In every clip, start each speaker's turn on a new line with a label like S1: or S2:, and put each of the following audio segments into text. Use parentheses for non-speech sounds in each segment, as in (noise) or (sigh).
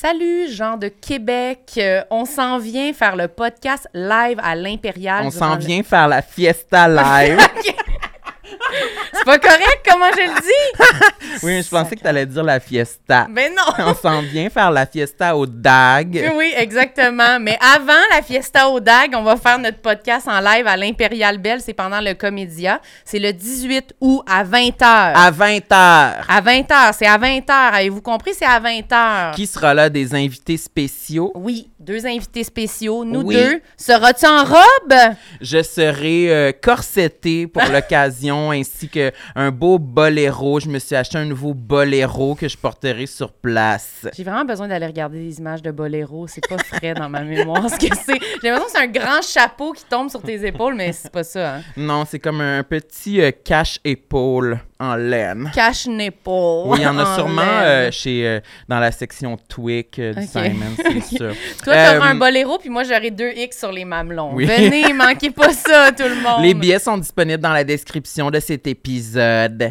S1: Salut, gens de Québec. Euh, on s'en vient faire le podcast live à l'Impérial.
S2: On
S1: durant
S2: s'en
S1: le-
S2: vient faire la fiesta
S1: (laughs)
S2: live.
S1: C'est pas correct comment je le dis?
S2: oui, je pensais que t'allais dire la fiesta.
S1: Ben non!
S2: (laughs) On s'en vient faire la fiesta au DAG.
S1: Oui, exactement. Mais avant la fiesta au DAG, on va faire notre podcast en live à l'Impérial Belle. C'est pendant le Comédia. C'est le 18 août à 20h. À,
S2: À 20h.
S1: 20h. C'est à 20h. Avez-vous compris? C'est à 20h.
S2: Qui sera là des invités spéciaux?
S1: Oui, deux invités spéciaux. Nous
S2: Oui.
S1: deux. Seras-tu en robe?
S2: Je serai euh,
S1: (laughs)
S2: corsetée pour l'occasion ainsi que un beau boléro. Je me suis acheté un nouveau boléro que je porterai sur place.
S1: J'ai vraiment besoin d'aller regarder des images de Boléro. C'est pas frais dans ma mémoire ce que c'est. J'ai l'impression que c'est un grand chapeau qui tombe sur tes épaules, mais c'est pas ça. hein.
S2: Non, c'est comme un petit euh, cache-épaule en laine.
S1: Cache n'épaule.
S2: Oui, il y en a sûrement
S1: laine.
S2: euh, chez, euh, dans la section Twig euh, du
S1: Ok.
S2: Simon, c'est sûr.
S1: (laughs) Toi, t'auras
S2: euh,
S1: un Boléro, puis moi, j'aurai deux X sur les mamelons.
S2: Oui. (laughs)
S1: Venez, manquez pas ça, tout le monde.
S2: Les billets sont disponibles dans la description de cet épisode.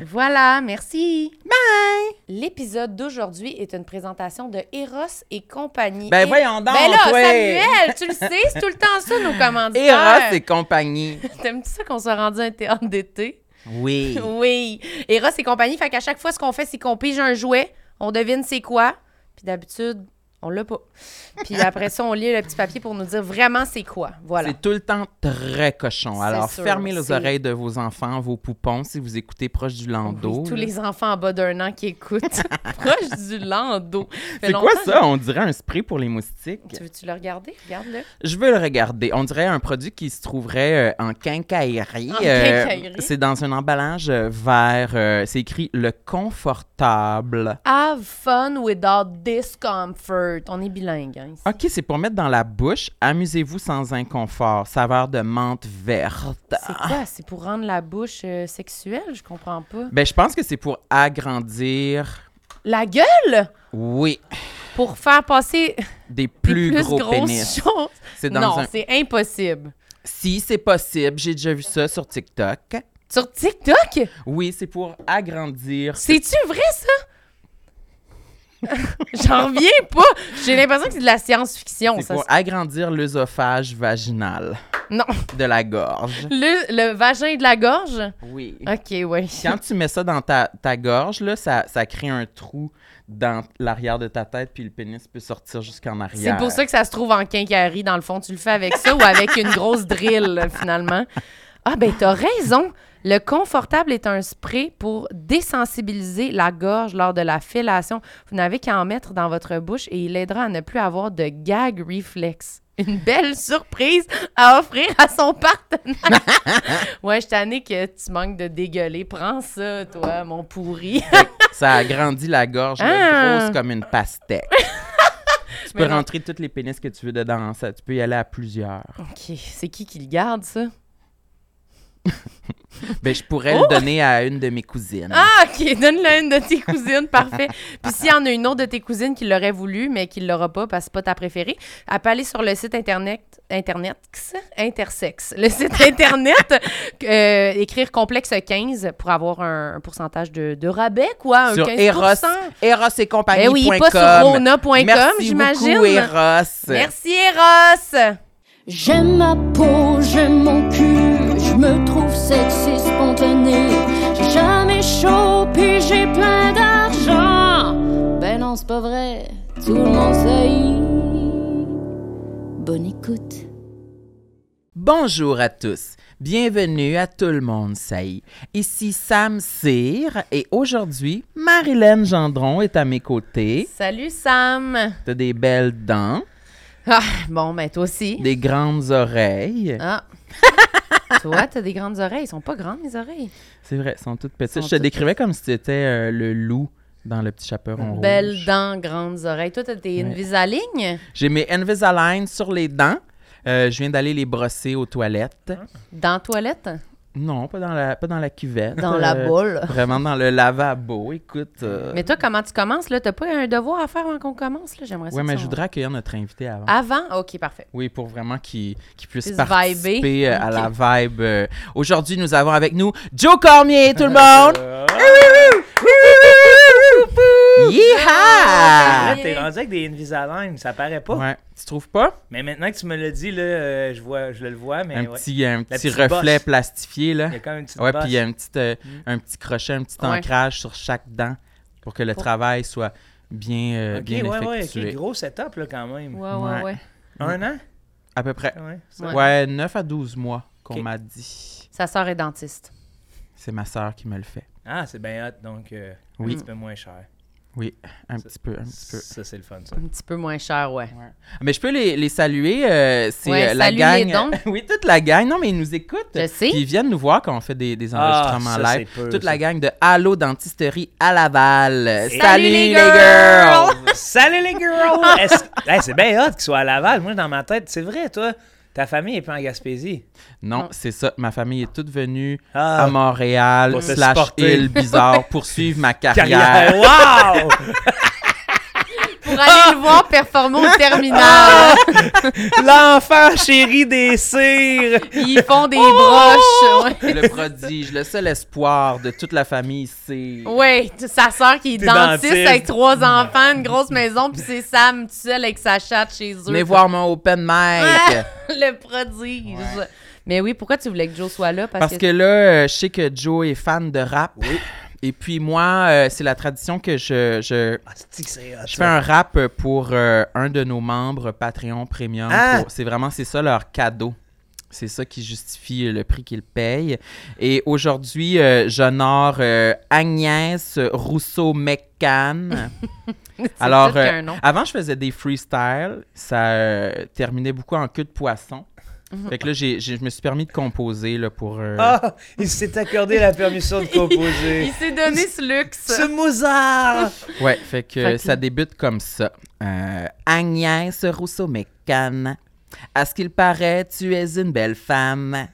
S1: Voilà, merci. Bye. L'épisode d'aujourd'hui est une présentation de Eros et compagnie.
S2: Ben
S1: Et-
S2: voyons donc,
S1: Ben là,
S2: toi.
S1: Samuel, tu le sais, c'est tout le temps ça,
S2: (laughs)
S1: nos commanditaires.
S2: Eros et compagnie.
S1: T'aimes-tu ça qu'on soit rendu un théâtre d'été?
S2: Oui.
S1: Oui. Et Ross et compagnie, fait qu'à chaque fois, ce qu'on fait, c'est qu'on pige un jouet, on devine c'est quoi, puis d'habitude, on l'a pas.
S2: (laughs)
S1: Puis après ça, on lit le petit papier pour nous dire vraiment c'est quoi. (laughs) Voilà.
S2: C'est tout le temps très cochon.
S1: C'est
S2: Alors,
S1: sûr,
S2: fermez les
S1: c'est-
S2: oreilles de vos enfants, vos poupons, si vous écoutez proche du
S1: Oui,
S2: landau.
S1: tous
S2: là.
S1: les enfants en bas d'un an qui
S2: (laughs)
S1: écoutent. (laughs) Proche du landau.
S2: C'est quoi ça? On dirait un spray pour les
S1: Tu
S2: moustiques.
S1: veux-tu le regarder? Regarde-le.
S2: Je veux le regarder. On dirait un produit qui se trouverait euh, en quincaillerie.
S1: En
S2: Euh,
S1: quincaillerie.
S2: c'est dans un emballage euh, vert. euh, c'est écrit le confortable.
S1: Have fun without discomfort. On est bilingue, hein, ici.
S2: OK, c'est pour mettre dans la bouche. Amusez-vous sans inconfort. Saveur de menthe verte.
S1: C'est quoi? C'est pour rendre la bouche euh, sexuelle? Je comprends pas.
S2: Ben, je pense que c'est pour agrandir,
S1: La gueule?
S2: oui,
S1: Pour faire passer
S2: des
S1: des
S2: plus,
S1: (laughs) plus
S2: gros
S1: grosses
S2: pénis.
S1: choses.
S2: C'est dans
S1: Non,
S2: un...
S1: c'est impossible.
S2: Si c'est possible, j'ai déjà vu ça sur TikTok.
S1: Sur TikTok?
S2: Oui, c'est pour agrandir.
S1: C'est-tu vrai, ça? (laughs) J'en reviens pas. J'ai l'impression que c'est de la science-fiction,
S2: C'est
S1: ça.
S2: pour agrandir l'œsophage vaginal
S1: Non.
S2: de la gorge.
S1: Le, le vagin de la gorge?
S2: Oui.
S1: OK, oui.
S2: Quand tu mets ça dans ta, ta gorge, là, ça, ça crée un trou dans l'arrière de ta tête, puis le pénis peut sortir jusqu'en arrière.
S1: C'est pour ça que ça se trouve en quincaillerie, dans le fond. Tu le fais avec ça ou avec une grosse drill, finalement. Ah, ben, t'as raison. Le confortable est un spray pour désensibiliser la gorge lors de la fellation. Vous n'avez qu'à en mettre dans votre bouche et il aidera à ne plus avoir de gag reflex. Une belle surprise à offrir à son partenaire. ouais, je suis tannée que tu manques de dégueuler. Prends ça, toi, mon pourri.
S2: Ça agrandit la gorge,
S1: Ah.
S2: là, grosse comme une
S1: (laughs)
S2: pastèque. tu
S1: Mais
S2: peux
S1: non.
S2: rentrer toutes les pénis que tu veux dedans. Ça, tu peux y aller à plusieurs.
S1: OK, c'est qui qui le garde, ça?
S2: Ben, je pourrais
S1: Oh!
S2: le donner à une de mes cousines.
S1: Ah, OK. Donne-le à une de tes cousines. (laughs) Parfait. Puis s'il y en a une autre de tes cousines qui l'aurait voulu, mais qui ne l'aura pas parce que c'est pas ta préférée, elle peut aller sur le site Internet. Internet. Intersex. Le
S2: (laughs)
S1: site Internet. euh, écrire complexe 15 pour avoir un, un pourcentage de, de rabais, quoi. Un
S2: Sur
S1: 15
S2: Eros, Eros et compagnie.
S1: Eh oui, pas sur rona.com,
S2: Merci beaucoup,
S1: j'imagine.
S2: Eros.
S1: Merci, Eros.
S3: J'aime ma peau, j'aime mon cul, je me trouve sexy spontané. J'ai jamais chaud, puis j'ai plein d'argent. Ben non, c'est pas vrai, tout le monde sait. Bonne écoute.
S2: Bonjour à tous. Bienvenue à Tout le monde saillit. Ici Sam Cyr et aujourd'hui, Marilyn Gendron est à mes côtés.
S1: Salut, Sam.
S2: T'as des belles dents,
S1: Ah, bon, ben toi aussi.
S2: des grandes oreilles. (laughs)
S1: Ah. Toi, t'as des grandes oreilles. Ils sont pas grandes, les oreilles.
S2: C'est vrai, elles sont toutes petites.
S1: Sont
S2: Je te
S1: toutes
S2: décrivais comme si tu étais le loup dans le petit chaperon
S1: Belles
S2: rouge.
S1: dents, grandes oreilles. Toi, t'as tes
S2: Ouais.
S1: Invisaligne?
S2: J'ai mes Invisalign sur les dents. Euh, je viens d'aller les brosser aux toilettes.
S1: Dans la toilette?
S2: Euh, Non, pas dans la, pas dans la cuvette.
S1: Dans la
S2: Euh,
S1: boule.
S2: Vraiment dans le lavabo. Écoute. euh,
S1: Mais toi, comment tu commences? là? T'as pas un devoir à faire avant qu'on commence? là? J'aimerais ça.
S2: ouais,
S1: que
S2: mais
S1: ça-
S2: je voudrais accueillir notre invité avant.
S1: Avant? OK, parfait.
S2: Oui, pour vraiment qu'il qu'il puisse
S1: Puisse
S2: participer
S1: vibrer.
S2: euh, à la
S1: Ok.
S2: vibe. euh. Aujourd'hui, nous
S4: Euh,
S2: avons avec nous Joe Cormier, tout le monde! Yeehaw!
S4: Là, ah, t'es rendu avec des Invisalign, ça paraît pas.
S2: Ah! Ouais, tu trouves pas?
S4: Mais maintenant que tu me l'as dit, là, euh, je, vois, je le vois, mais
S2: un
S4: ouais.
S2: petit, euh, un petit
S4: petite
S2: reflet
S4: bosse.
S2: plastifié, là.
S4: il y a quand même une petite Mm.
S2: Ouais,
S4: bosse.
S2: puis il y a un petit, euh, un petit crochet, un petit
S1: Ouais.
S2: ancrage sur chaque dent pour que le
S1: Pour-
S2: travail soit bien, euh,
S4: Ok,
S2: bien
S4: ouais, ouais,
S2: effectué.
S4: ok, gros setup là, quand même.
S1: Ouais, ouais, ouais.
S4: Un an?
S2: À peu près.
S4: Ouais, c'est
S1: Ouais.
S2: Ouais, 9 à 12 mois qu'on
S4: Ok.
S2: m'a dit.
S1: Sa sœur est dentiste.
S2: C'est ma sœur qui me le fait.
S4: Ah, c'est bien hot, donc euh,
S2: Oui.
S4: un petit peu moins cher.
S2: Un
S4: Ça-
S2: petit peu, un petit peu.
S4: Ça, c'est le fun, ça.
S1: Un petit peu moins cher, ouais.
S2: Mais je peux les, les saluer. euh, c'est
S1: Ouais,
S2: euh, la gang.
S1: saluez-les donc.
S2: (laughs) oui, toute la gang. Non, mais ils nous écoutent.
S1: Je sais.
S2: Puis ils viennent nous voir quand on fait des, des enregistrements
S4: Ah, ça,
S2: live.
S4: c'est peu,
S2: Toute
S4: ça.
S2: la gang de Allo Dentisterie à Laval.
S4: Salut
S2: Salut
S1: les
S2: les
S1: girls!
S2: girls!
S4: Salut les
S2: (laughs)
S4: girls! Est-ce- Hey, c'est bien hot qu'ils soient à Laval. Moi, dans ma tête, c'est vrai, toi, ta famille est pas en Gaspésie.
S1: Ah.
S2: Non, c'est ça. Ma famille est toute venue
S4: Ah.
S2: à Montréal,
S4: Pour te
S2: slash
S4: supporter.
S2: île bizarre,
S4: (laughs)
S2: poursuivre ma carrière.
S4: Carrière! Wow!
S1: Pour aller le voir performer
S2: (laughs)
S1: au terminal.
S4: L'enfant chéri des cires!
S1: Ils font des broches. Ouais.
S2: Oh! Le prodige, le seul espoir de toute la famille, c'est.
S1: (laughs) Ouais, t- sa sœur qui est
S4: T'es
S1: dentiste,
S4: dentiste.
S1: avec trois enfants, une grosse maison, puis c'est Sam tout seul avec sa chatte chez eux.
S2: Venez
S1: (laughs)
S2: voir mon open mic.
S1: Ah, le prodige. Mais oui, pourquoi tu voulais que Joe soit là? Parce,
S2: Parce que là, euh, je sais que Joe est fan de rap. Et puis moi, euh, c'est la tradition que je, je,
S4: Ah, c'est-tu que c'est hot,
S2: je fais
S4: ça?
S2: un rap pour euh, un de nos membres Patreon Premium.
S4: Ah!
S2: pour- C'est vraiment, c'est ça leur cadeau. C'est ça qui justifie euh, le prix qu'ils payent. Et aujourd'hui, euh, j'honore euh, Agnès Rousseau-McCann.
S1: C'est
S2: Alors,
S1: peut-être
S2: euh,
S1: qu'un nom.
S2: avant, je faisais des freestyles. Ça euh, terminait beaucoup en queue de poisson. Fait que là, j'ai- j'ai- je me suis permis de composer là, pour... euh,
S4: Ah! Il s'est accordé la permission de
S1: (laughs) Il
S4: composer.
S1: s'est donné ce luxe.
S4: Ce Mozart!
S2: (laughs) Ouais, fait que,
S1: Fait que-
S2: ça débute comme ça. Euh, Agnès Rousseau-Mécan, à ce qu'il paraît, tu es une belle femme.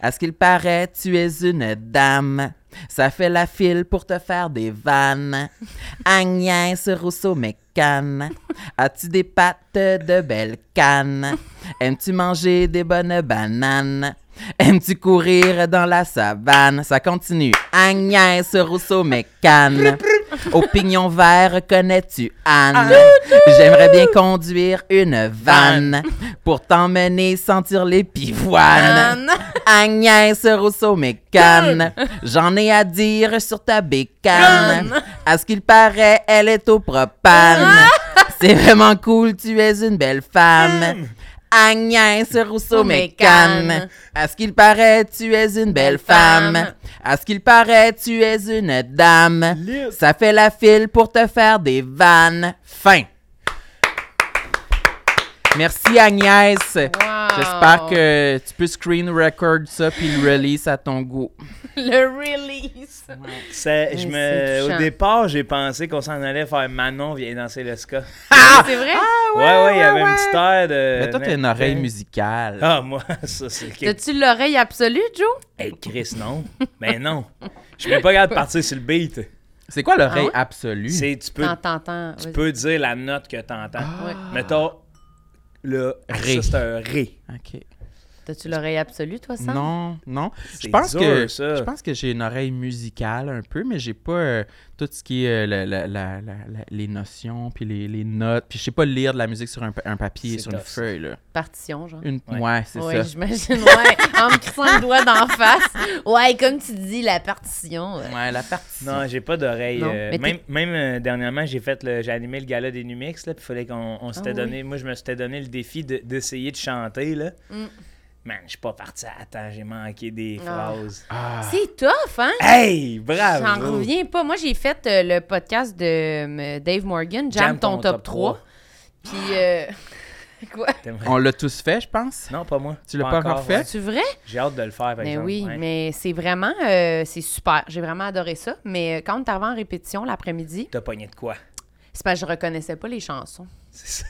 S2: À ce qu'il paraît, tu es une dame. Ça fait la file pour te faire des vannes. Agnès Rousseau-Mécan, as-tu des pattes de belle canne? Aimes-tu manger des bonnes bananes? Aimes-tu courir dans la savane? Ça continue. Agnès Rousseau-Mécan. Au pignon vert, connais-tu Anne? J'aimerais bien conduire une vanne pour t'emmener sentir les pivoines.
S1: Anne.
S2: Agnès Rousseau-Mécane, j'en ai à dire sur ta bécane. À ce qu'il paraît, elle est au propane. C'est vraiment cool, tu es une belle femme. Agnès Rousseau-Mécane, à ce qu'il paraît, tu es une belle femme. À ce qu'il paraît, tu es une dame.
S4: Lit.
S2: Ça fait la file pour te faire des vannes. Fin. Merci Agnès.
S1: Wow.
S2: J'espère que tu peux screen record ça puis le release à ton goût.
S1: Le release.
S4: Ça,
S1: Mais c'est
S4: je me...
S1: touchant.
S4: Au départ, j'ai pensé qu'on s'en allait faire Manon vient danser le ska.
S1: Ah!
S4: Ah!
S1: C'est vrai?
S4: ouais, ouais, il y avait un petit air de.
S2: Mais toi, t'as une oreille musicale.
S4: Euh, ben, Ah, moi, (laughs) ça, c'est.
S1: T'as-tu l'oreille absolue, Joe?
S4: Hey, Chris, non. Ben non. Je suis même pas capable de partir sur le beat.
S2: C'est quoi l'oreille
S1: Ah ouais?
S2: absolue?
S4: C'est, tu peux,
S1: T'en- T'entends.
S4: tu
S1: vas-y.
S4: peux dire la note que t'entends.
S1: Ouais.
S4: Mettons, le
S2: Ah. Ré.
S4: Ça, c'est un ré.
S2: Ok.
S1: T'as-tu l'oreille absolue, toi, Sam?
S2: Non, non. Je
S4: C'est
S2: pense
S4: dur,
S2: que
S4: ça.
S2: je pense que j'ai une oreille musicale un peu, mais j'ai pas euh, tout ce qui est euh, la- la- la- la- la- les notions puis les, les notes. Puis je sais pas lire de la musique sur un, pa- un papier,
S4: C'est
S2: sur une
S4: tough, ça.
S2: feuille là.
S1: Partition, genre.
S2: Une, ouais,
S4: Ouais.
S2: c'est
S1: Ouais,
S2: ça.
S1: j'imagine, ouais. En me crissant le doigt d'en face. Ouais, comme tu dis, la partition. ouais.
S2: Ouais, la partie.
S4: Non, j'ai pas d'oreille.
S1: Non,
S4: euh,
S1: mais
S4: même même euh, dernièrement, j'ai fait le, j'ai animé le gala des Numix, là, puis fallait qu'on on s'était
S1: Ah oui.
S4: donné, moi je me s'étais donné le défi de- d'essayer de, chanter là.
S1: Mm.
S4: Man, je suis pas parti à temps, j'ai manqué des
S1: Ah.
S4: phrases.
S1: C'est tough, hein?
S4: Hey, bravo.
S1: J'en reviens pas. Moi, j'ai fait euh, le podcast de euh, Dave Morgan, Jam, ton, top, 3. Puis, euh, (laughs) quoi?
S4: T'aimerais-
S2: On l'a tous fait, je pense.
S4: Non, pas moi.
S2: Tu l'as pas encore fait?
S4: ouais.
S1: C'est vrai?
S4: J'ai hâte de le faire par
S1: Mais
S4: exemple.
S1: oui,
S4: ouais.
S1: mais c'est vraiment, euh, c'est super. J'ai vraiment adoré ça. Mais euh, quand on arrivé en répétition l'après-midi,
S4: T'as pogné de quoi (laughs)
S1: c'est parce que je reconnaissais pas les chansons.
S4: C'est ça.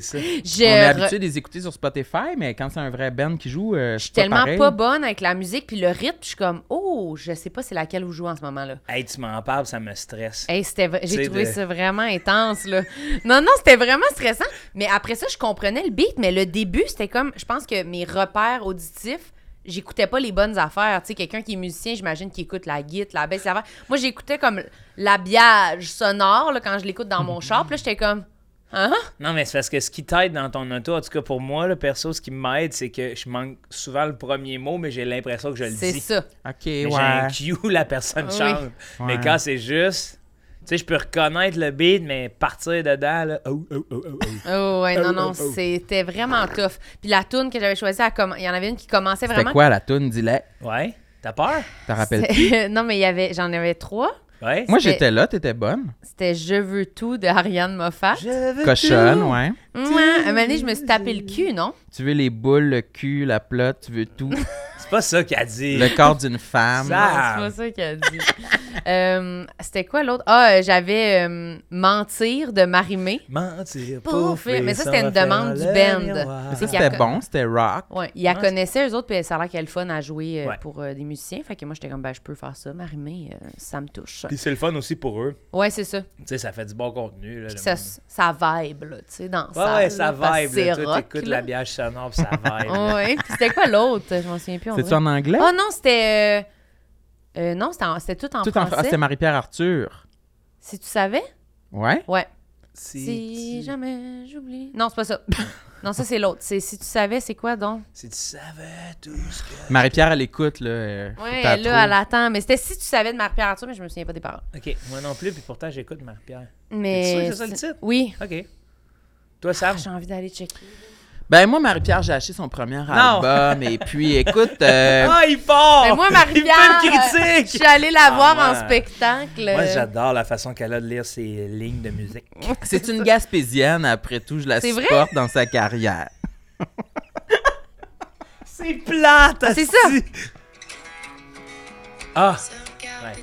S1: (laughs)
S4: ça.
S1: Je
S2: On est
S1: re-
S2: habitué de les écouter sur Spotify, mais quand c'est un vrai band qui joue, euh,
S1: Je suis
S2: c'est pas
S1: tellement
S2: pareil.
S1: pas bonne avec la musique puis le rythme, je suis comme oh, je sais pas c'est laquelle où je joue en ce moment-là.
S4: Hey, tu m'en parles, ça me stresse.
S1: Hey, c'était v- j'ai
S4: C'est
S1: trouvé
S4: de-
S1: ça vraiment intense là. Non non, c'était vraiment stressant, mais après ça je comprenais le beat, mais le début, c'était comme je pense que mes repères auditifs j'écoutais pas les bonnes affaires. Tu sais, quelqu'un qui est musicien, j'imagine qu'il écoute la guitare, la baisse, l'affaire. Moi, j'écoutais comme l'habillage sonore là, quand je l'écoute dans mon char. Puis là, j'étais comme, hein?
S4: Non, mais c'est parce que ce qui t'aide dans ton auto, en tout cas pour moi, le perso, ce qui m'aide, c'est que je manque souvent le premier mot, mais j'ai l'impression que je le
S1: C'est
S4: dis.
S1: ça.
S2: OK,
S4: Mais
S2: ouais.
S4: J'ai un cue, la personne
S1: Oui.
S4: chante. Mais
S2: Ouais.
S4: quand c'est juste, tu sais, je peux reconnaître le beat, mais partir dedans, là, oh, oh, oh, oh, oh.
S1: Oh, ouais, non,
S4: Oh,
S1: non,
S4: oh, oh.
S1: c'était vraiment tough. Puis la tune que j'avais choisie, elle comm- il y en avait une qui commençait (laughs)
S2: C'était
S1: vraiment.
S2: quoi la toune, dis-la?
S4: Ouais, t'as peur?
S2: T'en rappelles?
S1: C'était- non, mais il y avait, j'en avais trois.
S4: Ouais.
S2: Moi,
S1: c'était-
S2: j'étais là, t'étais bonne.
S1: C'était Je veux tout de Ariane Moffat.
S4: Je veux
S2: Cochonne, ouais.
S1: Ouais,
S4: Mmh.
S1: un moment donné, je me suis tapé le cul, non?
S2: Tu veux les boules, le cul, la plotte, tu veux tout.
S4: tout. C'est pas ça qu'elle dit.
S2: le corps d'une femme.
S4: Ça- Ah!
S1: Non, C'est pas ça qu'elle dit. (laughs) Euh, C'était quoi l'autre? Ah, euh, j'avais euh, Mentir de Marimé.
S4: Mentir
S1: Pour
S4: pour
S1: faire-
S4: faire
S1: mais ça,
S4: sans
S1: c'était une demande
S4: faire
S1: du
S4: le
S1: band.
S4: miroir.
S2: Mais ça,
S1: C'est qu'il y a-
S2: c'était bon, c'était rock.
S1: Ouais, il la
S4: Ouais.
S1: connaissait, eux autres, puis ça a l'air qu'elle est le fun à jouer euh,
S4: Ouais.
S1: pour euh, des musiciens. Fait que moi, j'étais comme, ben, je peux faire ça, Marimé, euh, ça me touche.
S4: Puis c'est le fun aussi pour eux.
S1: Ouais, c'est ça.
S4: Tu sais, ça fait du bon contenu. Là, le
S1: Puis ça,
S4: monde.
S1: ça vibe, là, tu sais, dans
S4: Ouais,
S1: ça.
S4: ouais, ça
S1: là, parce
S4: vibe.
S1: que
S4: Là,
S1: c'est
S4: toi,
S1: rock,
S4: t'écoutes
S1: là.
S4: l'habillage sonore,
S1: (laughs)
S4: puis ça vibe. là.
S1: Ouais, puis c'était quoi l'autre? Je m'en souviens plus. en
S2: C'est-tu
S1: vrai.
S2: en anglais?
S1: Oh non, c'était. euh, euh, non, c'était en- c'était tout en
S2: Tout en- Ah,
S1: français.
S2: c'était Marie-Pierre Arthur.
S1: si tu savais?
S2: Ouais?
S1: Ouais.
S4: Si,
S1: Si,
S4: tu-
S1: jamais j'oublie. Non, c'est pas ça. non, ça, c'est l'autre. C'est si tu savais, c'est quoi donc?
S4: si tu savais tout ce que.
S2: Marie-Pierre, elle écoute, là. euh, faut
S1: Ouais,
S2: que t'as
S1: là, elle
S2: trouves.
S1: attend. Mais c'était si tu savais de Marie-Pierre Arthur, mais je me souviens pas des paroles.
S4: Ok, moi non plus, puis pourtant, j'écoute Marie-Pierre. T'es sûr
S1: Mais.
S4: que c'est ça le titre? Ah,
S1: Oui.
S4: Ok. Toi, Sam?
S1: J'ai envie d'aller checker.
S2: Ben, moi, Marie-Pierre, j'ai acheté son premier album. Et puis, écoute, (laughs) euh,
S4: Ah, il part!
S1: Mais Ben, moi,
S4: Il
S1: Marie-Pierre.
S4: fait une
S1: euh, Je
S4: critique!
S1: suis allée la
S4: Ah,
S1: voir
S4: moi,
S1: en spectacle.
S4: Moi, j'adore la façon qu'elle a de lire ses lignes de musique.
S2: c'est une gaspésienne, après tout, je la
S1: C'est vrai?
S2: supporte dans sa carrière.
S4: C'est plate!
S1: c'est ça.
S4: asti. Ah!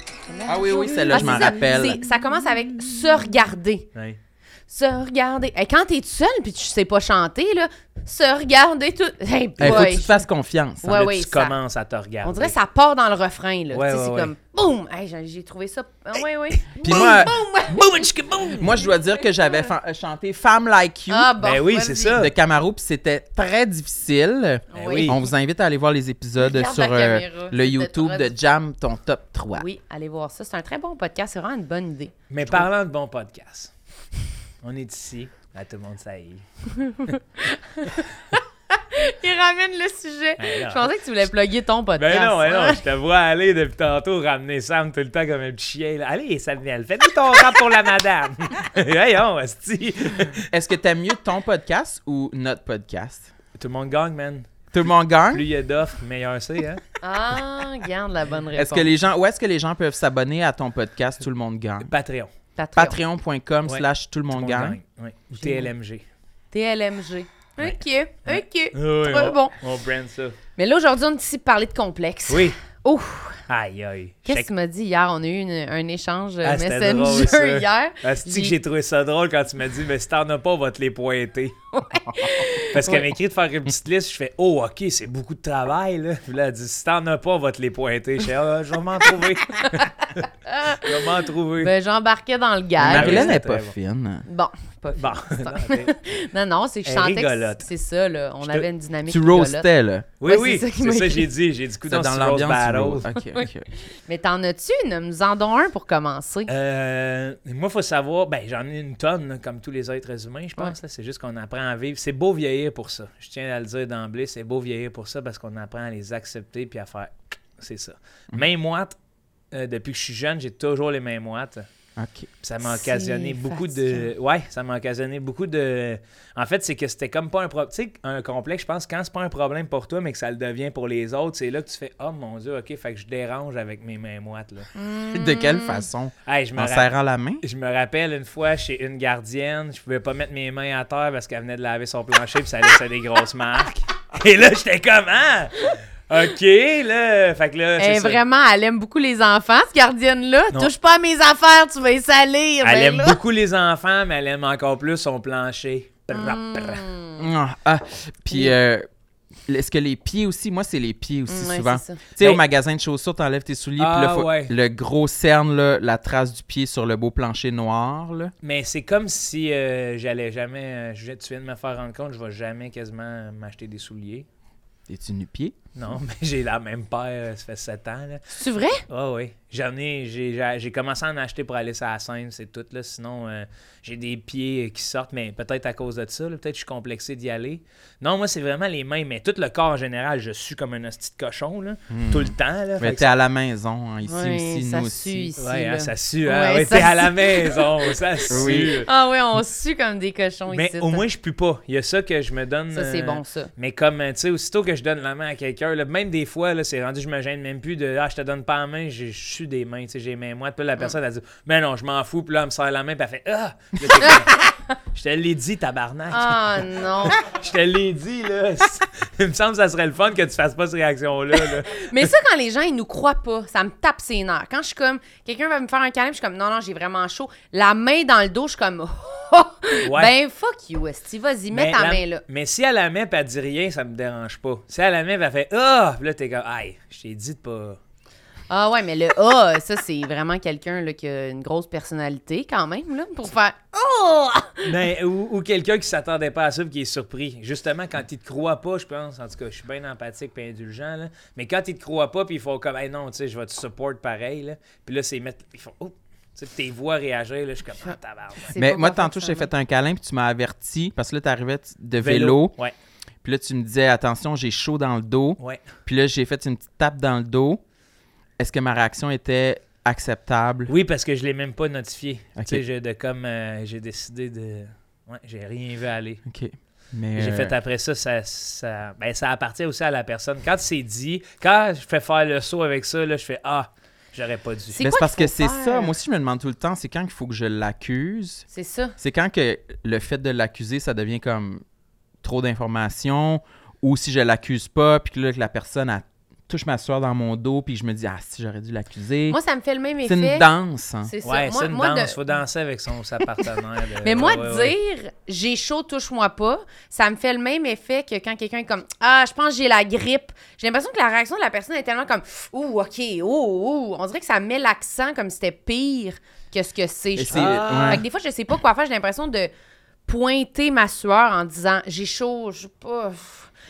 S2: Ah oui, oui, celle-là,
S1: Ah,
S2: je
S1: c'est
S2: m'en
S1: ça.
S2: rappelle.
S1: C'est- Ça commence avec se regarder.
S4: Ouais.
S1: Se regarder. Et quand t'es tout seul puis tu sais pas chanter, là, se regarder tout. Hey,
S2: Il Eh, faut que
S1: boy.
S2: tu te fasses confiance. hein.
S1: Ouais,
S4: Là,
S1: ouais,
S4: tu
S1: ça-
S4: commences à te regarder.
S1: On dirait que ça part dans le refrain, là.
S4: Ouais,
S1: Tu sais,
S4: ouais,
S1: c'est
S4: ouais.
S1: comme boum! Hey, j'ai- j'ai trouvé ça. Ah, Ouais, ouais.
S2: Puis moi,
S4: Boum, tchika, boum!
S2: moi, je dois dire que j'avais fa- chanté Femme Like You
S1: Ah, bon,
S4: Ben oui,
S1: vas-y.
S4: c'est ça.
S2: de Camaro, puis c'était très difficile.
S4: Ben
S1: Oui.
S4: oui.
S2: On vous invite à aller voir les épisodes
S1: Regarde
S2: sur
S1: la
S2: euh,
S1: caméra.
S2: le YouTube
S1: Peut-être.
S2: de Jam, ton top 3.
S1: Oui, allez voir ça. C'est un très bon podcast. C'est vraiment une bonne
S2: (laughs)
S1: idée.
S4: Mais parlant de bon podcast, on est ici. À tout le monde, ça y est.
S1: Il ramène le sujet.
S4: Ben non.
S1: Je pensais que tu voulais plugger ton podcast.
S4: Ben non, ben non, je te vois aller depuis tantôt ramener Sam tout le temps comme un petit chien. là. Allez, Samuel, fais tout ton rap pour la madame. (laughs) Voyons, esti.
S2: Est-ce que t'aimes mieux ton podcast ou notre podcast?
S4: Tout le monde gagne, man.
S2: Tout le monde gagne?
S4: Plus il y a d'offres, meilleur c'est, hein?
S1: (laughs) Ah, regarde la bonne réponse.
S2: Est-ce que les gens, où est-ce que les gens peuvent s'abonner à ton podcast Tout le monde gagne?
S4: Patreon.
S1: Patreon.
S2: Patreon.com
S4: Ouais.
S2: slash Tout le
S4: Tout
S2: monde
S4: le monde
S2: gagne.
S4: gagne, ouais. Ou TLMG.
S1: TLMG. OK, OK.
S4: Oui,
S1: Très
S4: Ah on,
S1: bon.
S4: On brand ça.
S1: Mais là, aujourd'hui, on est ici pour parler de complexe.
S4: Oui.
S1: Ouh,
S4: Aïe, aïe.
S1: qu'est-ce que
S4: Check-
S1: tu m'as dit hier? On a eu une- un échange euh,
S4: Ah, c'était
S1: Messenger
S4: drôle, ça.
S1: (laughs) hier.
S4: Asti Ah, que
S1: J'ai-
S4: j'ai trouvé ça drôle quand tu m'as dit, mais si t'en as pas, on va te les pointer. Parce qu'elle m'a écrit de faire une petite liste, je fais, oh, ok, c'est beaucoup de travail, là. Puis là, elle dit, si t'en as pas, on va te les pointer. Je fais, ah, je vais m'en
S1: (laughs)
S4: trouver. je vais m'en trouver.
S1: Ben, j'embarquais dans le gag.
S4: Marie-
S2: Marilyn
S4: oui,
S2: n'est
S4: c'est
S2: pas
S4: très bon.
S2: fine.
S1: Bon, pas
S4: Bon. Non, mais-
S1: Non, non, c'est que je
S4: Elle
S1: sentais
S4: rigolote.
S1: que c'est ça, là. On
S4: Je te-
S1: avait une dynamique
S2: Tu
S1: rigolote.
S2: roastais, là.
S4: (laughs) Oui,
S1: Ouais,
S4: oui,
S1: c'est ça qu'il
S4: c'est
S1: m'a
S4: ça que
S1: écrit.
S4: j'ai dit. J'ai dit, coup
S2: C'était
S4: dans
S2: tu
S4: l'ambiance.
S2: roastes. Ok, ok.
S1: Mais t'en as-tu une? Nous en donnons un pour commencer.
S4: Euh, moi, il faut savoir, ben, j'en ai une tonne, là, comme tous les êtres humains, je pense.
S1: Ouais.
S4: là. C'est juste qu'on apprend à vivre. C'est beau vieillir pour ça. Je tiens à le dire d'emblée, c'est beau vieillir pour ça parce qu'on apprend à les accepter puis à faire. C'est ça.
S1: Mhm.
S4: Même moite, euh, depuis que je suis jeune, j'ai toujours les mêmes moites.
S2: Ok.
S4: Puis Ça m'a
S1: C'est
S4: occasionné beaucoup de. Ouais, ça m'a occasionné beaucoup de. En fait, c'est que c'était comme pas un problème. Tu sais, un complexe, je pense, quand c'est pas un problème pour toi, mais que ça le devient pour les autres, c'est là que tu fais Oh mon Dieu, OK, fait que je dérange avec mes mains moites. Là.
S1: Mm.
S2: De quelle façon?
S4: Hey, je me
S2: En
S4: rappelle-
S2: serrant la main?
S4: je me rappelle une fois chez une gardienne, je pouvais pas mettre mes mains à terre parce qu'elle venait de laver son plancher puis ça laissait des grosses marques. Et là, j'étais comme ah, OK, là, fait que là,
S1: Eh,
S4: c'est ça.
S1: vraiment, elle aime beaucoup les enfants, cette gardienne-là.
S4: Non.
S1: Touche pas à mes affaires, tu vas y salir.
S4: Elle
S1: Ben
S4: aime
S1: là. (laughs)
S4: beaucoup les enfants, mais elle aime encore plus son plancher. Brr,
S1: Hmm.
S4: brr.
S2: Ah, ah. Puis, euh, est-ce que les pieds aussi? Moi, c'est les pieds aussi
S1: Mm, ouais,
S2: souvent. Tu
S1: c'est ça.
S2: sais, au
S4: Ben-
S2: magasin de chaussures, t'enlèves tes souliers, puis là,
S4: Ah,
S2: faut-
S4: ouais.
S2: le gros cerne, là, la trace du pied sur le beau plancher noir, là.
S4: Mais c'est comme si euh, j'allais jamais euh, je- tu viens de me faire rendre compte, je vais jamais quasiment m'acheter des souliers.
S2: T'es-tu nu-pied?
S4: Non, (laughs) mais j'ai la même paire, ça fait 7 ans. Là.
S1: C'est vrai?
S4: Ah oui. J'en ai, j'ai, j'ai- j'ai commencé à en acheter pour aller sur la scène, c'est tout. Là. Sinon, euh, j'ai des pieds euh, qui sortent, mais peut-être à cause de ça. là. Peut-être que je suis complexé d'y aller. Non, moi, c'est vraiment les mains, mais tout le corps en général, je suis comme un hostie de cochon, là, tout le temps. Là,
S2: Hmm.
S4: Fait
S2: Mais
S4: que
S2: t'es à la maison, hein, ici
S1: Oui,
S2: aussi,
S1: ça
S2: nous
S1: sue
S2: aussi.
S1: ici.
S4: Ouais, hein,
S1: là.
S4: ça sue, hein?
S1: Ouais,
S4: Ouais,
S1: ça
S4: t'es à la
S1: sue.
S4: maison, ça sue.
S2: Oui.
S1: Ah ouais, on sue comme des cochons
S4: Mais
S1: ici.
S4: au moins, je pue pas. Il y a ça que je me donne.
S1: Ça, c'est
S4: euh,
S1: bon, ça.
S4: Mais comme, euh, tu sais, aussitôt que je donne la main à quelqu'un, là, même des fois, là, c'est rendu, je me gêne même plus de Ah, je te donne pas la main, je je suis des mains, tu sais, j'ai les mains moites. Puis là, la personne, elle dit Mais non, je m'en fous. Puis là, elle me serre la main, puis elle fait Ah Puis là, t'es
S1: (laughs)
S4: comme, Je te l'ai dit, tabarnak.
S1: Ah (laughs) non.
S4: Je te l'ai dit, là. (laughs) Il me semble que ça serait le fun que tu fasses pas cette réaction-là. là.
S1: Mais ça, quand les gens, ils nous croient pas, ça me tape ses nerfs. Quand je suis comme, quelqu'un va me faire un câlin, puis je suis comme, non, non, j'ai vraiment chaud. La main dans le dos, je suis comme, (laughs) oh,
S4: Ouais. Ben,
S1: ben fuck you, Esti, vas-y, (laughs) mets ta
S4: la-
S1: main là.
S4: Mais si elle la met, puis elle dit rien, ça me dérange pas. Si elle la met, puis elle fait Ah Puis là, t'es comme Aïe, je t'ai dit de pas.
S1: Ah ouais, mais le ah,
S4: (laughs)
S1: ça, c'est vraiment quelqu'un là, qui a une grosse personnalité quand même, là, pour faire, oh!
S4: Mais, Ben, ou ou quelqu'un qui s'attendait pas à ça, puis qui est surpris. Justement, quand il te croit pas, je pense, en tout cas, je suis bien empathique et indulgent, là. mais quand il te croit pas, puis ils font comme, hey, non, tu sais, je vais te support pareil, là. Puis là, c'est mettre. Ils font, oh, tu sais, tes voix réagir, là, je suis comme, ah, tabarnak.
S1: C'est
S2: Mais
S1: pas
S2: moi,
S1: parfait,
S2: tantôt,
S1: ça,
S2: j'ai
S1: non.
S2: fait un câlin, puis tu m'as averti, parce que là, t'arrivais t- de (laughs) vélo,
S4: hein. Vélo. Ouais,
S2: puis là, tu me disais, attention, j'ai chaud dans le dos.
S4: ouais.
S2: Puis là, j'ai fait une petite tape dans le dos. Est-ce que ma réaction était acceptable?
S4: Oui, parce que je l'ai même pas notifié.
S2: Ok.
S4: Tu sais, j'ai de comme, euh, j'ai décidé de. Ouais, j'ai rien vu aller.
S2: OK. Mais
S4: J'ai
S2: euh,
S4: fait après ça, ça, ça, ben, ça appartient aussi à la personne. Quand c'est dit, quand je fais faire le saut avec ça, là, je fais Ah, j'aurais pas dû.
S1: C'est
S2: ben,
S1: quoi
S2: c'est parce
S1: qu'il
S2: que
S1: faut
S2: c'est
S1: faire?
S2: ça. Moi aussi, je me demande tout le temps, c'est quand il faut que je l'accuse?
S1: C'est ça.
S2: C'est quand que le fait de l'accuser, ça devient comme trop d'informations, ou si je l'accuse pas, puis que là, que la personne elle touche ma soeur dans mon dos, puis je me dis, ah, si j'aurais dû l'accuser.
S1: Moi, ça me fait le même
S2: C'est une
S1: effet.
S2: danse. hein.
S1: C'est ça.
S4: Ouais,
S1: Moi-
S4: c'est une
S1: moi, de-
S4: danse. Faut danser avec son,
S1: (laughs)
S4: sa partenaire. de-
S1: Mais moi,
S4: ouais, ouais, ouais.
S1: dire j'ai chaud, touche-moi pas, ça me fait le même effet que quand quelqu'un est comme Ah, je pense que j'ai la grippe. J'ai l'impression que la réaction de la personne est tellement comme Ouh, OK, ouh, ouh. On dirait que ça met l'accent comme si c'était pire que ce que c'est.
S2: Et
S1: je
S2: c'est-
S1: trouve.
S4: Ah.
S2: ouais.
S1: Fait que des fois, je sais pas quoi faire. J'ai l'impression de pointer ma sueur en disant j'ai chaud, je sais pas.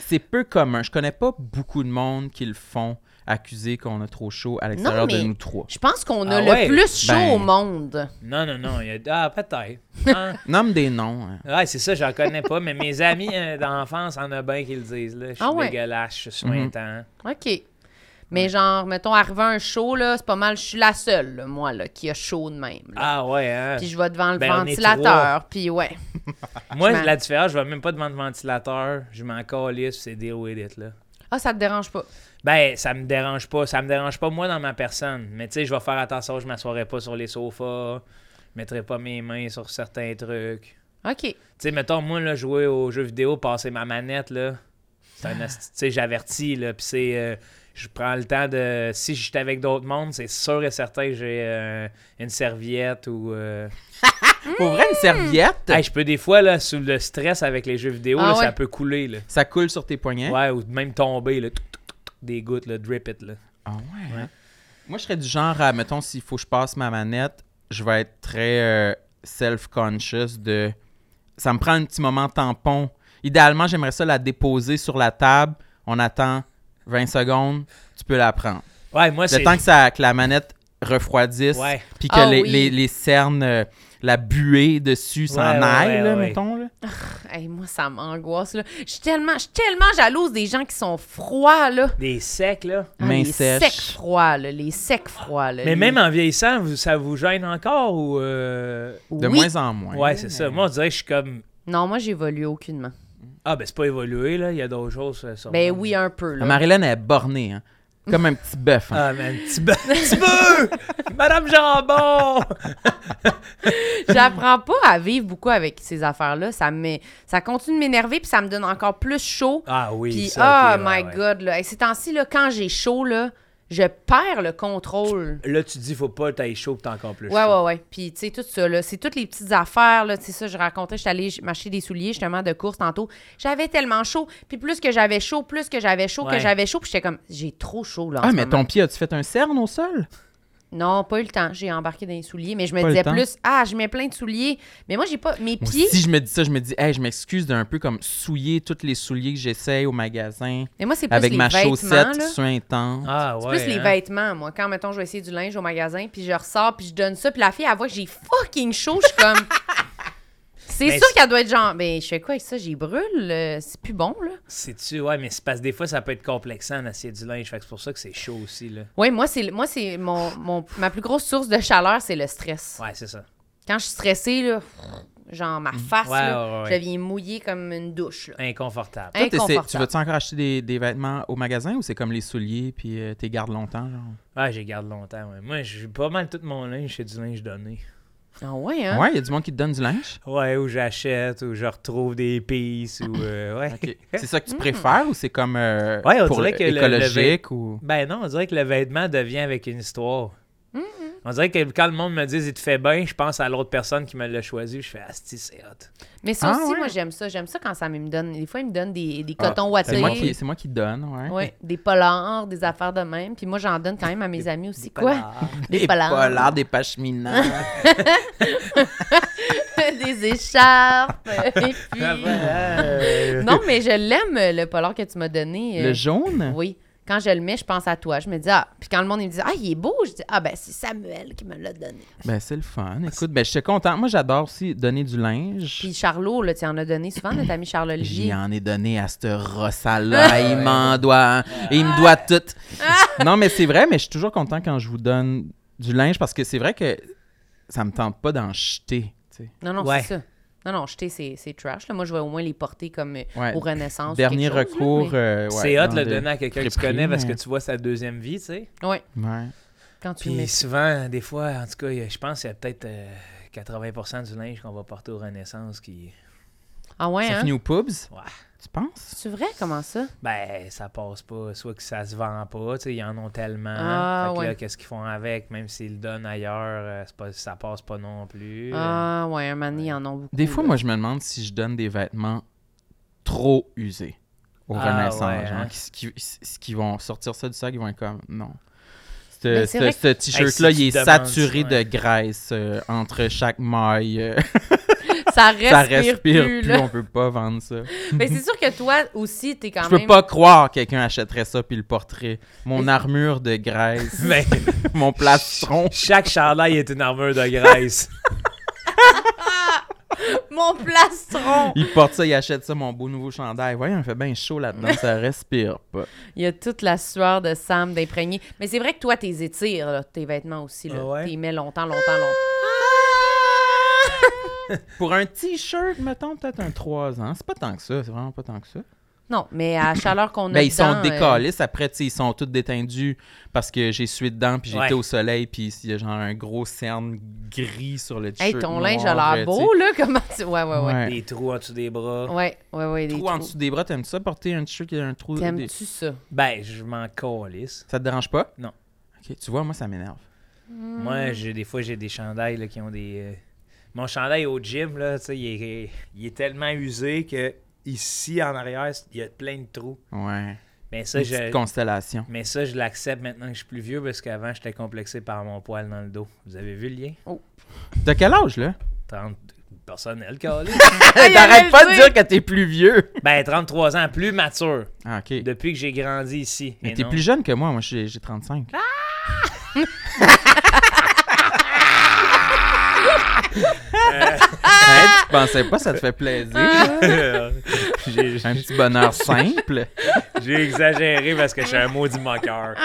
S2: C'est peu commun. Je connais pas beaucoup de monde qui le font accuser qu'on a trop chaud à l'extérieur de
S1: mais-
S2: nous trois.
S1: Je pense qu'on a
S4: Ah
S1: le
S4: ouais?
S1: plus chaud
S2: Ben.
S1: au monde.
S4: Non, non, non. il y a- Ah,
S1: (laughs)
S4: peut-être. Hein?
S2: Nomme des noms. hein.
S4: Ouais, c'est ça, j'en connais pas, mais mes amis euh, d'enfance en a bien qui le disent. Là. Je suis
S1: Ah ouais.
S4: dégueulasse, je suis
S2: Mhm.
S4: sointant.
S1: OK. Mais genre, mettons, arriver un show, là, c'est pas mal, je suis la seule, là, moi, là, qui a chaud de même. là.
S4: Ah ouais, hein.
S1: puis je vais devant le
S4: Ben, on est
S1: ventilateur, puis ouais.
S4: Moi,
S1: je m'en-
S4: la différence, je vais même pas devant le ventilateur. Je m'en calisse, c'est deal with it, là.
S1: Ah, ça te dérange pas.
S4: Ben, ça me dérange pas. Ça me dérange pas, moi, dans ma personne. Mais tu sais, je vais faire attention, je m'assoirai pas sur les sofas. Je mettrai pas mes mains sur certains trucs.
S1: OK.
S4: Tu sais, mettons, moi, là, jouer aux jeux vidéo, passer ma manette, là. C'est un asti- Tu sais, j'avertis, là. Puis c'est. euh, je prends le temps de. Si j'étais avec d'autres mondes, c'est sûr et certain que j'ai euh, une serviette ou. euh,
S1: Mmh!
S2: Pour vrai, une serviette,
S4: Hey, je peux des fois, là, sous le stress avec les jeux vidéo,
S1: Ah
S4: là,
S1: ouais.
S4: ça peut couler, là.
S2: ça coule sur tes poignets.
S4: Ouais, ou même tomber, là. tuk, tuk, tuk, tuk, des gouttes, là, drip it, là.
S2: Ah ouais.
S4: Ouais.
S2: hein? Moi, je serais du genre à, mettons, s'il faut que je passe ma manette, je vais être très euh, self-conscious de. Ça me prend un petit moment tampon. Idéalement, j'aimerais ça la déposer sur la table. On attend 20 secondes, tu peux la prendre.
S4: Ouais, moi,
S2: Le
S4: c'est.
S2: temps que, ça, que la manette refroidisse,
S4: Ouais.
S2: puis que
S1: Ah
S2: les,
S1: oui.
S2: les- les cernes, euh, la buée dessus s'en
S4: Ouais, ouais,
S2: aille,
S4: ouais,
S2: là,
S4: ouais.
S2: mettons. là.
S1: Hey, moi, ça m'angoisse, là. Je suis tellement, je suis tellement jalouse des gens qui sont froids, là.
S4: Des secs, là.
S1: Ah,
S2: Mains
S1: les
S2: sèches.
S1: secs froids, là. Les secs froids, là.
S4: Mais
S1: Les-
S4: même en vieillissant, vous- ça vous gêne encore ou. euh,
S2: De
S1: Oui.
S2: moins en moins.
S4: Ouais, c'est ça. Moi, on dirait que je suis comme.
S1: Non, moi, j'évolue aucunement.
S4: Ah, ben, c'est pas évolué, là. Il y a d'autres choses. euh, sûrement.
S1: Ben oui, un peu,
S2: La
S1: là.
S2: Marilyn elle est bornée, hein. comme un petit bœuf. hein.
S4: Ah, mais un petit peu.
S1: (laughs)
S4: petit peu! Madame Jambon!
S1: (laughs) J'apprends pas à vivre beaucoup avec ces affaires-là. Ça, me- ça continue de m'énerver, puis ça me donne encore plus chaud.
S4: Ah oui,
S1: Puis,
S4: ça,
S1: ah
S4: ok, ouais,
S1: my
S4: ouais.
S1: God, là. Et ces temps-ci, là, quand j'ai chaud, là, je perds le contrôle.
S4: Là, tu dis, faut pas, t'ailles chaud, pis t'es encore plus
S1: Ouais,
S4: chaud.
S1: ouais, ouais. Puis, tu sais, tout ça, là, c'est toutes les petites affaires, là. Tu sais, ça, je racontais, j'étais allée m'acheter des souliers, justement, de course tantôt. J'avais tellement chaud. Puis, plus que j'avais chaud, plus que j'avais chaud,
S4: Ouais.
S1: que j'avais chaud. Puis, j'étais comme, j'ai trop chaud, là. en
S2: Ah,
S1: ce
S2: mais
S1: moment.
S2: ton pied, as-tu fait un cerne au sol?
S1: Non, pas eu le temps. J'ai embarqué dans les souliers, mais je me
S2: Pas eu le
S1: disais
S2: temps.
S1: plus, ah, je mets plein de souliers. Mais moi, j'ai pas. Mes
S2: Moi,
S1: pieds.
S2: Si je me dis ça, je me dis, hey, je m'excuse d'un peu comme souiller tous les souliers que j'essaye au magasin
S1: Mais moi, c'est plus
S2: avec
S1: les
S2: ma
S1: vêtements.
S2: chaussette
S1: là.
S2: suintante.
S4: Ah,
S1: C'est
S4: ouais.
S1: plus les
S4: hein.
S1: vêtements, moi. Quand, mettons, je vais essayer du linge au magasin, puis je ressors, puis je donne ça, puis la fille, elle voit que j'ai fucking chaud, je suis comme.
S4: (laughs)
S1: C'est
S4: Mais
S1: sûr
S4: c'est-
S1: qu'elle doit être genre, ben, je fais quoi avec ça? J'y brûle, euh, c'est plus bon, là.
S4: C'est-tu, ouais, mais c'est parce que des fois, ça peut être complexant d'acier du linge. Fait que c'est pour ça que c'est chaud aussi, là.
S1: Oui, moi, c'est moi c'est mon, mon- ma plus grosse source de chaleur, c'est le stress.
S4: Ouais, c'est ça.
S1: Quand je suis stressée, là, genre ma face,
S4: Ouais,
S1: là,
S4: ouais, ouais.
S1: je deviens mouillée comme une douche. Là.
S4: Inconfortable.
S2: Toi, t'essaies- tu
S1: Inconfortable.
S2: vas-tu encore acheter des, des vêtements au magasin ou c'est comme les souliers puis euh, t'es gardes longtemps? Genre?
S4: Ouais, j'ai garde longtemps, ouais. Moi, j'ai pas mal tout mon linge, c'est du linge donné.
S1: Ah ouais, hein?
S2: Ouais, il y a du monde qui te donne du linge.
S4: Ouais, ou j'achète, ou je retrouve des pistes, ou... euh, ouais. (laughs)
S2: Ok. c'est ça que tu préfères ou c'est comme euh,
S4: Ouais, on
S2: pour
S4: dirait
S2: le-
S4: que le- le
S2: écologique ou.
S4: Ben non, on dirait que le vêtement devient avec une histoire.
S1: Mm-hmm.
S4: On dirait que quand le monde me dit « il te fait bien », je pense à l'autre personne qui me l'a choisi, je fais « asti, c'est hot
S1: Mais ça
S2: Ah
S1: aussi,
S2: ouais?
S1: moi, j'aime ça. J'aime ça quand ça me donne. Des fois, ils me donnent des, des
S2: Ah,
S1: cotons
S2: C'est
S1: ouatés.
S2: moi, qui- c'est moi qui donne, ouais. (laughs)
S1: Ouais, des polars, des affaires de même. Puis moi, j'en donne quand même à mes amis aussi. Quoi?
S2: Des,
S1: Des polars.
S2: polars, des pacheminas.
S1: (laughs) des écharpes.
S2: (laughs)
S1: et puis-
S4: Ah, voilà, euh.
S1: Non, mais je l'aime, le polar que tu m'as donné. euh,
S2: le jaune?
S1: Oui. Quand je le mets, je pense à toi. Je me dis, ah. Puis quand le monde il me dit, ah, il est beau, je dis, ah, ben, c'est Samuel qui me l'a donné.
S2: Ben, c'est le fun. Écoute, ben, je suis content. Moi, j'adore aussi donner du linge.
S1: Puis Charlot, là, tu en as donné souvent, notre ami Charles Olivier.
S2: J'y en ai donné à
S4: Ah,
S2: ce rossal-là. il m'en doit. hein. Il me doit tout.
S4: (laughs)
S2: non, mais c'est vrai, mais je suis toujours content quand je vous donne du linge parce que c'est vrai que ça me tente pas d'en jeter. tu sais.
S1: Non, non,
S4: Ouais.
S1: c'est ça. Non, non, jeter, c'est c'est trash. Là. Moi, je vais au moins les porter comme euh,
S2: Ouais.
S1: aux Renaissance. ou
S2: Dernier
S1: quelque chose, là,
S2: recours. euh, ouais,
S4: C'est hot
S2: dans
S4: de le donner à quelqu'un que tu
S2: prépris,
S4: connais parce que
S2: mais-
S4: tu vois sa deuxième vie, tu sais.
S1: Ouais,
S2: Ouais.
S1: quand tu le mets.
S4: Puis souvent, des fois, en tout cas, il y a- je pense qu'il y a peut-être euh, 80% du linge qu'on va porter aux Renaissance qui...
S1: Ah ouais,
S2: Ça
S1: hein?
S2: finit aux pubs?
S4: Ouais.
S2: Tu penses?
S1: C'est vrai, comment ça?
S4: Ben, ça passe pas. Soit que ça se vend pas, tu sais, ils en ont tellement.
S1: Ah,
S4: fait que là,
S1: ouais.
S4: qu'est-ce qu'ils font avec, même s'ils le donnent ailleurs, euh, c'est pas, ça passe pas non plus.
S1: Ah ouais, un mané, ils en ont beaucoup.
S2: Euh. Des fois,
S1: là.
S2: moi, je me demande si je donne des vêtements trop usés aux
S4: Ah,
S2: Renaissance.
S4: ouais,
S2: genre,
S4: hein?
S2: qui, qui- qui vont sortir ça du sac, ils vont être comme non.
S1: Mais
S2: Ce
S1: c'est
S2: ce-
S1: vrai
S2: ce t-shirt-là,
S4: Hey, si
S2: il est
S4: tu demandes,
S2: saturé
S4: ouais.
S2: de graisse euh, entre chaque maille. euh,
S1: ça respire,
S2: ça respire
S1: plus,
S2: plus,
S1: là.
S2: on peut pas vendre ça.
S1: Mais c'est sûr que toi aussi, t'es quand
S2: je
S1: même.
S2: peux pas croire que quelqu'un achèterait ça puis le porterait. Mon armure de
S4: (laughs)
S2: graisse,
S4: (laughs) Ben,
S2: mon plastron.
S4: chaque chandail est une armure de graisse.
S1: Mon plastron!
S2: Il porte ça, il achète ça, mon beau nouveau chandail. Voyons, il fait bien chaud là-dedans, ça respire pas.
S1: Il y a toute la sueur de Sam d'imprégner. Mais c'est vrai que toi, t'es étires, là, tes vêtements aussi. Là.
S4: Ah ouais?
S1: T'es mets longtemps, longtemps, longtemps.
S2: Pour un t-shirt, mettons, peut-être un 3 ans. C'est pas tant que ça, c'est vraiment pas tant que ça.
S1: Non, mais à la chaleur qu'on a.
S2: Ben, ils sont
S1: dedans, euh,
S2: décalistes. Après, tu sais, ils sont tous détendus parce que j'ai sué dedans, puis j'étais
S4: Ouais.
S2: au soleil, puis il y a genre un gros cerne gris sur le t-shirt.
S1: Hey, ton
S2: noir,
S1: linge a
S2: euh,
S1: l'air beau, là. Comment tu. Ouais, ouais,
S2: tu sais.
S1: ouais.
S2: Ouais.
S4: Des trous en dessous des bras.
S1: Ouais, ouais, ouais. des
S2: Trou en
S1: trous.
S2: dessous des bras, t'aimes ça porter un t-shirt qui a un trou? des-
S1: T'aimes-tu ça?
S4: Ben, je m'en calisse.
S2: Ça te dérange pas?
S4: Non.
S2: Ok, tu vois, moi, ça m'énerve.
S4: Moi, j'ai des fois, j'ai des chandails là, qui ont des. euh, Mon chandail au gym, là, tu sais, il est, il est tellement usé que ici en arrière, il y a plein de trous.
S2: Ouais.
S4: Mais ça,
S2: Une
S4: je.
S2: petite constellation.
S4: Mais ça, je l'accepte maintenant que je suis plus vieux parce qu'avant, j'étais complexé par mon poil dans le dos. Vous avez vu le lien?
S2: T'as quel âge, là?
S4: 30...
S2: (laughs)
S4: Personnel, calé.
S1: (laughs) Hey,
S2: T'arrêtes pas de
S1: arrête-le!
S2: dire que t'es plus vieux!
S4: ben, 33 ans, plus mature
S2: Ah, ok.
S4: depuis que j'ai grandi ici.
S2: Mais
S4: Et
S2: t'es
S4: non. (laughs)
S2: plus jeune que moi, moi, j'ai j'ai 35.
S1: Ah!
S2: Hey, tu pensais pas, ça te fait plaisir.
S4: j'ai
S2: Un petit bonheur simple.
S4: j'ai exagéré parce que je suis un maudit moqueur.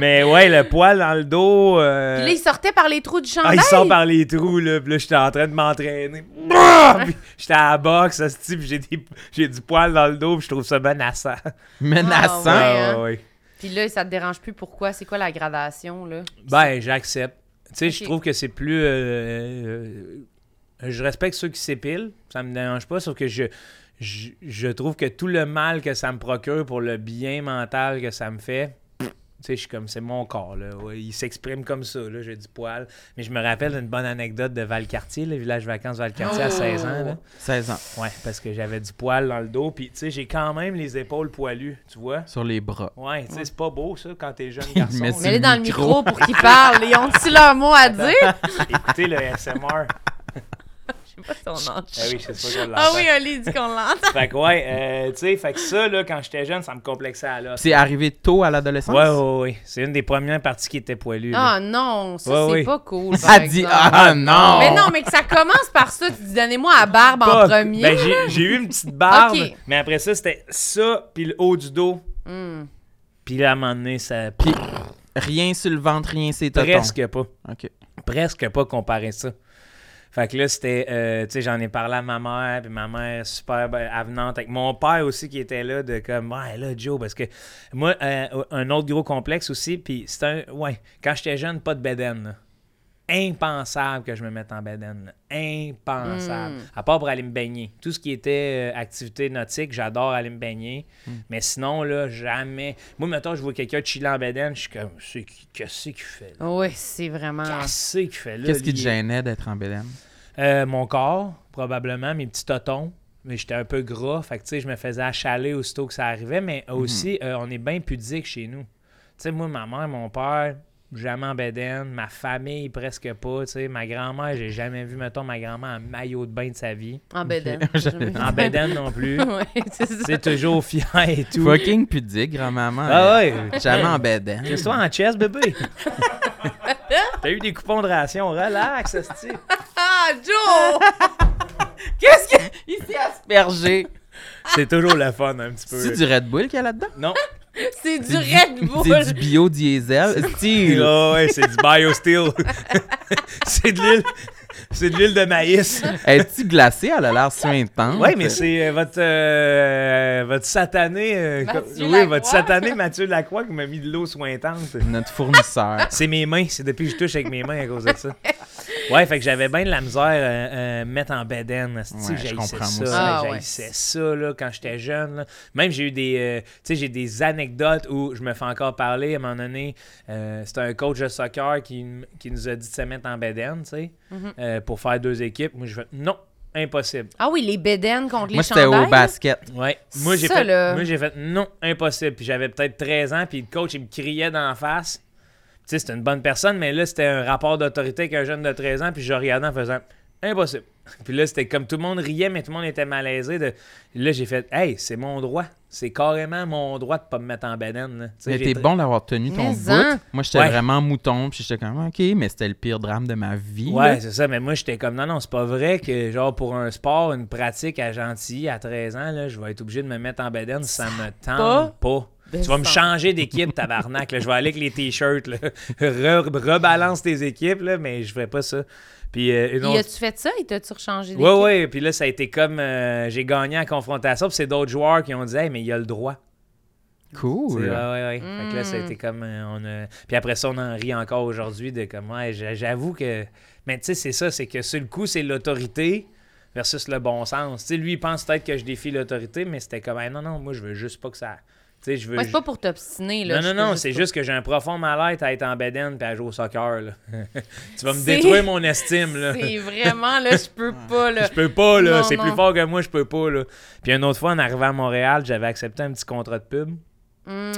S4: Mais ouais, le poil dans le dos. euh,
S1: Puis là, il sortait par les trous du
S4: Ah,
S1: chandail.
S4: il sort par les trous, là. Puis là, j'étais en train de m'entraîner. Brrr! Puis j'étais à la boxe, ce type, j'ai des- j'ai du poil dans le dos, puis je trouve ça menaçant.
S2: Menaçant.
S1: Ah, ouais, hein?
S4: ouais.
S1: Puis là, ça te dérange plus. Pourquoi? C'est quoi la gradation, là?
S4: Ben, j'accepte. Tu sais, je
S1: Ok.
S4: trouve que c'est plus. euh, euh, je respecte ceux qui s'épilent, ça me dérange pas, sauf que je, je, je trouve que tout le mal que ça me procure pour le bien mental que ça me fait, sais, je suis comme, c'est mon corps, là. Ouais, il s'exprime comme ça, là, j'ai du poil. Mais je me rappelle d'une bonne anecdote de Valcartier, le village vacances Valcartier à 16 ans, là.
S2: 16 ans.
S4: Ouais, parce que j'avais du poil dans le dos, puis tu sais, j'ai quand même les épaules poilues, tu vois.
S2: Sur les bras.
S4: Ouais, tu sais, c'est pas beau, ça, quand t'es jeune garçon.
S2: met
S4: là.
S2: ça.
S1: Mets-les dans le
S2: micro.
S1: micro pour qu'ils parlent. Ils ont-ils leur mot à dire?
S4: Écoutez le SMR.
S1: Je sais pas si on entend.
S4: Ah oui, c'est ça qu'on l'entend.
S1: Ah oui, hein. Oli dit qu'on l'entend.
S4: Fait que ouais, euh, tu sais, fait que ça, là, quand j'étais jeune, ça me complexait à l'os.
S2: C'est arrivé tôt à l'adolescence?
S4: Ouais, ouais, ouais. C'est une des premières parties qui était poilue. là.
S1: Ah non, ça,
S4: Ouais,
S1: c'est
S4: oui.
S1: pas cool. par
S2: Ça dit,
S1: exemple.
S2: ah non!
S1: Mais non, mais que ça commence par ça. Tu dis, donnez-moi la barbe en
S4: Pas-
S1: premier.
S4: Ben, j'ai- j'ai eu une petite barbe,
S1: Ok.
S4: mais après ça, c'était ça, puis le haut du dos.
S1: Hmm.
S4: Puis là, à un moment donné, ça...
S2: Puis, rien sur le ventre, rien c'est tétons.
S4: Presque pas.
S2: OK.
S4: presque pas comparé ça. Fait que là, c'était, euh, tu sais, j'en ai parlé à ma mère, puis ma mère super ben, avenante, avec mon père aussi qui était là, de comme, ouais, là, Joe, parce que moi, euh, un autre gros complexe aussi, puis c'est un, ouais, quand j'étais jeune, pas de bédaine, là. Impensable que je me mette en bédaine, là. impensable. À part pour aller me baigner. Tout ce qui était euh, activité nautique, j'adore aller me baigner, mais sinon, là, jamais. Moi, mettons, je vois quelqu'un chiller en bédaine, je suis comme, C'est qui- qu'est-ce qu'il fait, là?
S1: Oui, c'est vraiment...
S4: Qu'est-ce qu'il fait là?
S2: Qu'est-ce qui te
S4: lui?
S2: gênait d'être en Bélène?
S4: Euh, mon corps, probablement, mes petits totons. Mais j'étais un peu gras, fait que tu sais, je me faisais achaler aussitôt que ça arrivait. Mais
S2: Mhm.
S4: aussi, euh, on est bien pudique chez nous. Tu sais, moi, ma mère, mon père, jamais en bédaine. Ma famille, presque pas. Tu sais, ma grand-mère, j'ai jamais vu, mettons, ma grand-mère en maillot de bain de sa vie.
S1: En bédaine.
S4: En
S1: (laughs)
S4: bédaine non
S2: (laughs)
S4: plus.
S1: Oui, c'est ça.
S4: C'est toujours fier et tout.
S2: Fucking pudique, grand-maman.
S4: Ah ouais!
S2: Euh, Jamais
S4: (laughs)
S2: en bed.
S4: Que ce soit en
S2: (laughs)
S4: chess, bébé! T'as eu des coupons de ration, relax, hostie.
S1: Ah, Joe! (laughs)
S2: Qu'est-ce que... Il s'est aspergé.
S4: C'est toujours le fun, un petit peu.
S2: C'est du Red Bull qu'il y a là-dedans?
S4: Non,
S1: C'est du Red Bull.
S2: (laughs) C'est du biodiesel. Style.
S4: Ah ouais, c'est du biosteel. (laughs) c'est de l'huile. C'est de l'huile de maïs.
S2: Est-tu glacé? Elle a l'air suintante.
S4: Oui, mais c'est euh, votre, euh, votre satané. euh,
S1: Mathieu
S4: co- oui,
S1: Lacroix.
S4: votre satané Mathieu Lacroix qui m'a mis de l'eau sointante.
S2: Notre fournisseur.
S4: C'est mes mains. C'est depuis que je touche avec mes mains à cause de ça. Ouais, fait que j'avais bien de la misère à mettre en bedaine.
S2: Ouais, je
S4: j'haïssais
S2: comprends, moi
S4: ça.
S2: aussi.
S1: Ah, ouais.
S4: j'haïssais ça là, quand j'étais jeune. là. Même j'ai eu des, euh, tu sais, j'ai des anecdotes où je me fais encore parler. À un moment donné, euh, c'était un coach de soccer qui, m- qui nous a dit de se mettre en bedaine, tu sais,
S1: Mm-hmm.
S4: euh, pour faire deux équipes. Moi, je fais non, impossible.
S1: Ah oui, les bédaines contre
S2: Moi,
S1: (laughs) les
S2: j'étais
S1: chandails.
S2: au basket.
S4: Ouais. Moi, j'ai
S1: Ça,
S4: fait,
S1: là.
S4: moi, j'ai fait non, impossible. Puis j'avais peut-être 13 ans, puis le coach, il me criait dans la face. Tu sais, c'était une bonne personne, mais là, c'était un rapport d'autorité avec un jeune de 13 ans, puis je regardais en faisant impossible. (laughs) Puis là, c'était comme tout le monde riait, mais tout le monde était malaisé. De... Là, j'ai fait, hey, c'est mon droit. C'est carrément mon droit de pas me mettre en banane. là. Tu sais,
S2: Mais
S4: j'ai
S2: t'es
S4: tra-
S2: bon d'avoir tenu ton
S1: Mais hein?
S2: bout.
S1: en.
S2: Moi, j'étais
S4: Ouais.
S2: vraiment mouton, puis j'étais comme, OK, mais c'était le pire drame de ma vie.
S4: Ouais,
S2: là.
S4: c'est ça, mais moi j'étais comme non, non, c'est pas vrai que genre pour un sport, une pratique à gentil à 13 ans, là, je vais être obligé de me mettre en bedaine si ça me tente pas.
S1: de
S4: Tu vas me
S1: sens.
S4: changer d'équipe, tabarnak. là. Je vais aller avec les t-shirts. là. Re- rebalance tes équipes, là, mais je ferai pas ça. Puis euh, une
S1: Y
S4: autre.
S1: a-tu fait ça? Il t'a-tu rechangé d'équipe?
S4: Ouais, ouais. Puis là, ça a été comme euh, j'ai gagné en confrontation. Puis c'est d'autres joueurs qui ont dit, hey, mais il y a le droit. Tu sais,
S2: Cool.
S4: Ouais, ouais, ouais. Fait que là,
S1: Hmm.
S4: ça a été comme. euh, on a- Puis après ça, on en rit encore aujourd'hui de comme, ouais, j'a- j'avoue que. Mais tu sais, c'est ça, c'est que sur le coup, c'est l'autorité versus le bon sens. Tu sais, lui, il pense peut-être que je défie l'autorité, mais c'était comme, Hey, non, non, moi, je veux juste pas que ça. Tu sais, je veux.
S1: Moi, c'est pas pour t'obstiner. là.
S4: non, non,
S1: J'étais
S4: non, c'est
S1: pour-
S4: juste que j'ai un profond mal-être à être en bedaine puis à jouer au soccer. là. (laughs) tu vas me
S1: C'est-
S4: détruire mon estime. Là.
S1: C'est vraiment, là, je peux pas, là.
S4: (laughs) Je peux pas, là.
S1: Non,
S4: C'est
S1: non.
S4: plus fort que moi, je peux pas, là. Puis une autre fois, en arrivant à Montréal, j'avais accepté un petit contrat de pub.
S1: Hmm.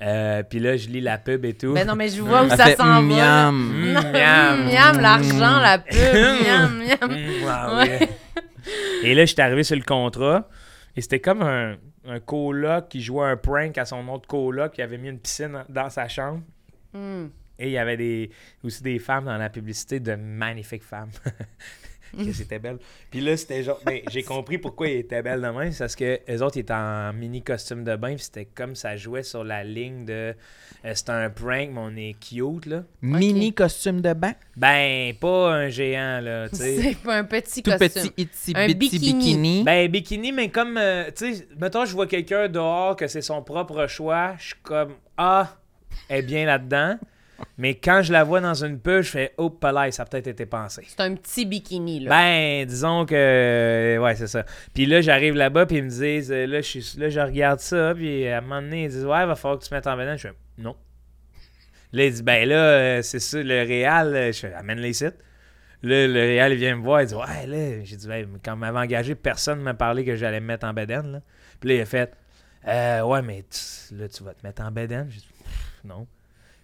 S4: Euh, puis là, je lis la pub et tout.
S1: Ben non, mais je vois où
S2: Elle
S1: ça
S2: fait
S1: s'en va. là.
S2: miam.
S1: Non,
S4: (laughs) Miam.
S1: (laughs) miam, l'argent, la
S4: (laughs)
S1: pub, miam, miam.
S4: Mm, wow,
S1: Ouais.
S4: yeah. Et là, je suis arrivé sur le contrat et c'était comme un, un coloc qui jouait un prank à son autre coloc qui avait mis une piscine en- dans sa chambre.
S1: Hmm.
S4: Et il y avait des, aussi des femmes dans la publicité, de magnifiques femmes. (laughs) que c'était belle. Puis là, c'était genre. Mais j'ai compris pourquoi ils étaient belles demain. C'est parce que les autres ils étaient en mini costume de bain. Puis c'était comme ça jouait sur la ligne de. euh, c'est un prank, mais on est cute, là.
S1: Mm.
S2: Mini costume de bain.
S4: Ben, pas un géant, là, tu sais.
S1: C'est pas un petit
S2: Tout
S1: costume.
S2: petit, itsy
S1: Un
S2: bitsy
S1: bikini.
S2: bikini.
S4: Ben, bikini, mais comme, euh, tu sais, mettons, je vois quelqu'un dehors que c'est son propre choix, je suis comme, ah, elle est bien là-dedans. Mais quand je la vois dans une pub, je fais, oh, palais, ça a peut-être été pensé.
S1: C'est un petit bikini, là.
S4: Ben, disons que, euh, ouais, c'est ça. Puis là, j'arrive là-bas, puis ils me disent, euh, là, je suis- là, je regarde ça, puis à un moment donné, ils disent, ouais, va falloir que tu te mettes en banane. Je fais, non. Là, il dit, ben là, euh, c'est ça, le Réal, euh, je fais, amène les sites. Là, le Réal, il vient me voir, il dit, ouais, là, j'ai dit, Ben, quand on m'avait engagé, personne ne m'a parlé que j'allais me mettre en bedaine. Là. Puis là, il a fait, Euh, ouais, mais tu- là, tu vas te mettre en bedaine. J'ai dit, Pff, non.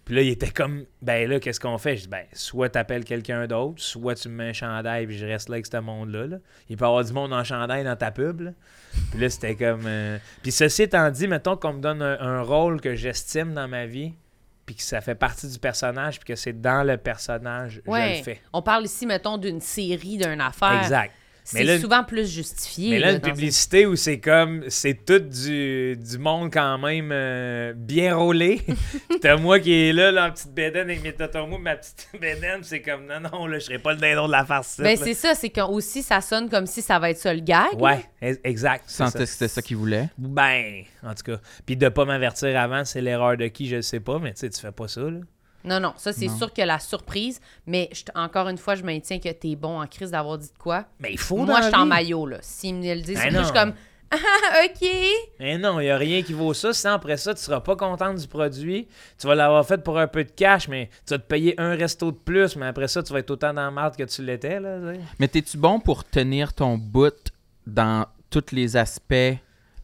S4: Puis là, il était comme, ben là, qu'est-ce qu'on fait? Je dis, ben, soit t'appelles quelqu'un d'autre, soit tu me mets un chandail, puis je reste là avec ce monde-là. là. Il peut y avoir du monde en chandail dans ta pub. là. Puis là, c'était comme. euh, Puis ceci étant dit, mettons qu'on me donne un, un rôle que j'estime dans ma vie, puis que ça fait partie du personnage, puis que c'est dans le personnage, je
S1: Ouais.
S4: le fais.
S1: On parle ici, mettons, d'une série, d'une affaire.
S4: Exact. Mais
S1: C'est
S4: là,
S1: souvent plus justifié.
S4: mais là, une
S1: dans une-
S4: publicité où c'est comme, c'est tout du, du monde quand même euh, bien roulé. (laughs) Puis T'as moi qui est là, là, en petite bédaine avec mes totomous, ma petite (laughs) bédaine, c'est comme, non, non, là, je serais pas le dindon de la farce.
S1: Ben,
S4: là.
S1: c'est ça, c'est qu'aussi, ça sonne comme si ça va être ça le gag.
S4: Ouais, e- exact. c'est
S2: Sentais
S4: ça.
S2: que c'était ça qu'il voulait.
S4: Ben, en tout cas. Puis de pas m'avertir avant, c'est l'erreur de qui, je le sais pas, mais tu sais, tu fais pas ça, là.
S1: Non, non, ça, c'est sûr que la surprise, mais je t- encore une fois, je maintiens que t'es bon en crise d'avoir dit de quoi.
S4: Mais il faut,
S1: Moi,
S4: dans
S1: je
S4: la
S1: suis en
S4: vie.
S1: maillot, là. S'ils me le disent,
S4: Ben
S1: moi, je suis
S4: non.
S1: comme, (laughs) ah, OK.
S4: Mais non, il n'y a rien qui vaut ça. Sinon, après ça, tu seras pas content du produit. Tu vas l'avoir fait pour un peu de cash, mais tu vas te payer un resto de plus, mais après ça, tu vas être autant dans la marde que tu l'étais, là. tu sais.
S2: Mais t'es-tu bon pour tenir ton bout dans tous les aspects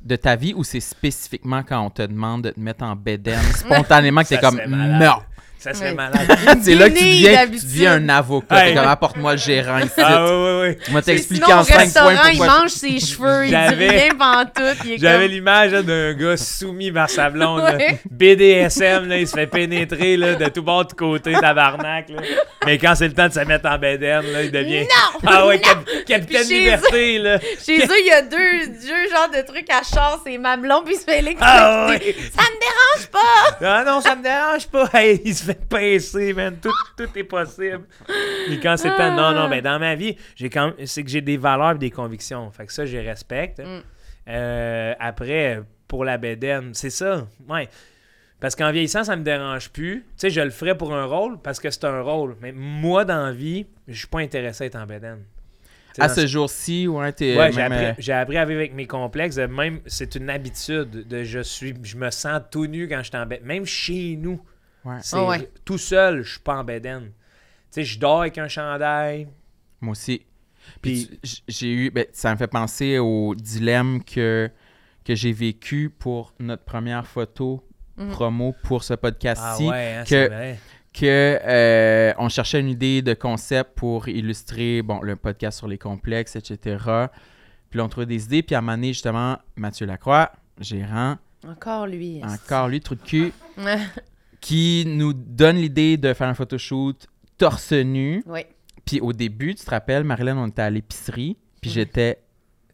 S2: de ta vie ou c'est spécifiquement quand on te demande de te mettre
S1: (laughs)
S2: en bédaine spontanément que t'es
S4: Ça
S2: comme
S4: serait malade.
S2: non?
S4: Ça serait
S1: Ouais.
S2: (laughs)
S4: malade.
S2: C'est là que tu
S1: Guinée,
S2: deviens, tu
S1: d'habitude.
S2: deviens un avocat.
S4: Hey.
S2: T'es comme apporte-moi le gérant ici.
S4: ah oui, oui, oui.
S2: Je vais
S1: Sinon,
S2: t'expliquer
S1: au
S2: en 5
S1: restaurant,
S2: points
S1: il
S2: pourquoi.
S1: mange ses cheveux, il dit
S4: J'avais-
S1: rien pantoute. Il est
S4: (laughs) J'avais
S1: comme...
S4: l'image là, d'un gars soumis par sa blonde. là.
S1: Ouais.
S4: BDSM, là, il se fait pénétrer là, de tout bord, de côté, tabarnak. là. Mais quand c'est le temps de se mettre en bédaine, là, il devient.
S1: Non!
S4: Ah ouais, cap- capitaine
S1: Puis chez
S4: liberté, là.
S1: Chez eux, il y a deux, deux genres de trucs à char, c'est mamelon puis se fait électrocuter.
S4: Ah ouais.
S1: Ça me dérange pas!
S4: Ah non, ça me dérange pas. (laughs) Hey, il se fait pincer, man. Tout, tout est possible. Puis quand c'est le temps, non, non, mais dans ma vie, j'ai quand même- c'est que j'ai des valeurs et des convictions. Fait que ça, je les respecte. Euh, après, pour la bédaine, c'est ça. Ouais. Parce qu'en vieillissant, ça me dérange plus. Tu sais, je le ferais pour un rôle parce que c'est un rôle. Mais moi, dans la vie, je suis pas intéressé à être en bédaine. Tu sais,
S2: À
S4: dans-
S2: ce jour-ci, ouais, t'es.
S4: Ouais, j'ai
S2: même, euh,
S4: appris, j'ai appris à vivre avec mes complexes. euh, Même, c'est une habitude de je suis, je me sens tout nu quand je suis en bed- Même chez nous,
S2: Ouais.
S4: c'est-
S1: Ah ouais.
S4: tout seul, je suis pas en bedaine. Tu sais, je dors avec un chandail.
S2: Moi aussi. Puis tu- j- j'ai eu. ben, ça me fait penser au dilemme que, que j'ai vécu pour notre première photo
S1: Mm.
S2: promo pour ce
S4: Ah
S2: podcast-ci.
S4: ouais, hein,
S2: que-
S4: c'est vrai.
S2: que euh, on cherchait une idée de concept pour illustrer bon, le podcast sur les complexes, etc. Puis là, on trouvait des idées. Puis à un moment donné, justement, Mathieu Lacroix, gérant,
S1: Encore lui. est-ce.
S2: encore lui, trou de cul,
S1: (laughs)
S2: qui nous donne l'idée de faire un photoshoot torse nu.
S1: oui.
S2: Puis au début, tu te rappelles, Marilyn, on était à l'épicerie, puis j'étais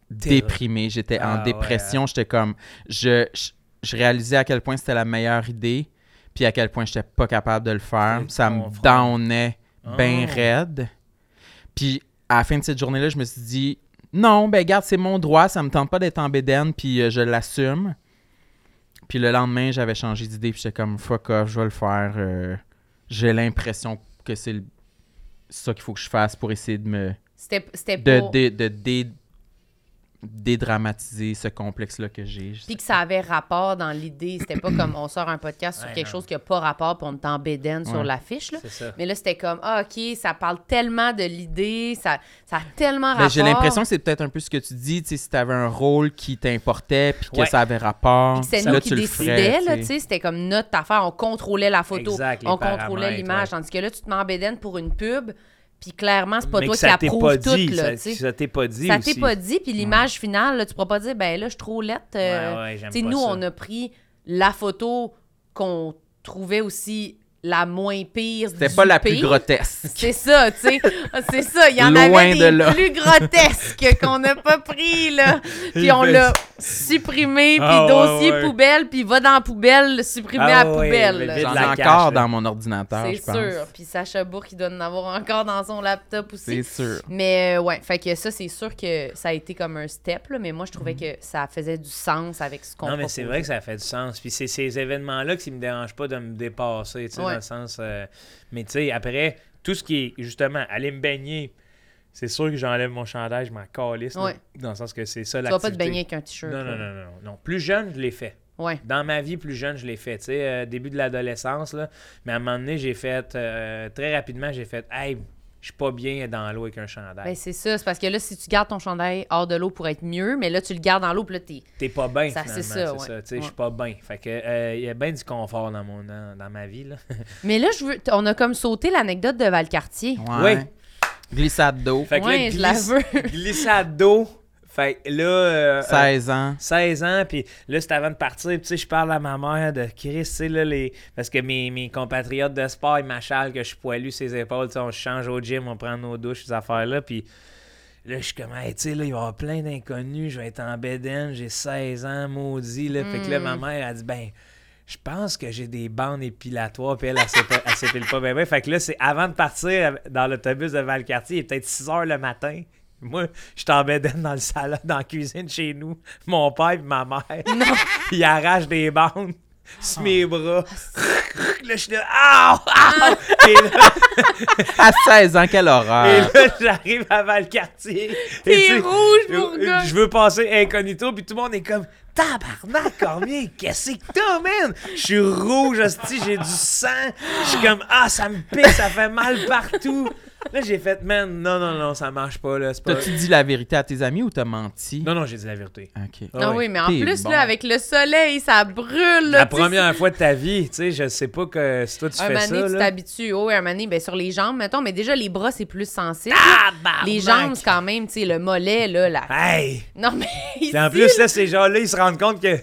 S4: Terrible.
S2: déprimé, j'étais
S4: Ah
S2: en
S4: ouais,
S2: dépression, j'étais comme je, je, je réalisais à quel point c'était la meilleure idée, puis à quel point j'étais pas capable de le faire,
S4: C'est
S2: ça me
S4: confrontant.
S2: downait bien
S1: Oh.
S4: Ah.
S2: Ben raide. Puis à la fin de cette journée-là, je me suis dit non, ben garde, c'est mon droit, ça me tente pas d'être en bédaine, puis euh, je l'assume. Puis le lendemain, j'avais changé d'idée, puis j'étais comme fuck off, je vais le faire. euh, j'ai l'impression que c'est le- ça qu'il faut que je fasse pour essayer de me
S1: C'était c'était
S2: de,
S1: pour...
S2: dé- de dé- dédramatiser ce complexe-là que j'ai.
S1: Puis que ça avait rapport dans l'idée. C'était pas comme on sort un podcast sur
S4: Ouais,
S1: quelque
S4: non.
S1: chose qui a pas rapport pour on t'en bédaine sur
S2: Ouais.
S1: l'affiche. là.
S4: C'est ça.
S1: Mais là, c'était comme, ah, OK, ça parle tellement de l'idée, ça, ça a tellement
S2: Ben,
S1: rapport.
S2: j'ai l'impression que c'est peut-être un peu ce que tu dis, tu sais, si tu avais un rôle qui t'importait, puis que
S4: Ouais.
S2: ça avait rapport,
S4: Hein?
S1: Puis c'est
S2: là,
S1: nous qui
S2: tu le ferais.
S1: décidait, là,
S2: tu
S1: tu
S2: sais.
S1: sais, c'était comme notre affaire, on contrôlait la photo,
S4: Exact, les
S1: on
S4: paramètres,
S1: contrôlait l'image,
S4: ouais.
S1: tandis que là, tu te mets en bédaine pour une pub, puis clairement, c'est pas
S4: Mais
S1: toi
S4: que
S1: qui
S4: ça t'est
S1: approuve
S4: pas
S1: tout,
S4: dit.
S1: là,
S4: ça,
S1: tu sais.
S4: ça t'est pas dit
S1: Ça
S4: aussi.
S1: t'est pas dit, puis l'image finale, là, tu pourras pas dire, ben là, je suis trop lette. euh,
S4: Ouais, ouais, j'aime
S1: tu sais,
S4: pas
S1: nous,
S4: ça.
S1: on a pris la photo qu'on trouvait aussi la moins pire.
S2: C'était
S1: du
S2: pas la plus
S1: pire.
S2: grotesque.
S1: C'est ça, tu sais. Ah, C'est ça. Il y en
S2: Loin
S1: avait
S2: de
S1: des
S2: là.
S1: plus grotesques qu'on n'a pas pris,
S4: (laughs)
S1: là. Puis
S4: Il
S1: on
S4: fait-
S1: l'a supprimé, puis
S4: Ah, ouais,
S1: dossier
S4: ouais.
S1: poubelle, puis va dans la poubelle, supprimer
S4: Ah,
S1: à la
S4: ouais,
S1: poubelle.
S4: mais
S1: là.
S4: vite,
S2: J'en
S4: de la
S2: ai
S4: cache,
S2: encore
S4: là.
S2: dans mon ordinateur,
S1: C'est
S2: je pense.
S1: sûr. Puis Sacha Bourque, il doit en avoir encore dans son laptop aussi.
S2: C'est sûr.
S1: Mais euh, ouais, fait que ça, c'est sûr que ça a été comme un step, là, mais moi, je trouvais que ça faisait du sens avec ce qu'on
S4: Mm-hmm. Non, mais c'est vrai
S1: proposait.
S4: que ça fait du sens. Puis c'est ces événements-là qui me dérangent pas de me dépasser, tu sais,
S1: Ouais.
S4: dans le sens... euh, Mais tu sais, après, tout ce qui est, justement, aller me baigner, c'est sûr que j'enlève mon chandail, je m'en calisse, là,
S1: Ouais.
S4: dans le sens que c'est ça
S1: Tu vas pas te
S4: l'activité.
S1: baigner avec un t-shirt.
S4: Non,
S1: là.
S4: non, non, non, non. Plus jeune, je l'ai fait.
S1: Ouais.
S4: Dans ma vie plus jeune, je l'ai fait, tu sais, euh, début de l'adolescence, là. Mais à un moment donné, j'ai fait, euh, très rapidement, j'ai fait, hey, je suis pas bien dans l'eau avec un chandail.
S1: Ben, c'est ça. C'est parce que là, si tu gardes ton chandail hors de l'eau pour être mieux, mais là, tu le gardes dans l'eau, puis là, t'es.
S4: T'es pas bien,
S1: Ça,
S4: finalement.
S1: c'est ça,
S4: C'est ça,
S1: ouais.
S4: tu sais, je
S1: Ouais.
S4: suis pas bien. Fait que, euh, il y a bien du confort dans, mon, dans, dans ma vie, là. (laughs)
S1: Mais là, je veux... t- on a comme sauté l'anecdote de Valcartier.
S2: Ouais.
S4: Oui.
S2: Glissade d'eau.
S4: Fait que là,
S1: Ouais, je la
S4: glisse-
S1: veux. (laughs)
S4: glissade d'eau. Fait que là, euh, euh,
S2: 16 ans.
S4: 16 ans, puis là, c'est avant de partir, puis tu sais, je parle à ma mère de Chris, tu sais, là, les... parce que mes, mes compatriotes de sport, ils m'achalent que je suis poilu ses épaules, tu sais, on change au gym, on prend nos douches, ces affaires-là, puis là, je suis comme, hey, tu sais, là, il va y avoir plein d'inconnus, je vais être en bedaine, j'ai 16 ans, maudit, là, fait
S1: Mm.
S4: que là, ma mère, elle dit, ben... Je pense que j'ai des bandes épilatoires, puis elle, elle s'épa- elle s'épile pas bien, bien. Fait que là, c'est avant de partir dans l'autobus de Valcartier, il est peut-être 6 heures le matin. Moi, je suis en bedaine dans le salon, dans la cuisine chez nous. Mon père et ma mère, (laughs) ils arrachent des bandes sur mes bras. là, je suis là, ah! Et là,
S2: À 16 ans, quelle
S4: et
S2: horreur.
S4: là, (laughs) j'arrive à Valcartier.
S1: Ah. T'es
S4: Et tu sais,
S1: rouge,
S4: je-
S1: Bourgogne.
S4: Je veux passer incognito, puis tout le monde est comme Tabarnak, Cormier, (laughs) qu'est-ce que t'as, man? Je suis rouge, hostie, j'ai du sang. Je suis comme Ah, ça me pique, ça fait mal partout. Là, j'ai fait, man, non, non, non, ça marche pas, là, c'est pas.
S2: T'as-tu dit la vérité à tes amis ou t'as menti?
S4: Non, non, j'ai dit la vérité.
S2: OK.
S4: Ah
S1: Ah
S4: ouais.
S1: oui, mais en
S2: T'es
S1: plus,
S2: bon.
S1: là, avec le soleil, ça brûle. là,
S4: La
S1: tu sais,
S4: première fois de ta vie, tu sais, je sais pas que si toi tu
S1: Un
S4: fais
S1: moment
S4: ça.
S1: donné, tu
S4: là.
S1: t'habitues. Oh, un moment donné, ben, sur les jambes, mettons. Mais déjà, les bras, c'est plus sensible.
S4: Tabarnak!
S1: les jambes, c'est quand même, tu sais, le mollet, là. La...
S4: Hey!
S1: Non, mais ici,
S4: Puis en plus, là, ces gens-là, ils se rendent compte que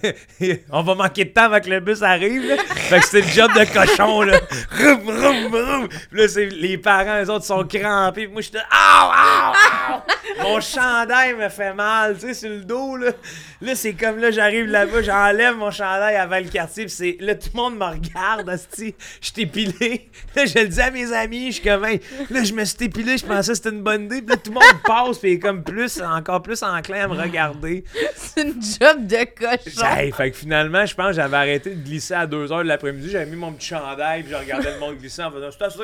S4: (laughs) on va manquer de temps avant que le bus arrive. là. Fait que c'est le job de cochon, là. Roum, roum, roum. Puis là, c'est- les parents, eux autres, sont crampés. Puis moi, je suis là, Au, au, au! Mon chandail me fait mal, tu sais, sur le dos, là. Là, c'est comme là, j'arrive là-bas, j'enlève mon chandail avant le quartier. Puis c'est, là, tout le monde me regarde, hostie. Je t'ai pilé. Là, je le dis à mes amis, je suis comme, Hey, là, je me suis épilé, je pensais que c'était une bonne idée. Puis là, tout le monde passe, puis est comme plus, encore plus enclin à me regarder.
S1: c'est une job de cochon.
S4: Hey, fait que finalement, je pense que j'avais arrêté de glisser à 2 h de l'après-midi. J'avais mis mon petit chandail puis je regardais le monde glisser en faisant C'est assez.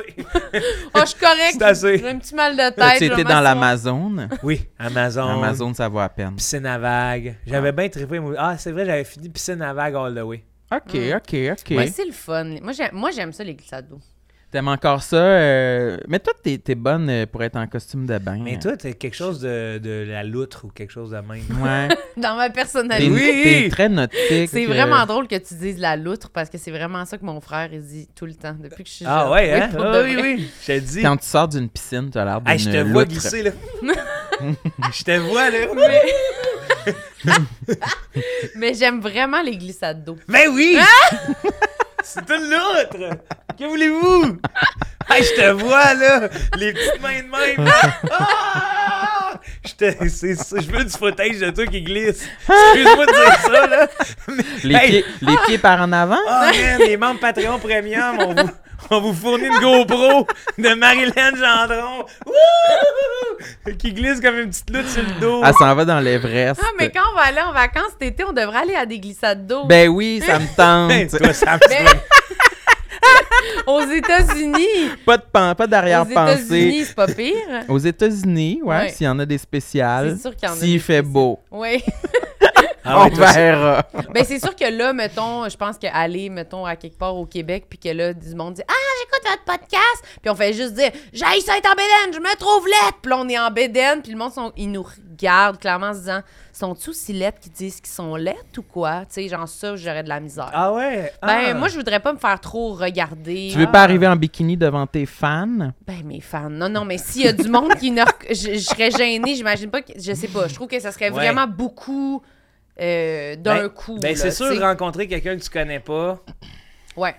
S1: Oh, je suis correct.
S4: C'est assez.
S1: J'ai un petit mal de
S2: T'as
S1: tête.
S2: tu
S1: je vais
S2: été dans
S1: m'asseoir.
S2: l'Amazon?
S4: Oui, Amazon. Amazon.
S2: L'Amazon, ça vaut à peine.
S4: Piscine à vague. J'avais bien trippé. moi. Ah, c'est vrai, j'avais fini piscine à vague all the way.
S2: OK, OK, OK.
S1: Ouais, c'est le fun. Moi, j'aime- Moi, j'aime ça, les glissades d'eau. (laughs)
S2: T'aimes encore ça? euh, Mais toi, t'es t'es bonne euh, pour être en costume de bain.
S4: Mais toi, t'as quelque chose de, de la loutre ou quelque chose de même.
S1: (laughs)
S2: Ouais.
S1: Dans ma
S2: T'es
S1: personnalité.
S4: Oui!
S2: t'es très nautique.
S1: C'est
S2: euh,
S1: vraiment drôle que tu dises la loutre parce que c'est vraiment ça que mon frère il dit tout le temps depuis que je suis
S4: Ah
S1: jeune.
S4: ouais, hein?
S1: pour
S4: Ah
S1: de
S4: oui,
S1: vrai.
S4: oui. Je te dis.
S2: Quand tu sors d'une piscine, t'as l'air d'une
S4: Hey, je te
S2: loutre.
S4: vois glisser, (laughs) là. Je te vois, là.
S1: Mais j'aime vraiment les glissades d'eau.
S4: Ben oui!
S1: Hein?
S4: (laughs) C'est une loutre! Que voulez-vous? Hey, je te vois, là! Les petites mains
S1: (laughs)
S4: de même! Ah! Je te- c'est ça, je veux du footage de toi qui glisse! Excuse-moi de dire ça, là! Mais-
S2: Les,
S4: hey,
S2: pieds, les pieds par en avant?
S4: Oh man, les membres Patreon Premium, on vous, on vous fournit une GoPro de Marilyn Gendron! Wouhou! Qui glisse comme une petite loutre sur le dos!
S2: Elle Ah, s'en va dans l'Everest.
S1: Ah, mais quand on va aller en vacances cet été, on devrait aller à des glissades d'eau.
S2: Ben oui,
S1: (laughs)
S2: ça me
S4: Hey,
S2: tente.
S4: Ben, toi, ça me-
S1: Mais- aux
S2: (laughs)
S1: États-Unis.
S2: pas de pan- pas
S1: Aux
S2: d'arrière-pensée.
S1: États-Unis, c'est pas pire.
S2: Aux États-Unis, ouais,
S1: Ouais.
S2: s'il y en a des spéciales.
S1: C'est sûr qu'il y en a
S2: S'il
S1: des
S2: fait beau,
S1: Oui.
S4: Ah ouais,
S2: on
S4: toi,
S2: verra.
S1: Ben, c'est sûr que là, mettons, je pense qu'aller, mettons, à quelque part au Québec, puis que là, du monde dit Ah, j'écoute votre podcast. Puis on fait juste dire J'aille ça être en bédaine, je me trouve laide. Puis là, on est en bédaine, puis le monde, sont, ils nous regardent clairement en se disant Sont-ils aussi laides qu'ils disent qu'ils sont laides ou quoi Tu sais, genre ça, j'aurais de la misère.
S4: Ah ouais?
S1: Ben,
S4: Ah.
S1: moi, je voudrais pas me faire trop regarder.
S2: Tu veux pas arriver en bikini devant tes fans?
S1: Ben, mes fans. Non, non, mais s'il y a du monde qui ne. rec- (laughs) Je, je serais gênée, j'imagine pas. Que... Je sais pas. Je trouve que ça serait
S4: Ouais.
S1: vraiment beaucoup euh, d'un
S4: Ben-
S1: coup.
S4: Ben,
S1: là,
S4: c'est sûr,
S1: tu sais.
S4: rencontrer quelqu'un que tu connais pas,
S1: Ouais.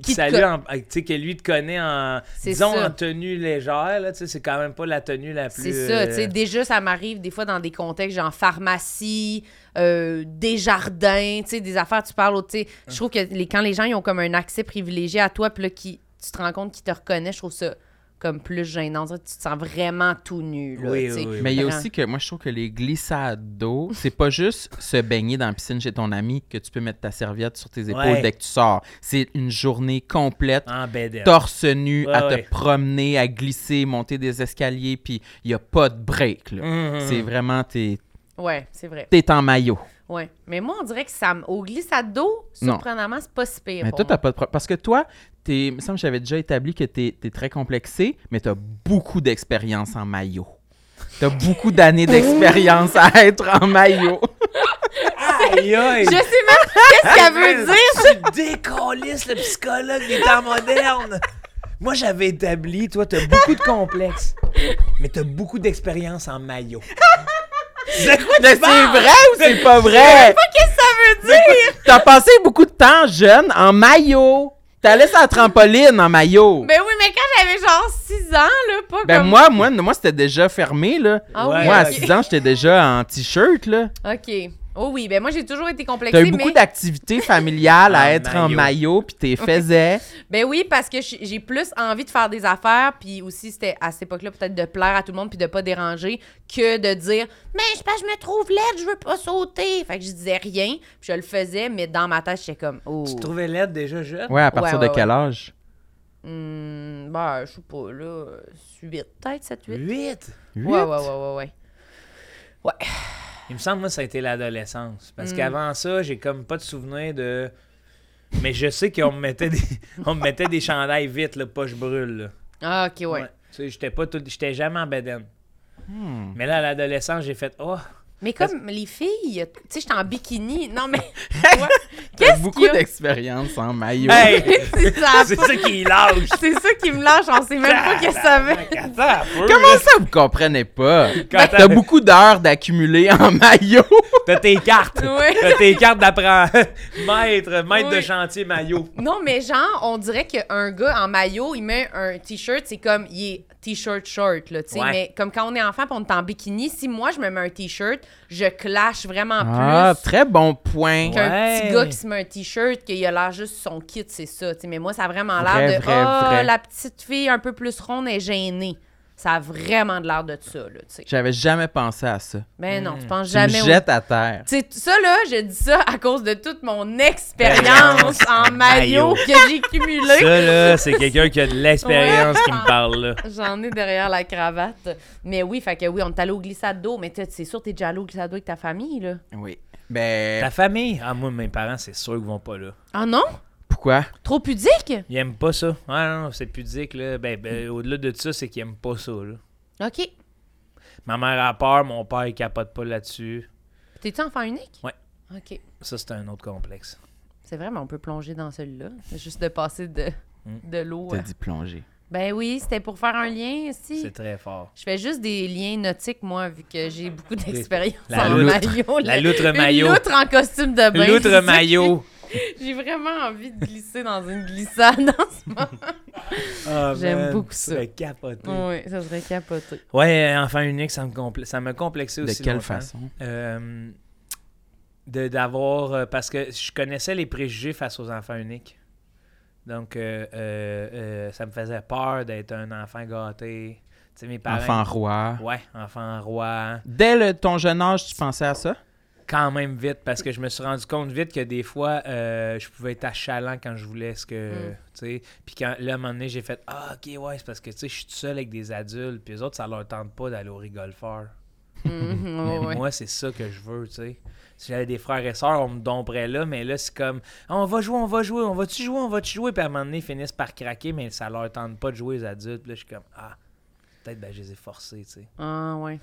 S1: Qui
S4: qui
S1: te
S4: salue,
S1: co-
S4: en- euh, tu sais, que lui te connaît en,
S1: C'est
S4: disons,
S1: ça.
S4: en tenue légère, là, tu sais, c'est quand même pas la tenue la plus...
S1: C'est ça, tu
S4: euh,
S1: sais, déjà ça m'arrive des fois dans des contextes genre pharmacie, euh, des jardins, tu sais, des affaires, tu parles, au- tu sais, je trouve que les, quand les gens ils ont comme un accès privilégié à toi, puis là, qui, tu te rends compte qu'ils te reconnaissent, je trouve ça comme plus gênant, tu te sens vraiment tout nu, là,
S4: Oui,
S1: tu sais.
S4: oui, oui.
S2: Mais il y a
S1: Vraiment.
S2: aussi que moi, je trouve que les glissades d'eau, c'est pas juste se baigner dans la piscine chez ton ami que tu peux mettre ta serviette sur tes épaules
S4: Ouais.
S2: dès que tu sors. C'est une journée complète,
S4: En bédaine.
S2: torse nu,
S4: Ouais,
S2: à te
S4: ouais.
S2: promener, à glisser, monter des escaliers, puis il y a pas de break. là.
S4: Mhm.
S2: C'est vraiment, t'es
S1: Ouais, c'est vrai.
S2: t'es en maillot.
S1: Oui. Mais moi, on dirait que ça me. Au glissade d'eau,
S2: Non.
S1: surprenamment, c'est pas si pire.
S2: Mais
S1: pour
S2: toi,
S1: moi.
S2: t'as pas de problème. Parce que toi, t'es. Il me semble que j'avais déjà établi que t'es es très complexé, mais t'as beaucoup d'expérience en maillot. T'as beaucoup d'années d'expérience à être en maillot.
S4: Aïe, aïe!
S1: Je sais même pas qu'est-ce qu'elle veut dire.
S4: Tu décollisses le psychologue des temps modernes! Moi, j'avais établi, toi, t'as beaucoup de complexes, mais t'as beaucoup d'expérience en maillot. C'est quoi tu
S2: Mais c'est
S4: parles?
S2: vrai ou c'est pas vrai?
S1: Qu'est-ce que ça veut dire?
S2: T'as passé beaucoup de temps jeune en maillot. T'allais sur la trampoline en maillot.
S1: Ben oui, mais quand j'avais genre 6 ans, là, pas
S2: Ben
S1: comme...
S2: moi, moi, moi c'était déjà fermé, là.
S1: Ah
S4: Ouais,
S1: oui,
S2: Moi, à
S1: ok.
S2: 6 ans, j'étais déjà en t-shirt, là.
S1: OK. Oh oui, ben moi, j'ai toujours été
S2: T'as
S1: complexée,
S2: eu beaucoup
S1: mais...
S2: d'activités familiales
S4: En
S2: à être en
S4: maillot.
S2: Ah, maillot, puis t'es faisais.
S1: Ben oui, parce que j'ai j'ai plus envie de faire des affaires, puis aussi, c'était à cette époque-là, peut-être de plaire à tout le monde, puis de pas déranger, que de dire « Mais je pense que je me trouve laide, je veux pas sauter! » Fait que je disais rien, puis je le faisais, mais dans ma tête, j'étais comme « Oh...
S4: Tu te trouvais l'aide déjà jeune?
S2: Ouais, à partir
S1: ouais,
S2: de quel âge?
S1: hmm, ben, je sais pas, là, 8, peut-être 7, 8?
S4: 8!
S1: Ouais, ouais, ouais, ouais, ouais.
S4: Il me semble, moi, ça a été l'adolescence. Parce qu'avant ça, j'ai comme pas de souvenir de. Mais je sais qu'on me mettait des, (laughs) on me mettait des chandails vite, là, poche brûle. Là.
S1: Ah, OK, ouais.
S4: Ouais. Tu sais, j'étais pas tout... j'étais jamais en bedaine. Mais là, à l'adolescence, j'ai fait Oh,
S1: Mais comme les filles, tu sais, j'étais en bikini. Non, mais (laughs)
S2: T'as
S1: qu'est-ce
S2: beaucoup
S1: qu'il y a?
S2: d'expérience en maillot.
S4: hey!
S1: (laughs) C'est ça.
S4: (laughs) C'est ça qui lâche!
S1: (laughs) C'est ça qui me lâche, on sait même pas que ça veut.
S4: (laughs) Attends, un peu,
S2: Comment
S4: là.
S2: ça, vous comprenez pas? Ben,
S4: Quand
S2: T'as
S4: t'as
S2: beaucoup d'heures d'accumuler en (laughs) maillot.
S4: t'as tes cartes!
S1: Ouais.
S4: T'as tes cartes d'apprendre. (laughs) maître, maître de
S1: Oui.
S4: chantier maillot.
S1: Non, mais genre, on dirait qu'un gars en maillot, il met un t-shirt, c'est comme, il est t-shirt short, là, tu sais.
S4: Ouais.
S1: Mais comme quand on est enfant pis on est en bikini, si moi, je me mets un t-shirt, je clash vraiment
S2: Ah,
S1: plus.
S2: très bon point.
S1: Qu'un
S4: Ouais.
S1: petit gars qui se met un t-shirt, qu'il a l'air juste son kit, c'est ça. tu sais. mais moi, ça a vraiment
S2: Vrai,
S1: l'air de
S2: vrai,
S1: Ah,
S2: vrai.
S1: la petite fille un peu plus ronde est gênée. Ça a vraiment de l'air de ça, là, tu sais.
S2: J'avais jamais pensé à ça.
S1: Ben non, tu penses
S2: Jamais
S1: jamais
S2: tu
S1: au-
S2: me jettes à terre.
S1: C'est ça là, je dis ça à cause de toute mon expérience en maillot
S4: maillot.
S1: que j'ai cumulée.
S4: Ça, là, c'est quelqu'un qui a de l'expérience qui me parle, là.
S1: J'en ai derrière la cravate. Mais oui, fait que oui, on est allé au glissade d'eau, mais t'es- c'est sûr t'es déjà allé au glissade d'eau avec ta famille là.
S2: Oui. Ben,
S4: Ta famille? Ah, moi, mes parents, c'est sûr qu'ils vont pas là.
S1: Ah non
S2: pourquoi?
S1: Trop pudique
S4: Ils aiment pas ça. Ah non, non, c'est pudique, là. Ben, ben,
S1: Mm.
S4: au-delà de ça, c'est qu'ils aiment pas ça, là.
S1: OK.
S4: Ma mère a peur, mon père, il capote pas là-dessus.
S1: T'es tu enfant unique
S4: Ouais.
S1: OK.
S4: Ça, c'est un autre complexe.
S1: C'est vrai, mais on peut plonger dans celui-là, C'est juste de passer de de l'eau.
S2: T'as
S1: à-
S2: dit plonger.
S1: Ben oui, c'était pour faire un lien aussi.
S4: C'est très fort.
S1: Je fais juste des liens nautiques, moi, vu que j'ai beaucoup d'expérience
S4: La
S1: en
S4: loutre.
S1: maillot.
S4: La
S1: là.
S4: loutre
S1: Une
S4: maillot.
S1: loutre en costume de bain. c'est ça
S4: L'outre
S1: que
S4: maillot.
S1: (laughs) J'ai vraiment envie de glisser dans une glissade en ce moment. J'aime Ah, man, beaucoup ça.
S4: Le capoter.
S1: oui, ça serait
S4: (laughs)
S1: capoté.
S4: Ouais, euh, enfant unique, ça me, compl- ça me complexait
S2: De
S4: aussi.
S2: quelle
S4: longtemps.
S2: façon?
S4: Euh, de- D'avoir. euh, parce que je connaissais les préjugés face aux enfants uniques. Donc, euh, euh, euh, ça me faisait peur d'être un enfant gâté. Tu sais, mes parents.
S2: Enfant roi.
S4: Ouais, enfant roi. hein.
S2: Dès le- ton jeune âge, tu pensais à ça?
S4: Quand même vite, parce que je me suis rendu compte vite que des fois, euh, je pouvais être achalant quand je voulais ce que.
S1: Mm.
S4: Tu sais. Puis quand, là, à un moment donné, j'ai fait Ah, ok, ouais, c'est parce que tu sais, je suis tout seul avec des adultes, puis les autres, ça leur tente pas d'aller au rigolfeur.
S1: Mm-hmm.
S4: Mais moi, c'est ça que je veux, tu sais. Si j'avais des frères et sœurs, on me domperait là, mais là, c'est comme Ah, on va jouer, on va jouer, on va-tu jouer, on va-tu jouer, puis à un moment donné, ils finissent par craquer, mais ça leur tente pas de jouer les adultes. Puis là, je suis comme Ah, peut-être ben, je les ai forcés, tu sais.
S1: Ah, ouais.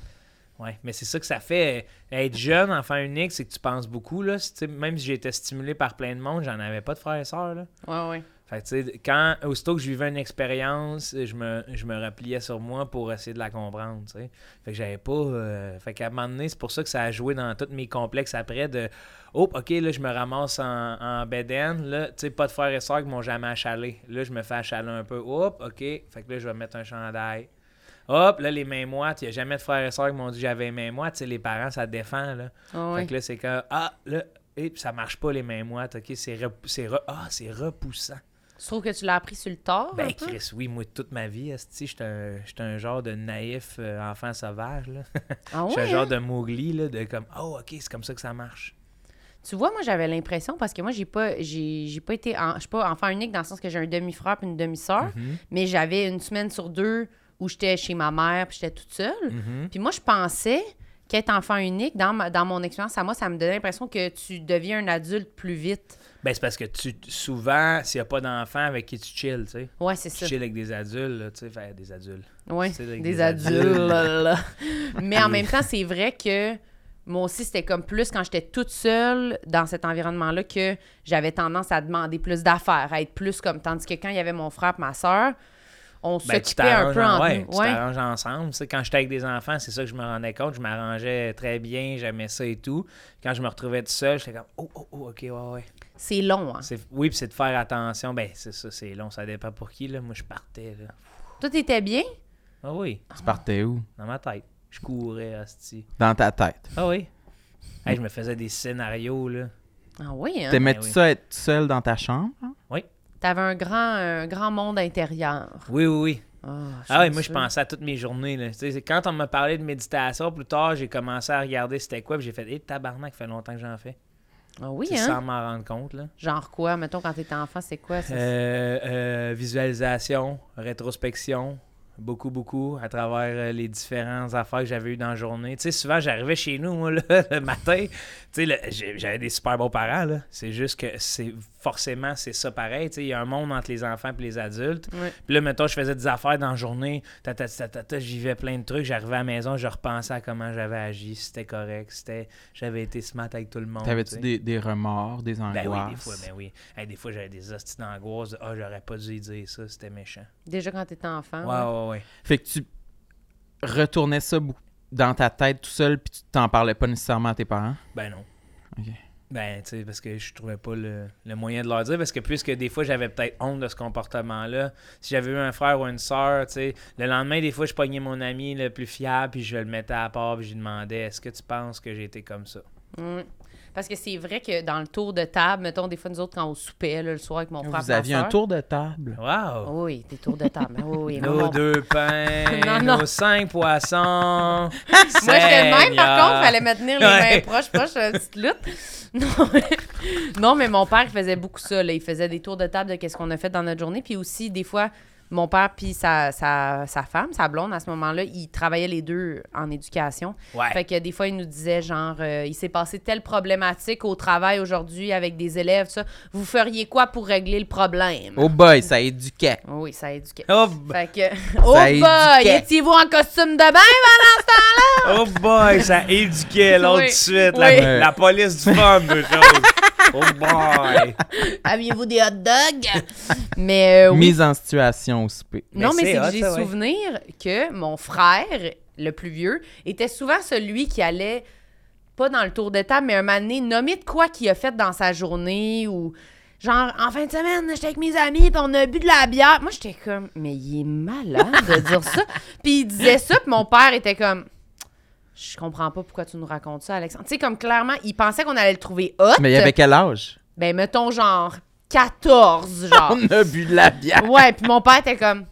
S4: Ouais, mais c'est ça que ça fait. euh, Être jeune, enfant unique, c'est que tu penses beaucoup, là. C'est- tu sais, Même si j'ai été stimulé par plein de monde, j'en avais pas de frères et sœurs, là.
S1: Ouais, ouais.
S4: Fait que, tu sais, quand, aussitôt que je vivais une expérience, je me, je me repliais sur moi pour essayer de la comprendre, tu sais. Fait que j'avais pas... euh, fait qu'à un moment donné, c'est pour ça que ça a joué dans tous mes complexes après de... Oh, OK, là, je me ramasse en, en bedaine, là, tu sais, pas de frères et sœurs qui m'ont jamais achalé. Là, je me fais achaler un peu. Hop, OK, fait que là, je vais mettre un chandail. Hop, là, les mains moites, il y a jamais de frères et sœurs qui m'ont dit que j'avais les mains moites. Tu sais, les parents, ça défend, là.
S1: Ah,
S4: Fait
S1: ouais.
S4: que là, c'est quand... Ah, là... Et ça marche pas les mains moites, ok? C'est re- c'est re- ah, c'est repoussant.
S1: Tu trouves que tu l'as appris sur le tard? un
S4: Ben,
S1: peu?
S4: Chris, oui, moi, toute ma vie, esti, j'étais un, j'étais un genre de naïf euh, enfant sauvage, là.
S1: Ah,
S4: (laughs)
S1: ouais.
S4: J'étais un
S1: hein?
S4: genre de Mowgli, là, de comme, oh, OK, c'est comme ça que ça marche.
S1: Tu vois, moi, j'avais l'impression, parce que moi, j'ai pas, j'ai, j'ai pas été. en- Je suis pas enfant unique dans le sens que j'ai un demi-frère puis une demi-sœur, mais j'avais une semaine sur deux où j'étais chez ma mère puis j'étais toute seule. Puis moi, je pensais qu'être enfant unique, dans, ma- dans mon expérience à moi, ça me donnait l'impression que tu deviens un adulte plus vite.
S4: Ben, c'est parce que tu souvent, s'il n'y a pas d'enfant avec qui tu chill, tu sais.
S1: Ouais, c'est
S4: Tu
S1: ça.
S4: chill avec des adultes, là, tu sais, fait des adultes.
S1: Ouais,
S4: C'est
S1: des,
S4: avec des
S1: adultes.
S4: adultes.
S1: (laughs) là, là. Mais en même temps, c'est vrai que moi aussi, c'était comme plus quand j'étais toute seule dans cet environnement-là que j'avais tendance à demander plus d'affaires, à être plus comme. Tandis que quand il y avait mon frère et ma soeur, on
S4: Ben, tu
S1: s'occupait un peu
S4: t'arranges en-
S1: en
S4: ouais,
S1: nous.
S4: tu
S1: Ouais.
S4: t'arranges ensemble. Tu sais, quand j'étais avec des enfants, c'est ça que je me rendais compte. Je m'arrangeais très bien, j'aimais ça et tout. Quand je me retrouvais tout seul, j'étais comme, oh, oh, oh, ok, ouais, ouais.
S1: C'est long. Hein.
S4: C'est- Oui, puis c'est de faire attention. Ben, c'est ça, c'est long, ça dépend pour qui, là. Moi, je partais, là.
S1: Toi, t'étais bien?
S4: Ah oui,
S2: Tu partais où?
S4: dans ma tête. Je courais, hostie.
S2: Dans ta tête.
S4: Ah oui. Hey, je me faisais des scénarios, là.
S1: Ah oui, hein?
S2: T'aimais-tu
S4: ben oui. Oh,
S2: ça être seul dans ta chambre?
S1: T'avais un grand, un grand monde intérieur.
S4: Oui, oui, oui.
S1: Ah,
S4: Ah oui, moi, je
S1: chanceux.
S4: pensais à toutes mes journées, là. Tu sais, c'est quand on m'a parlé de méditation, plus tard, j'ai commencé à regarder c'était quoi, puis j'ai fait, hé, tabarnak, ça fait longtemps que j'en fais.
S1: Ah oui,
S4: Tu sais,
S1: hein?
S4: Sans m'en rendre compte, là.
S1: Genre quoi? Mettons, quand t'étais enfant, c'est quoi? ça?
S4: Euh, euh, visualisation, rétrospection, beaucoup, beaucoup, à travers euh, les différentes affaires que j'avais eues dans la journée. Tu sais, souvent, j'arrivais chez nous, moi, (laughs) là, le matin. Tu sais, le- j'ai- j'avais des super bons parents, là. C'est juste que c'est forcément, c'est ça pareil. Tu sais, il y a un monde entre les enfants et les adultes.
S1: Ouais.
S4: Puis là, mettons, je faisais des affaires dans la journée. ta, ta, ta, ta, ta, J'y vais plein de trucs. J'arrivais à la maison, je repensais à comment j'avais agi. C'était correct. C'était... J'avais été smart avec tout le monde. tu
S2: T'avais-tu
S4: sais.
S2: des, des remords, des angoisses?
S4: Ben oui, des fois, ben oui. Hey, des fois, j'avais des hosties d'angoisse. de, Ah, j'aurais pas dû y dire ça, c'était méchant.
S1: Déjà quand t'étais enfant.
S4: Ouais,
S1: Ah ouais.
S4: ouais, ouais.
S2: Fait que tu retournais ça bou- dans ta tête tout seul, puis tu t'en parlais pas nécessairement à tes parents?
S4: Ben non.
S2: Ok.
S4: Ben, tu sais, parce que je trouvais pas le, le moyen de leur dire, parce que puisque des fois, j'avais peut-être honte de ce comportement-là. Si j'avais eu un frère ou une sœur, tu sais, le lendemain, des fois, je pognais mon ami le plus fiable, puis je le mettais à part, puis je lui demandais, est-ce que tu penses que j'ai été comme ça?
S1: Mm. Parce que c'est vrai que dans le tour de table, mettons, des fois, nous autres, quand on soupait là, le soir avec mon frère.
S2: Vous
S1: ma
S2: aviez un
S1: sœur-
S2: tour de table.
S4: Wow!
S1: Oui, des tours de table. Oh, hein. Oui, oui.
S4: Nos
S1: non, bon.
S4: deux pains,
S1: (laughs) Non, non.
S4: nos cinq poissons.
S1: (laughs) Moi, j'étais de même, par contre,
S4: Seigneur.
S1: fallait me tenir les mains
S4: Ouais.
S1: proches, proches, euh, petite lutte. (laughs) Non mais... non, mais mon père, il faisait beaucoup ça. là. Il faisait des tours de table de qu'est-ce qu'on a fait dans notre journée. Puis aussi, des fois, mon père puis sa, sa, sa femme, sa blonde, à ce moment-là, ils travaillaient les deux en éducation.
S4: Ouais.
S1: Fait que des fois, il nous disait genre, euh, il s'est passé telle problématique au travail aujourd'hui avec des élèves, ça. Vous feriez quoi pour régler le problème?
S2: Oh boy, ça éduquait.
S1: Oh Oui, ça éduquait.
S4: Oh,
S1: Fait que, (laughs) oh boy,
S2: éduquait.
S1: étiez-vous en costume de bain
S2: (laughs)
S1: pendant ce temps-là?
S4: Oh boy, ça éduquait l'autre
S1: Oui,
S4: de suite.
S1: oui.
S4: La, la police du fun, deux choses. Oh boy.
S1: Aviez-vous des hot dogs? Mais euh, oui.
S2: Mise en situation au souper.
S1: Non, mais c'est
S4: Mais c'est
S1: que
S4: hot,
S1: j'ai
S4: ça, ouais.
S1: souvenir que mon frère, le plus vieux, était souvent celui qui allait, pas dans le tour de table, mais un moment donné, nommer de quoi qu'il a fait dans sa journée ou. Genre, en fin de semaine, j'étais avec mes amis, puis on a bu de la bière. Moi, j'étais comme, mais il est malade de dire ça. Puis il disait ça, puis mon père était comme, je comprends pas pourquoi tu nous racontes ça, Alexandre. Tu sais, comme clairement, il pensait qu'on allait le trouver hot.
S2: Mais il y avait quel âge?
S1: Ben, mettons genre 14,
S2: (laughs)
S1: genre.
S2: On a bu de la bière.
S1: Ouais, puis mon père était comme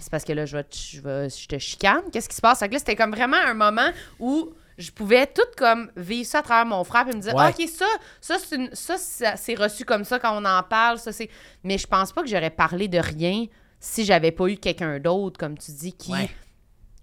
S1: c'est parce que là je vais te, je vais- je te chicane, qu'est-ce qui se passe Fait que là c'était comme vraiment un moment où je pouvais tout comme vivre ça à travers mon frère et me dire
S4: Ouais.
S1: Ah, OK ça ça c'est une- ça, ça- c'est reçu comme ça quand on en parle, ça c'est mais je pense pas que j'aurais parlé de rien si j'avais pas eu quelqu'un d'autre comme tu dis qui
S4: Ouais.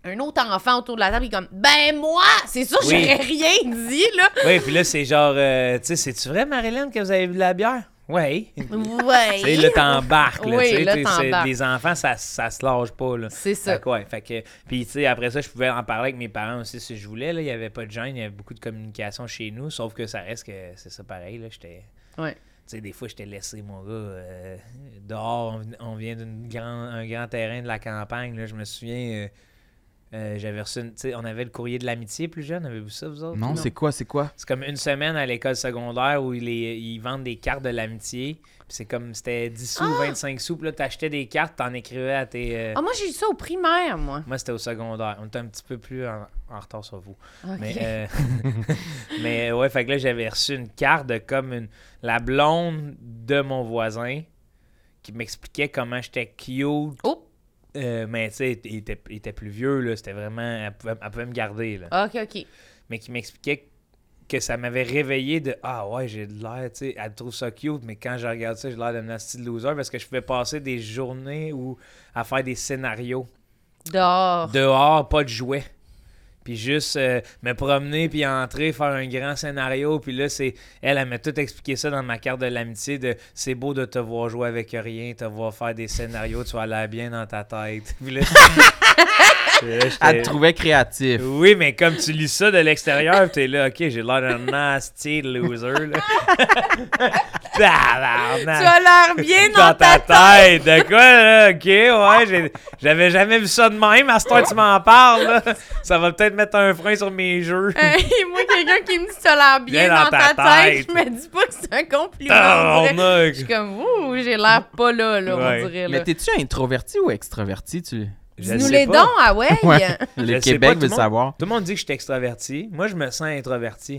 S1: Un autre enfant autour de la table, il est comme Ben moi! C'est sûr,
S4: Oui.
S1: j'aurais rien dit, là!
S4: Oui, puis là, c'est genre, euh, tu sais, c'est-tu vrai, Marilyn, que vous avez bu de la bière? Oui. Tu
S1: Ouais!
S4: sais, là, t'embarques. Là,
S1: Oui,
S4: tu sais,
S1: là,
S4: t'sais, c'est-
S1: t'embarques.
S4: Les enfants, ça, ça se lâche pas. Là.
S1: C'est ça.
S4: Fait que, ouais, fait que, puis, tu sais, après ça, je pouvais en parler avec mes parents aussi si je voulais. Là. Il n'y avait pas de gêne, il y avait beaucoup de communication chez nous, sauf que ça reste que c'est ça pareil. Là, j'étais.
S1: Ouais.
S4: Tu sais, des fois, je t'ai laissé, mon gars, euh, dehors. On, on vient d'un grand, un grand terrain de la campagne. Là, je me souviens, euh, euh, j'avais reçu, une- tu sais, on avait le courrier de l'amitié plus jeune. Avez-vous ça, vous
S1: Oh,
S4: autres?
S2: Non, c'est quoi, c'est quoi?
S4: C'est comme une semaine à l'école secondaire où ils, les- ils vendent des cartes de l'amitié. Puis c'est comme, c'était 10 sous, 25 sous. Puis là, t'achetais des cartes, t'en écrivais à tes... euh,
S1: Ah, moi j'ai eu ça au primaire, moi.
S4: Moi, c'était au secondaire. On était un petit peu plus en, en retard sur vous.
S1: Ok.
S4: Mais, euh, (laughs) mais ouais, fait que là, j'avais reçu une carte de comme une, la blonde de mon voisin qui m'expliquait comment j'étais cute.
S1: Oh!
S4: Euh, mais tu sais, il était, il était plus vieux, là. C'était vraiment. Elle pouvait, elle pouvait me garder, là.
S1: Ok, ok.
S4: Mais qui m'expliquait que ça m'avait réveillé de Ah ouais, j'ai de l'air, tu sais, elle trouve ça cute, mais quand je regarde ça, j'ai l'air d'un nasty loser parce que je pouvais passer des journées où, à faire des scénarios
S1: Dehors.
S4: dehors, pas de jouets. puis juste euh, me promener, puis entrer, faire un grand scénario. Puis là, c'est elle, elle m'a tout expliqué ça dans ma carte de l'amitié de c'est beau de te voir jouer avec rien, te voir faire des scénarios, tu vas l'air bien dans ta tête. (laughs) Puis là, Puis là,
S2: Elle
S4: j'étais-
S2: te trouvait créatif.
S4: oui, mais comme tu lis ça de l'extérieur, t'es là, ok, j'ai l'air d'un nasty loser. Là. (laughs) Tabarnak.
S1: Tu as l'air bien
S4: dans
S1: dans
S4: ta
S1: ta
S4: tête. De quoi, là? OK, ouais, j'ai- j'avais jamais vu ça de même. À ce temps, tu m'en parles, là. Ça va peut-être mettre un frein sur mes jeux. (laughs)
S1: Hey, (laughs) moi, quelqu'un qui me dit ça a l'air bien, dans, ta, tête, je me dis pas que c'est un compliment. on dirait. Je
S4: Tabarnak.
S1: suis comme, ouh, j'ai l'air pas là, là,
S4: Ah, Ouais.
S1: on dirait.
S2: Mais
S1: Là.
S2: t'es-tu introverti ou extraverti, tu...
S4: Je
S1: Dis-nous
S4: sais
S1: les
S4: pas.
S1: dons, ah ouais?
S2: (laughs) Ouais.
S4: Je
S2: Le
S4: sais
S2: Québec
S4: pas,
S2: veut
S4: tout le monde-
S2: savoir.
S4: Tout le monde dit que je suis extraverti. Moi, je me sens introverti.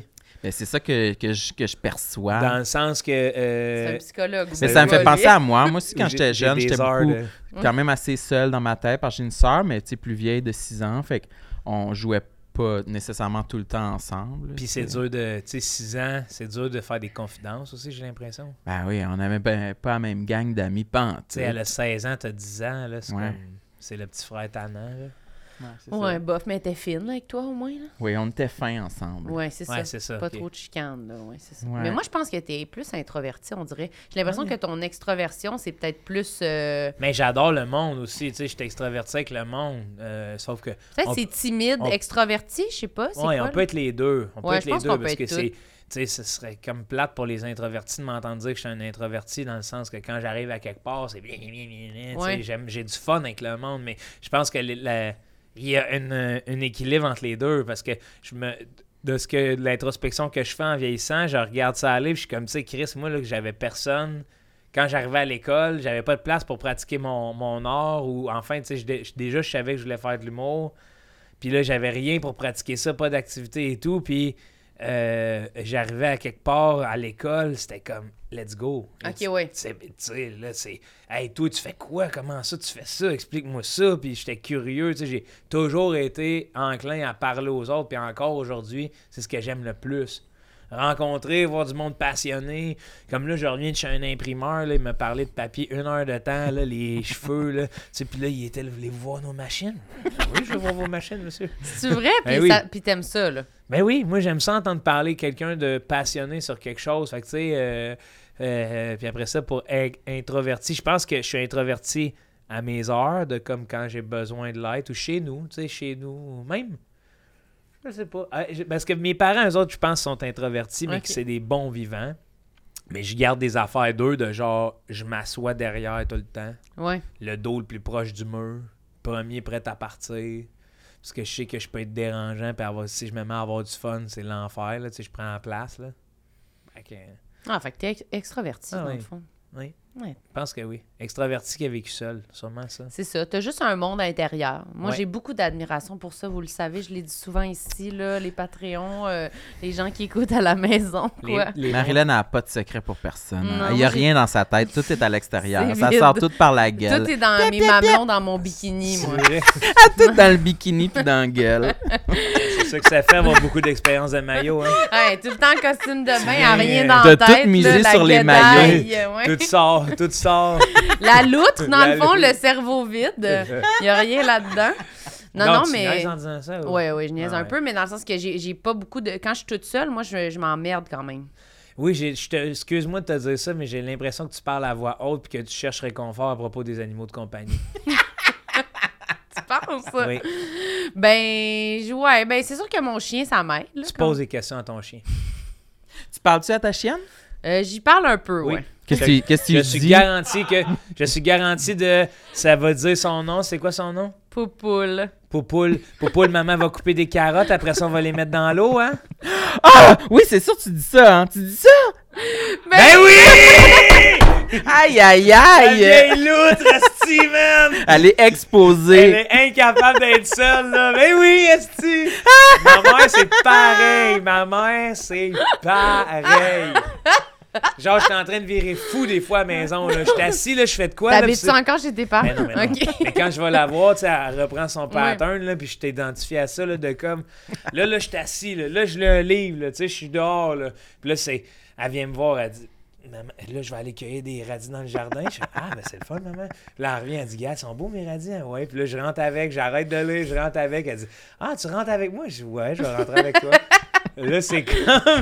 S2: Mais Ben, c'est ça que, que, je, que je perçois.
S4: Dans le sens que. euh,
S1: C'est un psychologue. ben
S2: Mais
S4: C'est
S2: ça me fait
S4: évolué.
S2: penser à moi.
S4: (laughs)
S2: Moi aussi, quand
S4: Ben j'ai-
S2: j'étais
S4: j'ai
S2: jeune,
S4: des
S2: j'étais
S4: heures
S2: beaucoup,
S4: de-
S2: quand même assez seul dans ma tête parce que j'ai une sœur, mais tu sais, plus vieille de 6 ans. Fait qu'on jouait pas nécessairement tout le temps ensemble.
S4: Puis c'est dur de. Tu sais, 6 ans, c'est dur de faire des confidences aussi, j'ai l'impression.
S2: Ben oui, on n'avait pas la même gang d'amis pentes.
S4: Tu sais, elle a 16 ans, t'as 10 ans, là. C'est
S2: Ouais.
S4: comme- c'est le petit frère tannant, là.
S1: Ouais, bof, mais t'es fine là, avec toi au moins. Là.
S2: Oui, on était fins ensemble.
S1: Ouais, c'est
S4: Ouais,
S1: ça.
S4: c'est ça,
S1: Pas
S4: ok.
S1: trop de chicane, là. Ouais, c'est ça.
S2: Ouais.
S1: Mais moi, je pense que t'es plus introverti, on dirait. J'ai l'impression que ton extroversion, c'est peut-être plus. euh,
S4: Mais j'adore le monde aussi, tu sais, je suis extraverti avec le monde, euh, sauf que...
S1: Peut-être
S4: on-
S1: c'est timide,
S4: on-
S1: extraverti, je sais pas. c'est
S4: ouais,
S1: quoi,
S4: on
S1: là?
S4: peut être les deux, on peut
S1: Ouais,
S4: être
S1: je
S4: les
S1: pense
S4: deux,
S1: qu'on peut
S4: parce
S1: être
S4: que
S1: tout.
S4: c'est... Tu sais, ce serait comme plate pour les introvertis de m'entendre dire que je suis un introverti, dans le sens que quand j'arrive à quelque part, c'est bien, bien, bien, bien, tu sais,
S1: Ouais.
S4: j'aime- j'ai du fun avec le monde, mais je pense que les- la- il y a une- euh, un équilibre entre les deux, parce que je me... De ce que de l'introspection que je fais en vieillissant, je regarde ça aller, puis je suis comme, tu sais, Chris, moi, là, que j'avais personne quand j'arrivais à l'école, j'avais pas de place pour pratiquer mon, mon art ou enfin, tu sais, je dé- je- déjà, je savais que je voulais faire de l'humour. Puis là, j'avais rien pour pratiquer ça, pas d'activité et tout. Puis euh, j'arrivais à quelque part à l'école, c'était comme, let's go.
S1: Ok,
S4: Let's-
S1: ouais.
S4: Tu sais, tu sais, là, c'est, hey, toi, tu fais quoi? Comment ça, tu fais ça? Explique-moi ça. Puis j'étais curieux, tu sais, j'ai toujours été enclin à parler aux autres. Puis encore aujourd'hui, c'est ce que j'aime le plus rencontrer, voir du monde passionné. Comme là, je reviens de chez un imprimeur, là, il m'a parlé de papier une heure de temps, là, les (laughs) cheveux, là. Tu sais, puis là, il était, là, voulez-vous voir nos machines? Oui, je veux voir vos machines, monsieur.
S1: C'est vrai, puis
S4: (laughs) Ben oui.
S1: ça- puis t'aimes ça, là.
S4: Ben oui, moi, j'aime ça entendre parler quelqu'un de passionné sur quelque chose. Fait que, tu sais, euh, euh, puis après ça, pour être introverti, je pense que je suis introverti à mes heures, de comme quand j'ai besoin de l'aide, ou chez nous, tu sais, chez nous, même. Je sais pas. Ah, je- Parce que mes parents, eux autres, je pense, sont introvertis, mais
S1: Ok.
S4: que c'est des bons vivants. Mais je garde des affaires d'eux, de genre, je m'assois derrière tout le temps
S1: Ouais.
S4: le dos le plus proche du mur, premier prêt à partir. Parce que je sais que je peux être dérangeant, puis avoir- si je me mets à avoir du fun, c'est l'enfer, là, tu sais, je prends la place, là. Fait que, je
S1: Ah, fait que t'es ex- extraverti,
S4: Ah
S1: dans
S4: oui.
S1: le fond.
S4: Oui.
S1: Ouais.
S4: pense que oui. Extraverti qui a vécu seul, sûrement ça.
S1: C'est ça. T'as juste un monde intérieur. Moi,
S4: Ouais.
S1: j'ai beaucoup d'admiration pour ça. Vous le savez, je l'ai dit souvent ici, là, les Patreons, euh, les gens qui écoutent à la maison.
S4: Les-
S1: Quoi.
S4: les-
S2: Marilyn n'a pas de secret pour personne.
S1: Non,
S2: Il n'y a
S1: moi, j'ai-
S2: rien dans sa tête. Tout est à l'extérieur.
S1: C'est
S2: Ça
S1: vide.
S2: sort tout par la gueule.
S1: Tout est dans mes mamelons, dans mon bikini,
S4: C'est
S1: moi.
S4: vrai,
S2: Tout dans le bikini puis dans la gueule.
S4: c'est ça que ça fait avoir beaucoup d'expérience de maillot, hein.
S1: Hey, tout le temps en costume de bain, à rien dans
S2: T'as
S1: la
S2: tout
S1: tête. là,
S2: misé
S1: la
S2: sur les
S1: guedaille, (laughs) ouais.
S4: Tout sort, tout sort.
S1: La loutre, dans
S4: La
S1: le fond,
S4: loutre.
S1: le cerveau vide. Il n'y a rien là-dedans. Non, non,
S4: tu
S1: mais.
S4: niaises en disant ça, ou-
S1: Oui, oui, je niaise
S4: Ah
S1: un
S4: ouais.
S1: peu, mais dans le sens que j'ai j'ai pas beaucoup de. Quand je suis toute seule, moi, je, je m'emmerde quand même.
S4: Oui, j'ai- je te- excuse-moi de te dire ça, mais j'ai l'impression que tu parles à voix haute puis que tu cherches réconfort à propos des animaux de compagnie.
S1: Tu penses? ça?
S4: Oui,
S1: (laughs) Ben, je- ouais, ben, c'est sûr que mon chien, ça m'aide. là,
S4: tu
S1: quand-
S4: poses des questions à ton chien.
S2: Tu parles-tu à ta chienne?
S1: Euh, J'y parle un peu,
S4: Oui.
S1: ouais.
S2: Qu'est-ce que
S4: Je-
S2: tu- qu'est-ce que
S4: je
S2: tu
S4: suis
S2: dis?
S4: garanti que je suis garanti de ça va dire son nom. C'est quoi son nom?
S1: Poupoule.
S4: Poupoule. Poupoule, maman va couper des carottes. Après ça, on va les mettre dans l'eau, hein?
S2: Ah! Oui, c'est sûr, tu dis ça. Hein? Tu dis ça?
S4: Ben oui!
S2: Aïe, aïe,
S4: La
S2: Eh aïe!
S4: vieille loutre, esti, man!
S2: Elle est
S4: Elle
S2: exposée.
S4: est incapable d'être seule, là. Ben oui, esti! Ma mère, c'est pareil. Ma mère, c'est pareil. Genre, j'étais en train de virer fou des fois à la maison, là. J'étais assis, là, je fais de quoi, là? puis
S1: T'habites-tu
S4: c'est-
S1: encore chez tes parents?
S4: Mais Ben non, mais,
S1: (laughs)
S4: (laughs) non.
S1: OK.
S4: Mais quand je vais la voir, tu sais, elle reprend son pattern, là, puis je t'identifié à ça, là, de comme... Là, là, je suis assis, là, là, je lis un livre, là, tu sais, je suis dehors, là. Puis là, c'est... Elle vient me voir, elle dit... Maman, là, je vais aller cueillir des radis dans le jardin. Je fais, ah, ben c'est le fun, maman. Puis là, elle revient, elle dit, gars, ils sont beaux mes radis. hein? Ouais, puis là, je rentre avec, j'arrête de lire, je rentre avec. Elle dit, ah, tu rentres avec moi? Je dis, ouais, je vais rentrer avec toi. Là, c'est comme. Là,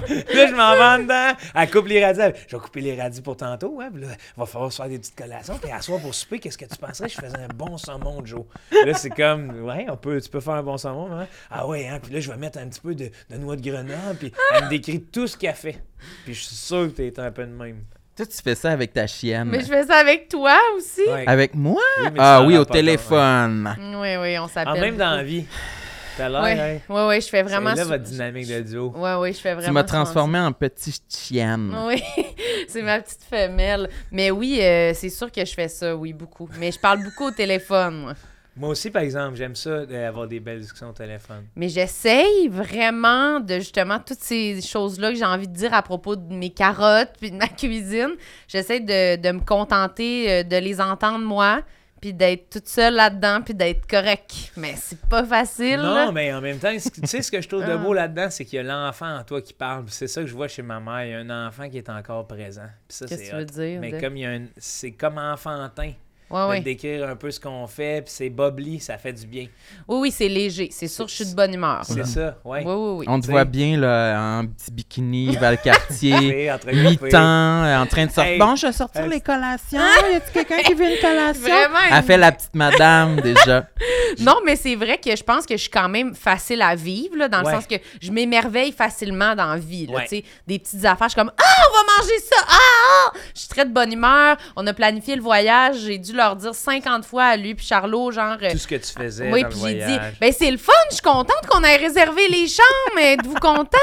S4: je m'en vais en dedans. Elle coupe les radis. Elle- Je vais couper les radis pour tantôt. Hein. Puis là, va falloir se faire des petites collations. Puis à soir pour souper, qu'est-ce que tu penserais que je faisais un bon saumon, Joe? Là, c'est comme. Ouais, on peut, tu peux faire un bon saumon, hein? Ah ouais, hein. Puis là, je vais mettre un petit peu de, de noix de grenoble. Puis elle me décrit tout ce qu'elle fait. Puis je suis sûr que t'es un peu de même.
S2: Toi, tu fais ça avec ta chienne.
S1: Mais je fais ça avec toi aussi.
S4: Ouais.
S2: Avec moi?
S4: Oui, mais tu
S2: ah
S4: t'en
S2: oui,
S4: rends
S2: au
S4: pas hein. compte,
S2: téléphone.
S1: Oui, oui, on
S4: En
S1: s'appelle.
S4: même dans la vie. T'as l'air, hein?
S1: Ouais, ouais, ouais, je fais
S4: C'est
S1: vraiment.
S4: là votre dynamique de duo.
S1: Ouais, ouais, je fais vraiment.
S2: Tu
S1: souvent
S2: m'as
S1: ça.
S2: transformé en petite chienne.
S1: Oui, (laughs) c'est ma petite femelle. Mais oui, euh, c'est sûr que je fais ça, oui, beaucoup. Mais je parle beaucoup au téléphone, moi.
S4: Moi aussi, par exemple, j'aime ça d'avoir des belles discussions au téléphone.
S1: Mais j'essaye vraiment de justement toutes ces choses-là que j'ai envie de dire à propos de mes carottes puis de ma (laughs) cuisine. J'essaie de, de me contenter euh, de les entendre moi, puis d'être toute seule là-dedans, puis d'être correcte. Mais c'est pas facile. là.
S4: Non, mais en même temps, ce que- tu sais ce que je trouve
S1: (laughs)
S4: de
S1: Ah.
S4: beau là-dedans, c'est qu'il y a l'enfant en toi qui parle. Puis C'est ça que je vois chez ma mère. Il y a un enfant qui est encore présent. Puis ça,
S1: Qu'est-ce que
S4: c'est
S1: tu veux
S4: hot.
S1: dire?
S4: Mais
S1: de-
S4: comme il y a un- c'est comme enfantin
S1: Ouais,
S4: de
S1: ouais.
S4: décrire un peu ce qu'on fait, puis c'est bobli, ça fait du bien.
S1: Oui, oui, c'est léger. C'est sûr que je suis de bonne humeur.
S2: Ah,
S4: C'est
S1: là.
S4: ça, ouais.
S1: Oui, oui, oui.
S2: On te
S4: T'sais.
S2: voit bien, là, en petit bikini, vers le
S4: (laughs)
S2: quartier,
S4: C'est entre
S2: 8 ans, euh, en train de sortir.
S4: Hey.
S2: Bon, je vais sortir
S4: Hey.
S2: les collations. Y a-tu quelqu'un qui veut une collation?
S1: Vraiment une- Ah,
S2: Elle fait la petite
S1: (laughs)
S2: madame, déjà.
S1: Non, mais c'est vrai que je pense que je suis quand même facile à vivre, là, dans
S4: Ouais.
S1: le sens que je m'émerveille facilement dans la vie. là,
S4: Ouais.
S1: tu sais. Des petites affaires, je suis comme Ah, on va manger ça! Ah! ah! Je suis très de bonne humeur. On a planifié le voyage. J'ai dû leur dire 50 fois à lui, puis Charlot, genre. euh,
S4: Tout ce que tu faisais
S1: oui,
S4: dans le
S1: puis j'ai dit,
S4: voyage.
S1: ben c'est le fun, je suis contente qu'on ait réservé les chambres, êtes-vous content?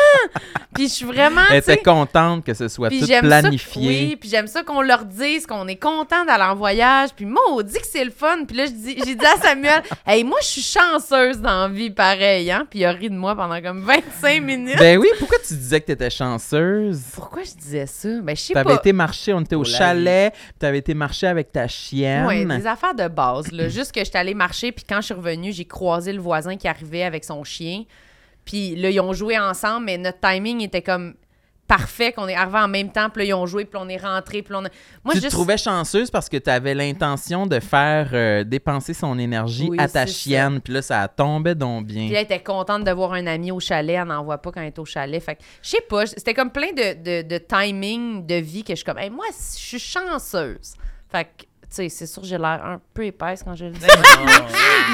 S1: Puis je suis vraiment.
S2: Elle
S1: tu sais,
S2: était contente que ce soit
S1: puis
S2: tout
S1: j'aime ça que- oui,
S2: planifié.
S1: puis j'aime ça qu'on leur dise qu'on est content d'aller en voyage. Puis maudit que c'est le fun. Puis là, je dis- j'ai dit à Samuel, « Hey, moi, je suis chanceuse dans la vie, pareil. Hein? » Puis il a ri de moi pendant comme 25 minutes.
S2: Ben oui, pourquoi tu disais que t'étais chanceuse?
S1: Pourquoi je disais ça? Ben, je sais
S2: T'avais
S1: pas.
S2: été marcher, on était au
S4: Pour la
S2: chalet, puis t'avais été marcher avec ta chienne.
S1: Ouais, des affaires de base. Là. Juste que j'étais allée marcher, puis quand je suis revenue, j'ai croisé le voisin qui arrivait avec son chien. Puis là, ils ont joué ensemble, mais notre timing était comme parfait, qu'on est arrivé en même temps, puis là, ils ont joué, puis on est rentré, puis là, on a... Moi,
S2: tu
S1: juste...
S2: te trouvais chanceuse parce que tu avais l'intention de faire euh, dépenser son énergie
S1: Oui,
S2: à ta
S1: c'est ça.
S2: chienne, puis là, ça tombait donc bien.
S1: Puis là, elle était contente de voir un ami au chalet. Elle n'en voit pas quand elle est au chalet. Fait que, je sais pas, j- c'était comme plein de, de, de timing de vie que je suis comme, Hey, moi, je suis chanceuse. Fait que, tu sais, c'est sûr, j'ai l'air un peu épaisse quand je le dis.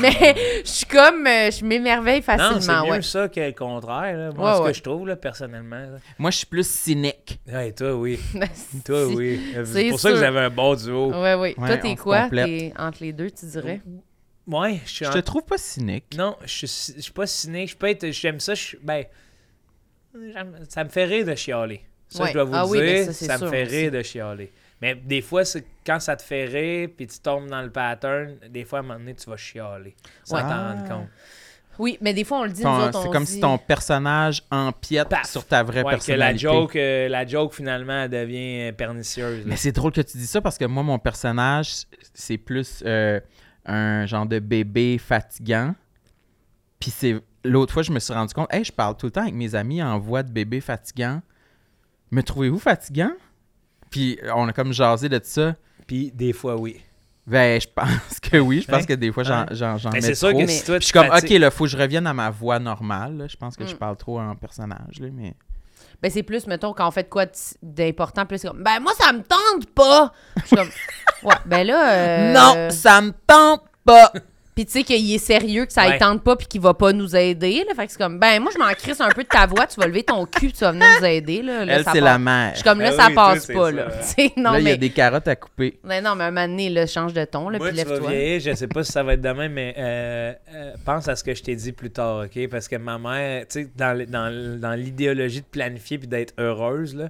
S1: mais (laughs) je suis comme, euh, je m'émerveille
S4: Non, c'est
S1: facilement,
S4: mieux
S1: ouais. (laughs)
S4: ça que le contraire. là. Moi,
S1: Ouais,
S4: ce
S1: ouais.
S4: que je trouve, là, personnellement.
S2: Moi, je suis plus cynique.
S4: Là. Ouais, toi, oui.
S1: Si. (laughs)
S4: Toi, oui. C'est
S1: C'est
S4: pour ça que
S1: sûr.
S4: j'avais un bon duo.
S1: Ouais, ouais.
S2: Ouais,
S1: Toi,
S2: on
S1: t'es
S2: se
S1: quoi?
S2: complète. Oh.
S1: T'es entre les deux, tu dirais?
S4: Ouais, je suis
S2: Je
S4: en-
S2: te trouve pas cynique.
S4: Non, je suis, ci- je suis pas cynique. Je peux être. J'aime ça. Je, suis- ben, j'aime- ça me fait rire de chialer. Ça,
S1: Ouais.
S4: je dois vous
S1: Ah
S4: le
S1: oui,
S4: dire.
S1: ben ça, c'est
S4: ça, me
S1: sûr
S4: fait
S1: aussi.
S4: rire de chialer. Mais des fois, c'est- quand ça te fait rire puis tu tombes dans le pattern, des fois, à un moment donné, tu vas chialer. Sans
S1: Ouais.
S4: t'en
S2: Ah.
S4: rendre compte.
S1: Oui, mais des fois, on le dit, nous
S2: Ton-
S1: autres,
S2: C'est
S1: on
S2: comme
S1: dit-
S2: si ton personnage empiète
S4: Paf!
S2: sur ta vraie
S4: Ouais, que la
S2: personnalité.
S4: joke, euh, la joke, finalement, elle devient euh,
S1: Mm.
S4: pernicieuse. là.
S2: Mais c'est drôle que tu dis ça parce que moi, mon personnage, c'est plus euh, un genre de bébé fatigant. Puis c'est l'autre fois, je me suis rendu compte, hey, je parle tout le temps avec mes amis en voix de bébé fatigant. Me trouvez-vous fatigant? Puis on a comme jasé de ça.
S4: Puis des fois, oui.
S2: Ben, je pense que oui. Je pense
S4: Hein?
S2: que des fois, j'en,
S4: Hein?
S2: j'en, j'en
S4: Mais
S2: mets
S4: c'est sûr
S2: trop.
S4: que
S2: Puis
S4: si toi,
S2: je
S4: tu
S2: suis comme, OK,
S4: pratiques-
S2: là, faut que je revienne à ma voix normale. là. Je pense que je
S1: Mm.
S2: parle trop en personnage, là, mais...
S1: Ben, c'est plus, mettons, quand on fait de quoi de- d'important, plus c'est comme, ben, moi, ça me tente pas. Je suis
S2: (laughs)
S1: comme, ouais, ben là. euh,
S2: Non, ça me tente
S1: (laughs)
S2: pas!
S1: Puis tu sais qu'il est sérieux, que ça ne
S4: Ouais.
S1: tente pas, puis qu'il va pas nous aider. Là. Fait que c'est comme, ben moi, je m'en crisse un peu de ta voix, tu vas lever ton cul, tu vas venir nous aider. Là, Là,
S2: Elle,
S1: ça
S2: c'est
S1: passe.
S2: la mère.
S1: Je suis comme, là,
S4: Ah
S1: ça
S4: oui, toi,
S1: passe
S4: c'est
S1: pas,
S4: ça.
S1: là. (laughs) Tu sais, non,
S2: là, il y a
S1: mais...
S2: des carottes à couper.
S1: Mais non, mais un moment donné, là, change de ton, là,
S4: Moi,
S1: puis
S4: tu vas
S1: lève-toi.
S4: vieillir, je sais pas si ça va être demain, mais euh, euh, pense à ce que je t'ai dit plus tard, OK? Parce que ma mère, tu sais, dans, le- dans, le- dans l'idéologie de planifier puis d'être heureuse, là,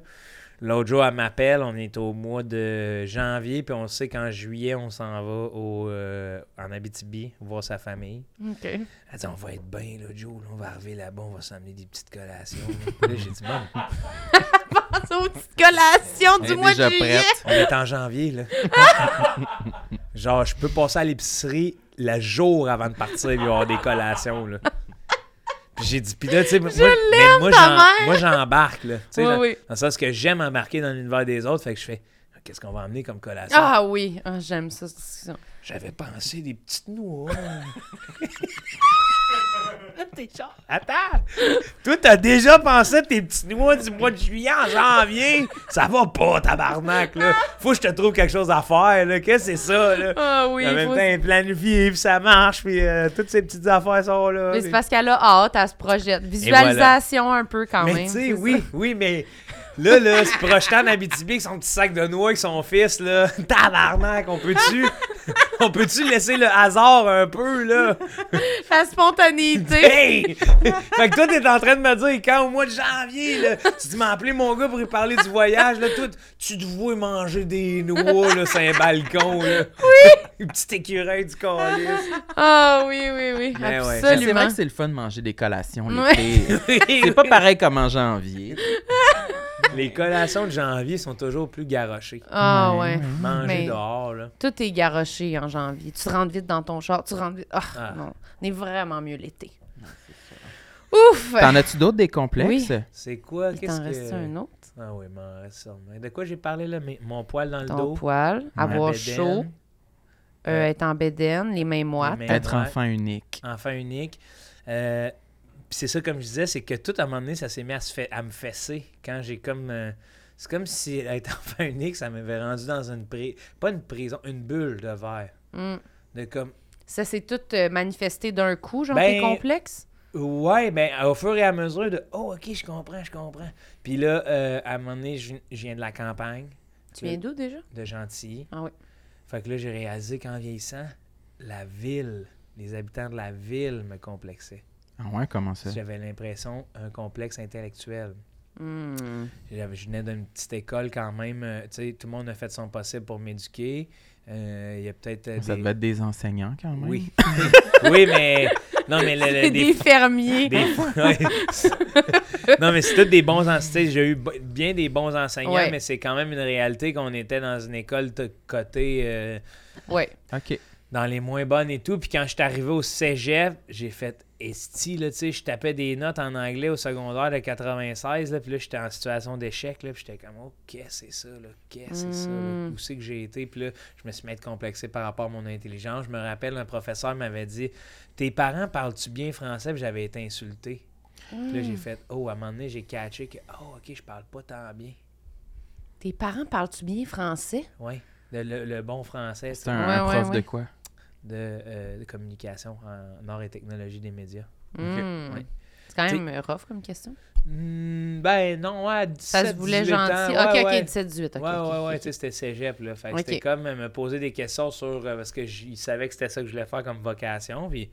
S4: l'autre jour, elle m'appelle, on est au mois de janvier, puis on sait qu'en juillet, on s'en va au, euh, en Abitibi voir sa famille.
S1: (laughs) OK.
S4: Elle dit, on va être bien, là, Joe, là, on va arriver là-bas, on va s'emmener des petites collations. là, j'ai dit, bon,
S1: Passe aux petites collations
S2: Elle
S1: du
S2: est
S1: mois de
S2: déjà
S1: juillet.
S2: prête.
S4: on est en
S1: (laughs)
S4: janvier, là. Genre, je peux passer à l'épicerie le jour avant de partir, puis avoir des collations, là. Puis j'ai dit, puis là, tu sais, moi,
S1: Je
S4: mais
S1: l'aime,
S4: moi,
S1: ta
S4: j'en-
S1: mère!
S4: moi, j'embarque, là. Tu sais,
S1: Oui,
S4: dans,
S1: oui.
S4: dans le sens que j'aime embarquer dans l'univers des autres, fait que je fais, qu'est-ce qu'on va emmener comme collation?
S1: Ah oui, Ah, j'aime ça. cette
S4: (laughs)
S1: discussion.
S4: J'avais pensé des petites noix. Attends! Toi, t'as déjà pensé à tes petites noix du mois de juillet en janvier? Ça va pas, tabarnak, là! Faut que je te trouve quelque chose à faire, là! Qu'est-ce que c'est ça, là?
S1: Ah oui,
S4: en même
S1: faut-
S4: temps, il est planifié, puis ça marche, puis euh, toutes ces petites affaires sont
S1: Mais
S4: là. puis-
S1: c'est parce qu'elle a hâte, elle se projette. Visualisation un peu quand
S4: mais
S1: même.
S4: tu
S1: c'est
S4: sais,
S1: ça.
S4: oui, oui, mais là, là, se projetant en Abitibi avec son petit sac de noix avec son fils, là, (laughs) tabarnak,
S1: (laughs)
S4: on peut-tu... on peut-tu laisser le hasard un
S1: (laughs)
S4: peu, là?
S1: La
S4: (laughs)
S1: spontanéité.
S4: Hey! fait que toi, t'es en train de me dire, quand au mois de janvier, là, tu dis, m'as appelé mon gars pour lui parler du voyage, là, toi, tu te vois manger des noix, là, sur un balcon, là. (laughs) Oui! petit écureuil
S1: (laughs)
S4: du calice.
S1: Ah oui, oui, oui.
S4: Mais Ben ouais.
S2: Mais C'est vrai
S1: Absolument.
S2: que c'est le fun de manger des collations
S1: Ouais.
S2: l'été.
S4: (laughs)
S2: c'est pas pareil comme en janvier.
S4: Les collations de janvier sont toujours plus garochées.
S1: Ah ouais.
S4: Manger
S1: Mais-
S4: dehors, là.
S1: Tout est garoché en janvier. Tu rentres vite dans ton char, tu rentres vite. Ah,
S4: Ah.
S1: non. On est vraiment mieux l'été. Ouf!
S2: T'en as-tu d'autres des complexes?
S1: Oui.
S4: C'est quoi?
S1: Il
S4: Qu'est-ce
S1: t'en
S4: que...
S1: reste un autre?
S4: Ah oui, m'en reste sûrement. De quoi j'ai parlé, là? Mais Mon poil dans le
S1: Ton
S4: dos.
S1: poil,
S4: ma
S1: avoir
S4: bédaine,
S1: chaud, euh,
S4: Euh,
S1: être en bédaine, les mains moites.
S4: mes
S2: Être
S4: bras.
S2: enfant unique.
S4: enfant unique. Euh, puis c'est ça, comme je disais, c'est que tout à un moment donné, ça s'est mis à, se fa- à me fesser. Quand j'ai comme. euh, c'est comme si (laughs) être enfant unique, ça m'avait rendu dans une prison. Pas une prison, une bulle de verre.
S1: Mm.
S4: De comme.
S1: Ça s'est tout euh, manifesté d'un coup, genre
S4: Ben,
S1: tes complexes?
S4: Ouais, ben, au fur et à mesure de. Oh, ok, je comprends, je comprends. Puis là, euh, à un moment donné, je je viens de la campagne,
S1: Tu
S4: ben,
S1: viens d'où déjà?
S4: de Gentilly.
S1: Ah oui.
S4: Fait que là, j'ai réalisé qu'en vieillissant, la ville, les habitants de la ville me complexaient.
S2: Ah ouais, comment ça?
S4: J'avais l'impression un complexe intellectuel.
S1: Hmm.
S4: J'avais- Je venais d'une petite école quand même. euh, tu sais, tout le monde a fait son possible pour m'éduquer. Euh, Il y a peut-être. euh,
S2: Ça
S4: des-
S2: devait être des enseignants quand même. (laughs)
S4: Oui. (laughs) oui, mais. Non, mais. le- le-
S1: (laughs) C'est des
S4: des-
S1: fermiers.
S4: des- ouais. non, mais c'est tous des bons enseignants. J'ai eu bo- bien des bons enseignants,
S1: Ouais.
S4: mais c'est quand même une réalité qu'on était dans une école de côté. euh,
S1: (laughs) Ouais.
S2: OK.
S4: dans les moins bonnes et tout. Puis quand je suis arrivé au cégep, j'ai fait esti, là, tu sais, je tapais des notes en anglais au secondaire de 96, là, puis là, j'étais en situation d'échec, là, puis j'étais comme, oh, qu'est-ce que c'est ça, là, qu'est-ce que c'est ça, là?
S1: Mm.
S4: où c'est que j'ai été, puis là, je me suis mis à être complexé par rapport à mon intelligence. Je me rappelle, un professeur m'avait dit, tes parents parlent-tu bien français, puis j'avais été insulté. Puis là, j'ai fait, oh, à un moment donné, j'ai catché que, oh, ok, je parle pas tant bien.
S1: Tes parents parlent-tu bien français?
S4: Ouais, le, le- le bon français,
S2: C'est
S4: c'est
S2: un,
S1: Ouais,
S2: un
S1: ouais,
S2: prof
S1: ouais.
S2: de quoi?
S4: de, euh, de communication en art et technologie des médias.
S1: Hmm.
S4: ouais.
S1: C'est quand même euh, rough comme question.
S4: Hmm, ben non, ouais, à 17,
S1: Ça se voulait
S4: 18 ans,
S1: gentil.
S4: ouais,
S1: ok,
S4: ouais.
S1: ok, 17-18. ok,
S4: ouais,
S1: ok,
S4: ouais,
S1: ok, ok.
S4: ouais, tu sais, c'était cégep, là. Fait que
S1: Ok.
S4: c'était comme euh, me poser des questions sur. euh, parce que j- il savait que c'était ça que je voulais faire comme vocation. Puis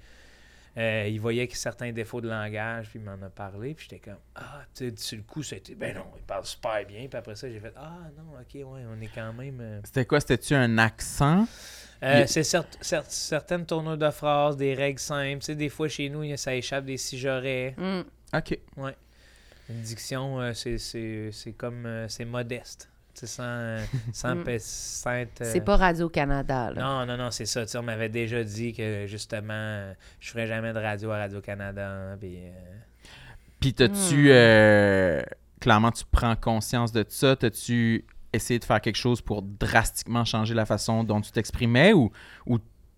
S4: euh, il voyait que certains défauts de langage, puis il m'en a parlé. Puis j'étais comme, ah, tu sais, sur le coup, c'était, ben non, il parle super bien. Puis après ça, j'ai fait, ah non, ok, ouais, on est quand même. euh,
S2: C'était quoi? C'était-tu un accent?
S4: euh,
S2: Il-
S4: C'est certes- certes- certaines tournures de phrases, des règles simples. Tu sais, des fois chez nous, il y a- ça échappe des si j'aurais.
S1: Hmm.
S2: OK.
S4: Une diction, euh, c'est- c'est c'est comme. euh, c'est modeste. Tu sais, sans.
S1: (laughs)
S4: euh, sans,
S1: Mm.
S4: pe- sans être, euh,
S1: C'est pas Radio-Canada, là.
S4: Non, non, non, c'est ça. Tu sais, on m'avait déjà dit que, justement, euh, je ferais jamais de radio à Radio-Canada. hein, puis, euh,
S2: Puis
S1: Hmm.
S2: t'as-tu... euh, clairement, tu prends conscience de ça? T'as-tu essayé de faire quelque chose pour drastiquement changer la façon dont tu t'exprimais? Ou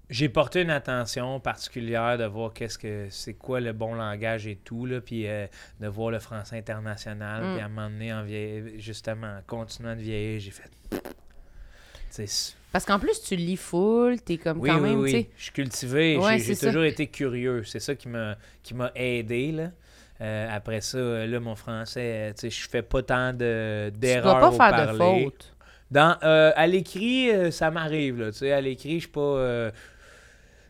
S4: J'ai porté une attention particulière de voir qu'est-ce que c'est quoi le bon langage et tout, là, puis euh, de voir le français international.
S1: Mm.
S4: Puis à un moment donné, en vieille- justement, en continuant de vieillir, j'ai fait... Tu sais, c'est-
S1: Parce qu'en plus, tu lis full, t'es comme
S4: Oui,
S1: quand
S4: oui,
S1: même, tu
S4: oui.
S1: sais.
S4: Je suis cultivé.
S1: Ouais,
S4: j'ai-
S1: c'est
S4: J'ai
S1: ça.
S4: toujours été curieux. C'est ça qui m'a qui m'a aidé. Là. Euh, après ça, euh, là, mon français, euh, tu sais, je fais pas tant de
S1: Tu
S4: d'erreurs
S1: dois pas
S4: au
S1: faire de
S4: parler.
S1: fautes.
S4: Dans, euh, à l'écrit, euh, ça m'arrive. là, Tu sais, à l'écrit, je suis pas. euh,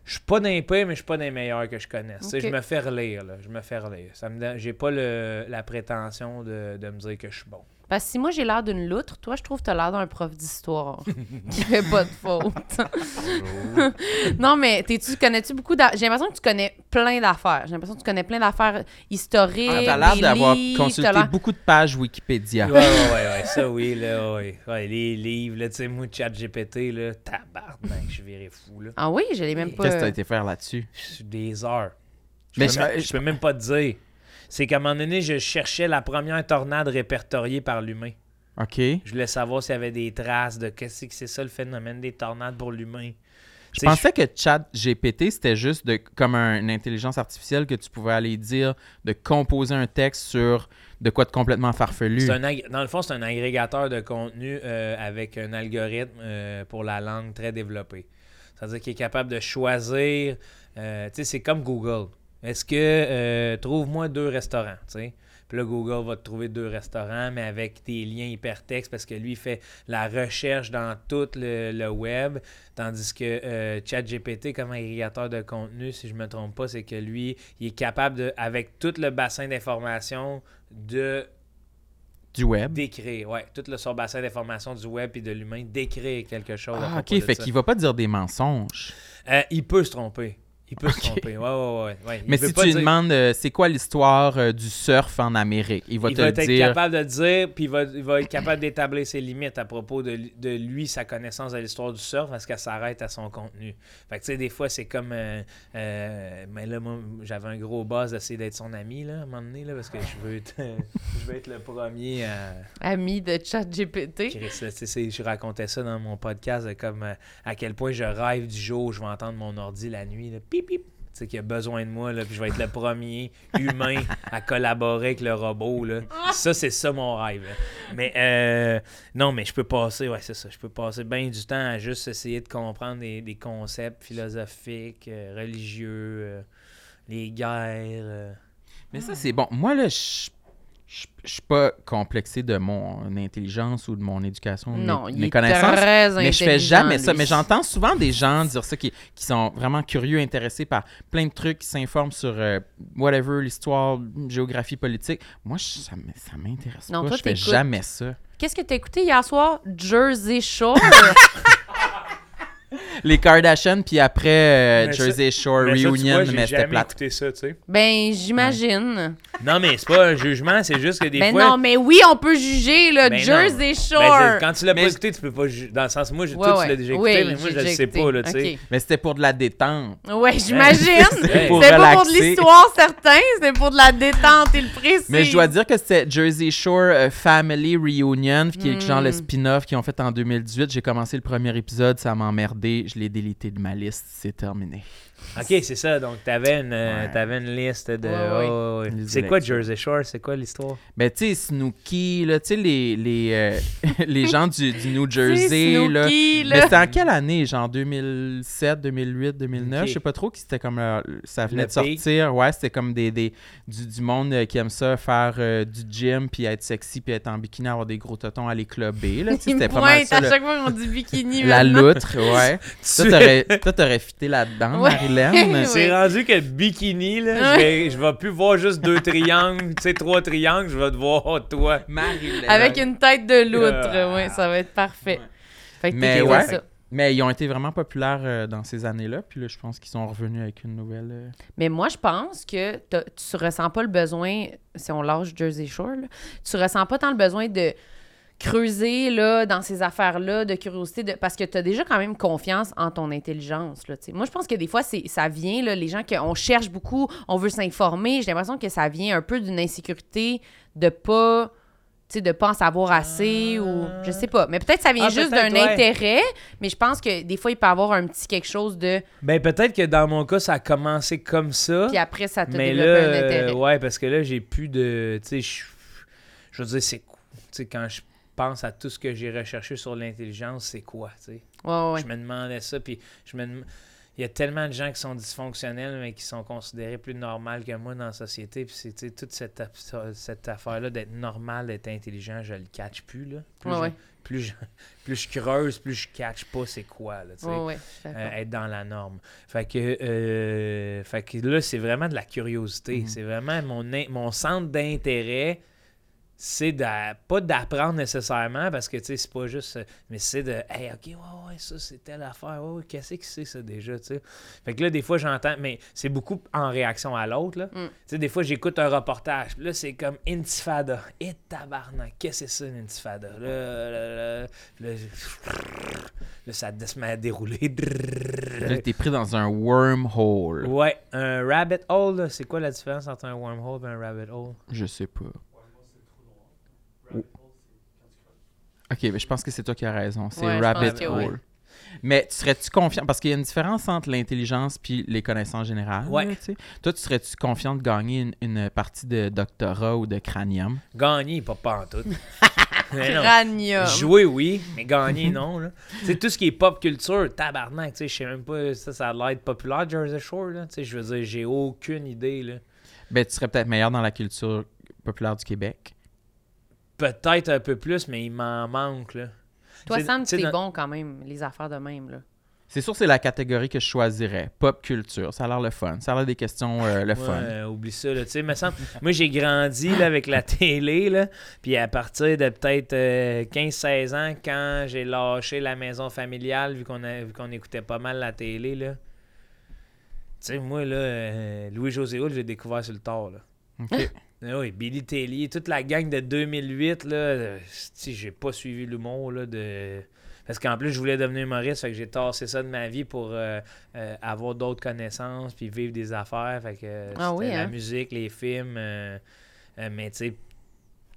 S4: je suis pas d'un mais je suis pas d'un meilleurs que je connaisse. Tu sais,
S1: Ok.
S4: Je me fais relire, là. Je me fais relire. Ça me donne- J'ai pas le, la prétention de, de me dire que je suis bon.
S1: Parce que si moi j'ai l'air d'une loutre, toi je trouve que t'as l'air d'un prof d'histoire (laughs) qui fait pas de fautes.
S4: Oh.
S1: (laughs) non mais t'es-tu connais-tu beaucoup d'a- J'ai l'impression que tu connais plein d'affaires. J'ai l'impression que tu connais plein d'affaires historiques.
S2: Ah, t'as l'air
S1: des
S2: d'avoir
S1: livres,
S2: consulté
S1: Eh t'as l'air-
S2: beaucoup de pages Wikipédia.
S4: Ouais, ouais, ouais, ouais, ça oui, là, ouais. Ouais, les livres, là, tu sais, moi, chat GPT, là, tabarnak, je verrais fou, là.
S1: Ah oui, je l'ai même pas.
S2: Qu'est-ce que t'as été faire là-dessus?
S4: Sur Des heures. Je
S2: Mais
S4: peux,
S2: je-
S4: même, je peux même pas te dire. c'est qu'à un moment donné, je cherchais la première tornade répertoriée par l'humain.
S2: OK.
S4: Je voulais savoir s'il y avait des traces de qu'est-ce que c'est ça le phénomène des tornades pour l'humain.
S2: Je pensais que Chat GPT, c'était juste de, comme un- une intelligence artificielle que tu pouvais aller dire de composer un texte sur de quoi de complètement farfelu.
S4: C'est un ag- dans le fond, c'est un agrégateur de contenu euh, avec un algorithme euh, pour la langue très développé. C'est-à-dire qu'il est capable de choisir. euh, tu sais, c'est comme Google. Est-ce que euh, trouve-moi deux restaurants, tu sais? Puis là, Google va te trouver deux restaurants, mais avec des liens hypertextes, parce que lui, il fait la recherche dans tout le, le web, tandis que euh, ChatGPT, comme agrégateur de contenu, si je me trompe pas, c'est que lui, il est capable, de, avec tout le bassin d'informations, de
S2: Du web.
S4: D'écrire, ouais. Tout le son bassin d'information du web et de l'humain, d'écrire quelque chose. à
S2: Ah,
S4: propos
S2: OK.
S4: de
S2: Fait
S4: ça.
S2: qu'il va pas dire des mensonges.
S4: Euh, il peut se tromper. Il peut
S2: Ok.
S4: se tromper. Ouais, ouais, ouais. ouais. Il
S2: Mais
S4: veut
S2: si tu
S4: pas
S2: lui
S4: dire-
S2: demandes euh, c'est quoi l'histoire euh, du surf en Amérique, il va
S4: il
S2: te
S4: va
S2: le
S4: être
S2: dire.
S4: capable de le dire, puis il va, il va être capable d'établir ses limites à propos de, lui- de lui, sa connaissance de l'histoire du surf, parce qu'elle s'arrête à son contenu. Fait que, tu sais, des fois, c'est comme. euh, euh, mais là, moi, j'avais un gros buzz d'essayer d'être son ami, là, à un moment donné, là, parce que je veux être, (laughs) je veux être le premier à.
S1: Ami de ChatGPT.
S4: Chris, là, tu sais, c'est- je racontais ça dans mon podcast, euh, comme euh, à quel point je rêve du jour où je vais entendre mon ordi la nuit, là, pip pip, tu sais, qu'il a besoin de moi, là, puis je vais être
S1: (laughs)
S4: le premier humain à collaborer avec le robot. Là. Ça, c'est ça mon rêve. là. Mais euh, non, mais je peux passer, ouais, c'est ça, je peux passer bien du temps à juste essayer de comprendre des, des concepts philosophiques, euh, religieux, euh, les guerres. euh.
S2: Mais ça, c'est bon. Moi, là, je je- je suis pas complexé de mon intelligence ou de mon éducation, de mes-
S1: Non,
S2: mes,
S1: il est
S2: connaissances.
S1: très
S2: Mais je fais
S1: intelligent,
S2: jamais ça.
S1: lui.
S2: Mais j'entends souvent des gens dire ça qui, qui sont vraiment curieux, intéressés par plein de trucs, qui s'informent sur euh, whatever, l'histoire, géographie, politique. Moi, je- ça m- ça m'intéresse
S1: Non,
S2: pas.
S1: toi,
S2: je fais
S1: t'écoutes.
S2: jamais ça.
S1: Qu'est-ce que t'as écouté hier soir? Jersey
S2: (laughs)
S1: Shore.
S2: Les Kardashians, puis après euh,
S4: Mais ça-
S2: Jersey Shore
S4: Mais ça, tu vois,
S2: Reunion,
S4: j'ai
S2: mais c'était
S4: jamais
S2: plate.
S4: écouté ça, tu sais.
S1: ben, j'imagine.
S4: Non, mais c'est pas un jugement, c'est juste que des
S1: Ben
S4: fois.
S1: non, mais oui, on peut juger, là.
S4: Ben non.
S1: Jersey
S4: Ben, c'est-
S1: Shore.
S4: quand tu l'as
S2: Mais-
S4: pas écouté, tu peux pas. ju- Dans le sens, moi, j'ai
S1: Ouais,
S4: toi,
S1: ouais.
S4: tu l'as déjà écouté,
S1: Oui,
S4: mais moi,
S1: j'ai
S4: je le
S1: déjà
S4: sais
S1: écouté.
S4: pas, là, tu sais.
S1: Ok.
S2: Mais c'était pour de la détente.
S1: Ouais, j'imagine.
S4: (laughs) Hey.
S1: c'est
S4: Pour
S1: pas pour de
S2: relaxer.
S1: l'histoire, certains. C'est pour de la détente, il le précise.
S2: Mais je dois dire que c'était Jersey Shore euh, Family Reunion, qui est genre le
S1: Mm.
S2: spin-off qu'ils ont fait en 2018. J'ai commencé le premier épisode, ça m'a emmerdé. Je l'ai délité de ma liste, c'est terminé.
S4: Ok, c'est ça. Donc, t'avais une, euh,
S2: Ouais.
S4: t'avais une liste de.
S1: Ouais,
S4: oh, ouais.
S2: Une liste
S4: C'est quoi
S2: d'élections.
S4: Jersey Shore C'est quoi l'histoire
S2: Ben, tu sais, Snooki, là, tu sais, les, les, euh, (laughs) les gens du,
S1: (laughs)
S2: du New
S1: Tu sais,
S2: Jersey, là.
S1: Snooki,
S2: Mais
S1: là.
S2: c'était en quelle année? Genre 2007, 2008, 2009?
S4: Ok.
S2: Je sais pas trop qui c'était comme... euh, ça venait
S4: Le
S2: de
S4: pic.
S2: sortir. Ouais, c'était comme des, des- du, du monde euh, qui aime ça, faire euh, du gym, puis être sexy, puis être en bikini, avoir des gros totons, aller clubber, là. Tu
S1: (laughs)
S2: sais,
S1: Il me
S2: C'était pas mal
S1: pointe
S2: ça,
S1: à
S2: le-
S1: chaque fois qu'on dit bikini.
S2: La
S1: maintenant.
S2: loutre,
S4: (laughs)
S2: ouais. Toi, t'aurais, toi, t'aurais fité là-dedans,
S1: Ouais. (laughs)
S2: Marilyn.
S1: Oui.
S4: C'est rendu que bikini, là, je vais- je vais plus voir juste deux triangles, tu sais, trois triangles, je vais te voir oh, toi.
S2: Marilyn.
S1: Avec une tête de loutre.
S4: Ah.
S1: Ouais, ça va être parfait. Fait que
S2: Mais
S1: t'écris
S2: ouais.
S1: ça.
S2: Mais ils ont été vraiment populaires euh, dans ces années-là. Puis là, je pense qu'ils sont revenus avec une nouvelle. euh,
S1: Mais moi, je pense que t'as- tu ressens pas le besoin, si on lâche Jersey Shore, là, tu ressens pas tant le besoin de creuser là, dans ces affaires-là, de curiosité, de, parce que tu as déjà quand même confiance en ton intelligence. Là, tu sais. Moi, je pense que des fois, c'est, ça vient, là, les gens qu'on cherche beaucoup, on veut s'informer, j'ai l'impression que ça vient un peu d'une insécurité de pas tu sais, de pas en savoir assez ou je sais pas mais peut-être ça vient
S4: Ah,
S1: juste d'un
S4: peut-être, ouais.
S1: intérêt mais je pense que des fois il peut y avoir un petit quelque chose de
S4: Ben, peut-être que dans mon cas, ça a commencé comme ça.
S1: puis après ça te
S4: Ah. Mais
S1: développe
S4: là,
S1: un intérêt
S4: euh, ouais, parce que là, j'ai plus de. Tu sais, je- je veux dire, c'est. cou- Tu sais, quand je pense à tout ce que j'ai recherché sur l'intelligence, c'est quoi, tu sais?
S1: Ouais, ouais, ouais.
S4: Je me demandais ça, puis je me dem- Il y a tellement de gens qui sont dysfonctionnels, mais qui sont considérés plus normaux que moi dans la société. Puis c'est tu sais, toute cette, abs- cette affaire-là d'être normal, d'être intelligent, je le catch plus. Là. Plus,
S1: Ouais,
S4: je,
S1: ouais.
S4: (laughs) Plus, je, plus je creuse, plus je catch pas c'est quoi. Là, tu sais.
S1: Ouais, ouais, je suis d'accord.
S4: Euh, être dans la norme. Fait que, euh, fait que là, c'est vraiment de la curiosité. C'est vraiment mon, in- mon centre d'intérêt c'est d'a- pas d'apprendre nécessairement parce que tu sais c'est pas juste euh, mais c'est de hey ok ouais ouais ça c'est telle affaire ouais, ouais qu'est-ce que c'est ça déjà tu sais fait que là des fois j'entends mais c'est beaucoup en réaction à l'autre là tu sais des fois j'écoute un reportage puis là c'est comme intifada et tabarnak qu'est-ce que c'est ça une intifada là là, là, là, je- là, ça se met à dérouler
S2: Là, t'es pris dans un wormhole.
S4: ouais un rabbit hole là, c'est quoi la différence entre un wormhole et un rabbit hole
S2: Je sais pas. Oh. Ok, mais je pense que c'est toi qui as raison. C'est
S1: Ouais, je pense
S2: rabbit
S1: que
S2: hole.
S1: oui.
S2: Mais tu serais-tu confiant? Parce qu'il y a une différence entre l'intelligence puis les connaissances générales.
S4: Ouais.
S2: là, tu sais. Toi, tu serais-tu confiant de gagner une, une partie de doctorat ou de cranium?
S4: gagner pas pas en tout Mais euh, non.
S1: Cranium.
S4: Jouer, oui, mais
S1: Mhm.
S4: gagner, non. là. Tu sais, tout ce qui est pop culture, tabarnak, tu sais, je sais même pas, ça, ça a l'air de populaire, Jersey Shore, là. Tu sais, je veux dire, j'ai aucune idée, là.
S2: Ben, tu serais peut-être meilleur dans la culture populaire du Québec.
S4: Peut-être un peu plus, mais il m'en manque, là.
S1: Toi,
S4: C'est-
S1: Sam,
S4: c'est
S1: t'es
S4: dans-
S1: bon quand même, les affaires de même, là.
S2: C'est sûr que c'est la catégorie que je choisirais. Pop culture, ça a l'air le fun. Ça a l'air des questions euh, le fun.
S4: Ouais, oublie ça, là. Tu sais, me semble- moi, j'ai grandi, là, avec la télé, là. Puis à partir de peut-être 15-16 ans, quand j'ai lâché la maison familiale, vu qu'on a- vu qu'on écoutait pas mal la télé, là. Tu sais, moi, là, euh, Louis-José Houle, j'ai découvert sur le tard, là.
S2: Ok.
S4: Eh Oui, Billy Tellier, toute la gang de 2008, là, euh, si j'ai pas suivi l'humour, là, de... Parce qu'en plus, je voulais devenir humoriste, fait que j'ai tassé ça de ma vie pour euh, euh, avoir d'autres connaissances, puis vivre des affaires, fait que euh,
S1: Ah
S4: c'était
S1: oui,
S4: la
S1: hein?
S4: musique, les films, euh, euh, mais tu sais,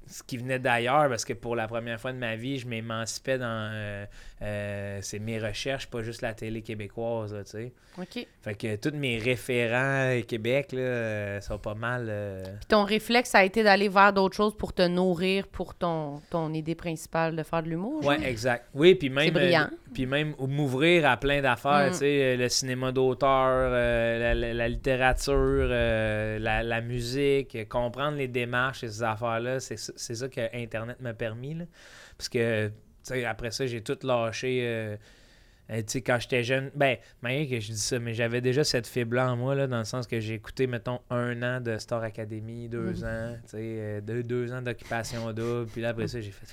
S4: ce qui venait d'ailleurs, parce que pour la première fois de ma vie, je m'émancipais dans euh, euh, c'est mes recherches, pas juste la télé québécoise, là, tu sais.
S1: OK. Puis
S4: Fait que tous mes référents euh, Québec, là, euh, sont pas mal... euh,
S1: ton réflexe, ça a été d'aller vers d'autres choses pour te nourrir, pour ton, ton idée principale de faire de l'humour. genre.
S4: Ouais, exact. Oui, puis même,
S1: brillant.
S4: euh, puis même ou- m'ouvrir à plein d'affaires,
S1: Mm.
S4: tu sais, euh, le cinéma d'auteur, euh, la, la- la littérature, euh, la, la musique, euh, comprendre les démarches et ces affaires-là, c'est ça- c'est ça que Internet m'a permis, là. Parce que, tu sais, après ça, j'ai tout lâché... euh, euh, tu sais, quand j'étais jeune, ben, malgré que je dis ça, mais j'avais déjà cette fibre-là en moi, là, dans le sens que j'ai écouté, mettons, un an de Star Academy,
S1: Mm.
S4: deux ans, tu sais, euh, deux, deux ans d'occupation double, puis là, après ça, j'ai fait,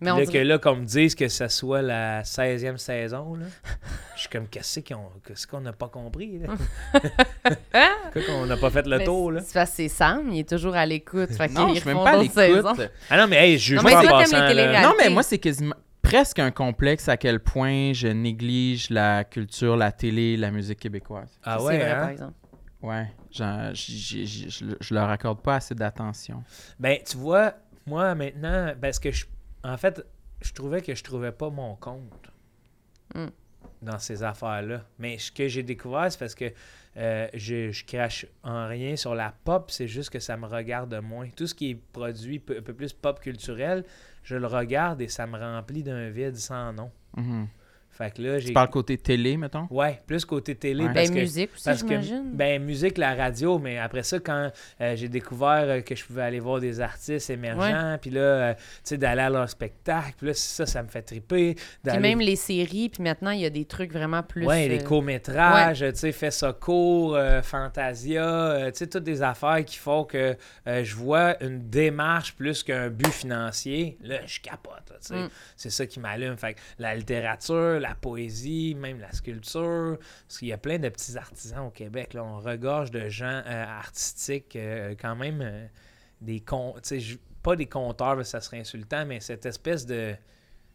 S1: Mais on
S4: là, que
S1: dirait-
S4: là, qu'on me dise que ça soit la 16e saison, là, je suis comme, qu'est-ce qu'ils ont- qu'est-ce qu'on n'a pas compris?
S1: (laughs)
S4: Là? Pourquoi qu'on n'a pas fait le
S1: Mais
S4: tour? Là?
S1: c'est- C'est parce que c'est Sam, il est toujours à l'écoute. Fait qu'il
S2: Non, je suis même
S1: refont
S2: pas à
S1: d'autres saisons.
S2: l'écoute.
S4: Ah non, mais hey, je juge
S1: Non, mais
S4: pas en
S1: toi, t'aimes
S4: passant.
S1: les
S4: là.
S1: téléréalités.
S2: Non, mais
S1: réalité.
S2: moi, c'est quasiment presque un complexe à quel point je néglige la culture, la télé, la musique québécoise.
S1: Ça,
S4: Ah
S1: c'est
S4: ouais,
S1: vrai,
S4: hein?
S1: par exemple.
S2: Ouais, genre, j- j- j- je le- je leur accorde pas assez d'attention.
S4: Ben, tu vois, moi, maintenant, parce que je... En fait, je trouvais que je trouvais pas mon compte
S1: Mm.
S4: dans ces affaires-là. Mais ce que j'ai découvert, c'est parce que euh, je, je crache en rien sur la pop, c'est juste que ça me regarde moins. Tout ce qui est produit peu- un peu plus pop culturel, je le regarde et ça me remplit d'un vide sans nom.
S2: Mhm.
S4: Fait que là,
S2: Tu
S4: j'ai...
S2: parles côté télé, mettons?
S4: Ouais, plus côté télé.
S2: Ouais.
S4: Parce
S1: Ben,
S4: que...
S1: musique aussi,
S4: Parce que,
S1: j'imagine.
S4: ben, musique, la radio, mais après ça, quand euh, j'ai découvert euh, que je pouvais aller voir des artistes émergents, puis là, euh, tu sais, d'aller à leur spectacle, puis là, ça, ça me fait triper.
S1: Puis
S4: d'aller-
S1: même les séries, puis maintenant, il y a des trucs vraiment plus...
S4: Ouais, les
S1: euh,
S4: courts-métrages, tu sais, Fais ça court, euh, Fantasia, euh, tu sais, toutes des affaires qui font que euh, je vois une démarche plus qu'un but financier. Là, je capote, là, tu sais.
S1: Mm.
S4: C'est ça qui m'allume. Fait que la littérature, la poésie, même la sculpture, parce qu'il y a plein de petits artisans au Québec, là. On regorge de gens euh, artistiques, euh, quand même, euh, des con... tu sais, je- pas des conteurs, parce que ça serait insultant, mais cette espèce de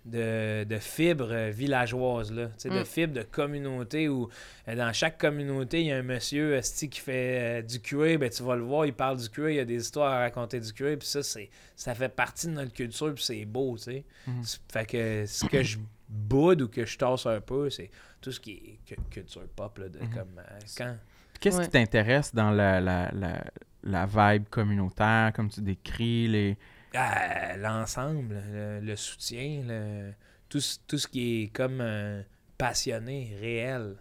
S4: de, de fibres euh, villageoises, là, tu sais, de
S1: Mm.
S4: fibres de communauté où euh, dans chaque communauté, il y a un monsieur esti, qui fait euh, du curé, ben, tu vas le voir, il parle du curé, il y a des histoires à raconter du curé, puis ça, c'est, ça fait partie de notre culture, puis c'est beau, tu sais. C'est- Fait que ce que je boude ou que je tasse un peu, c'est tout ce qui est cu- culture pop, là, de comme... euh, quand...
S2: Qu'est-ce
S1: Ouais.
S2: qui t'intéresse dans la, la, la, la vibe communautaire, comme tu décris, les...
S4: Ah, l'ensemble, le, le soutien, le- tout, ce- tout ce qui est comme euh, passionné, réel.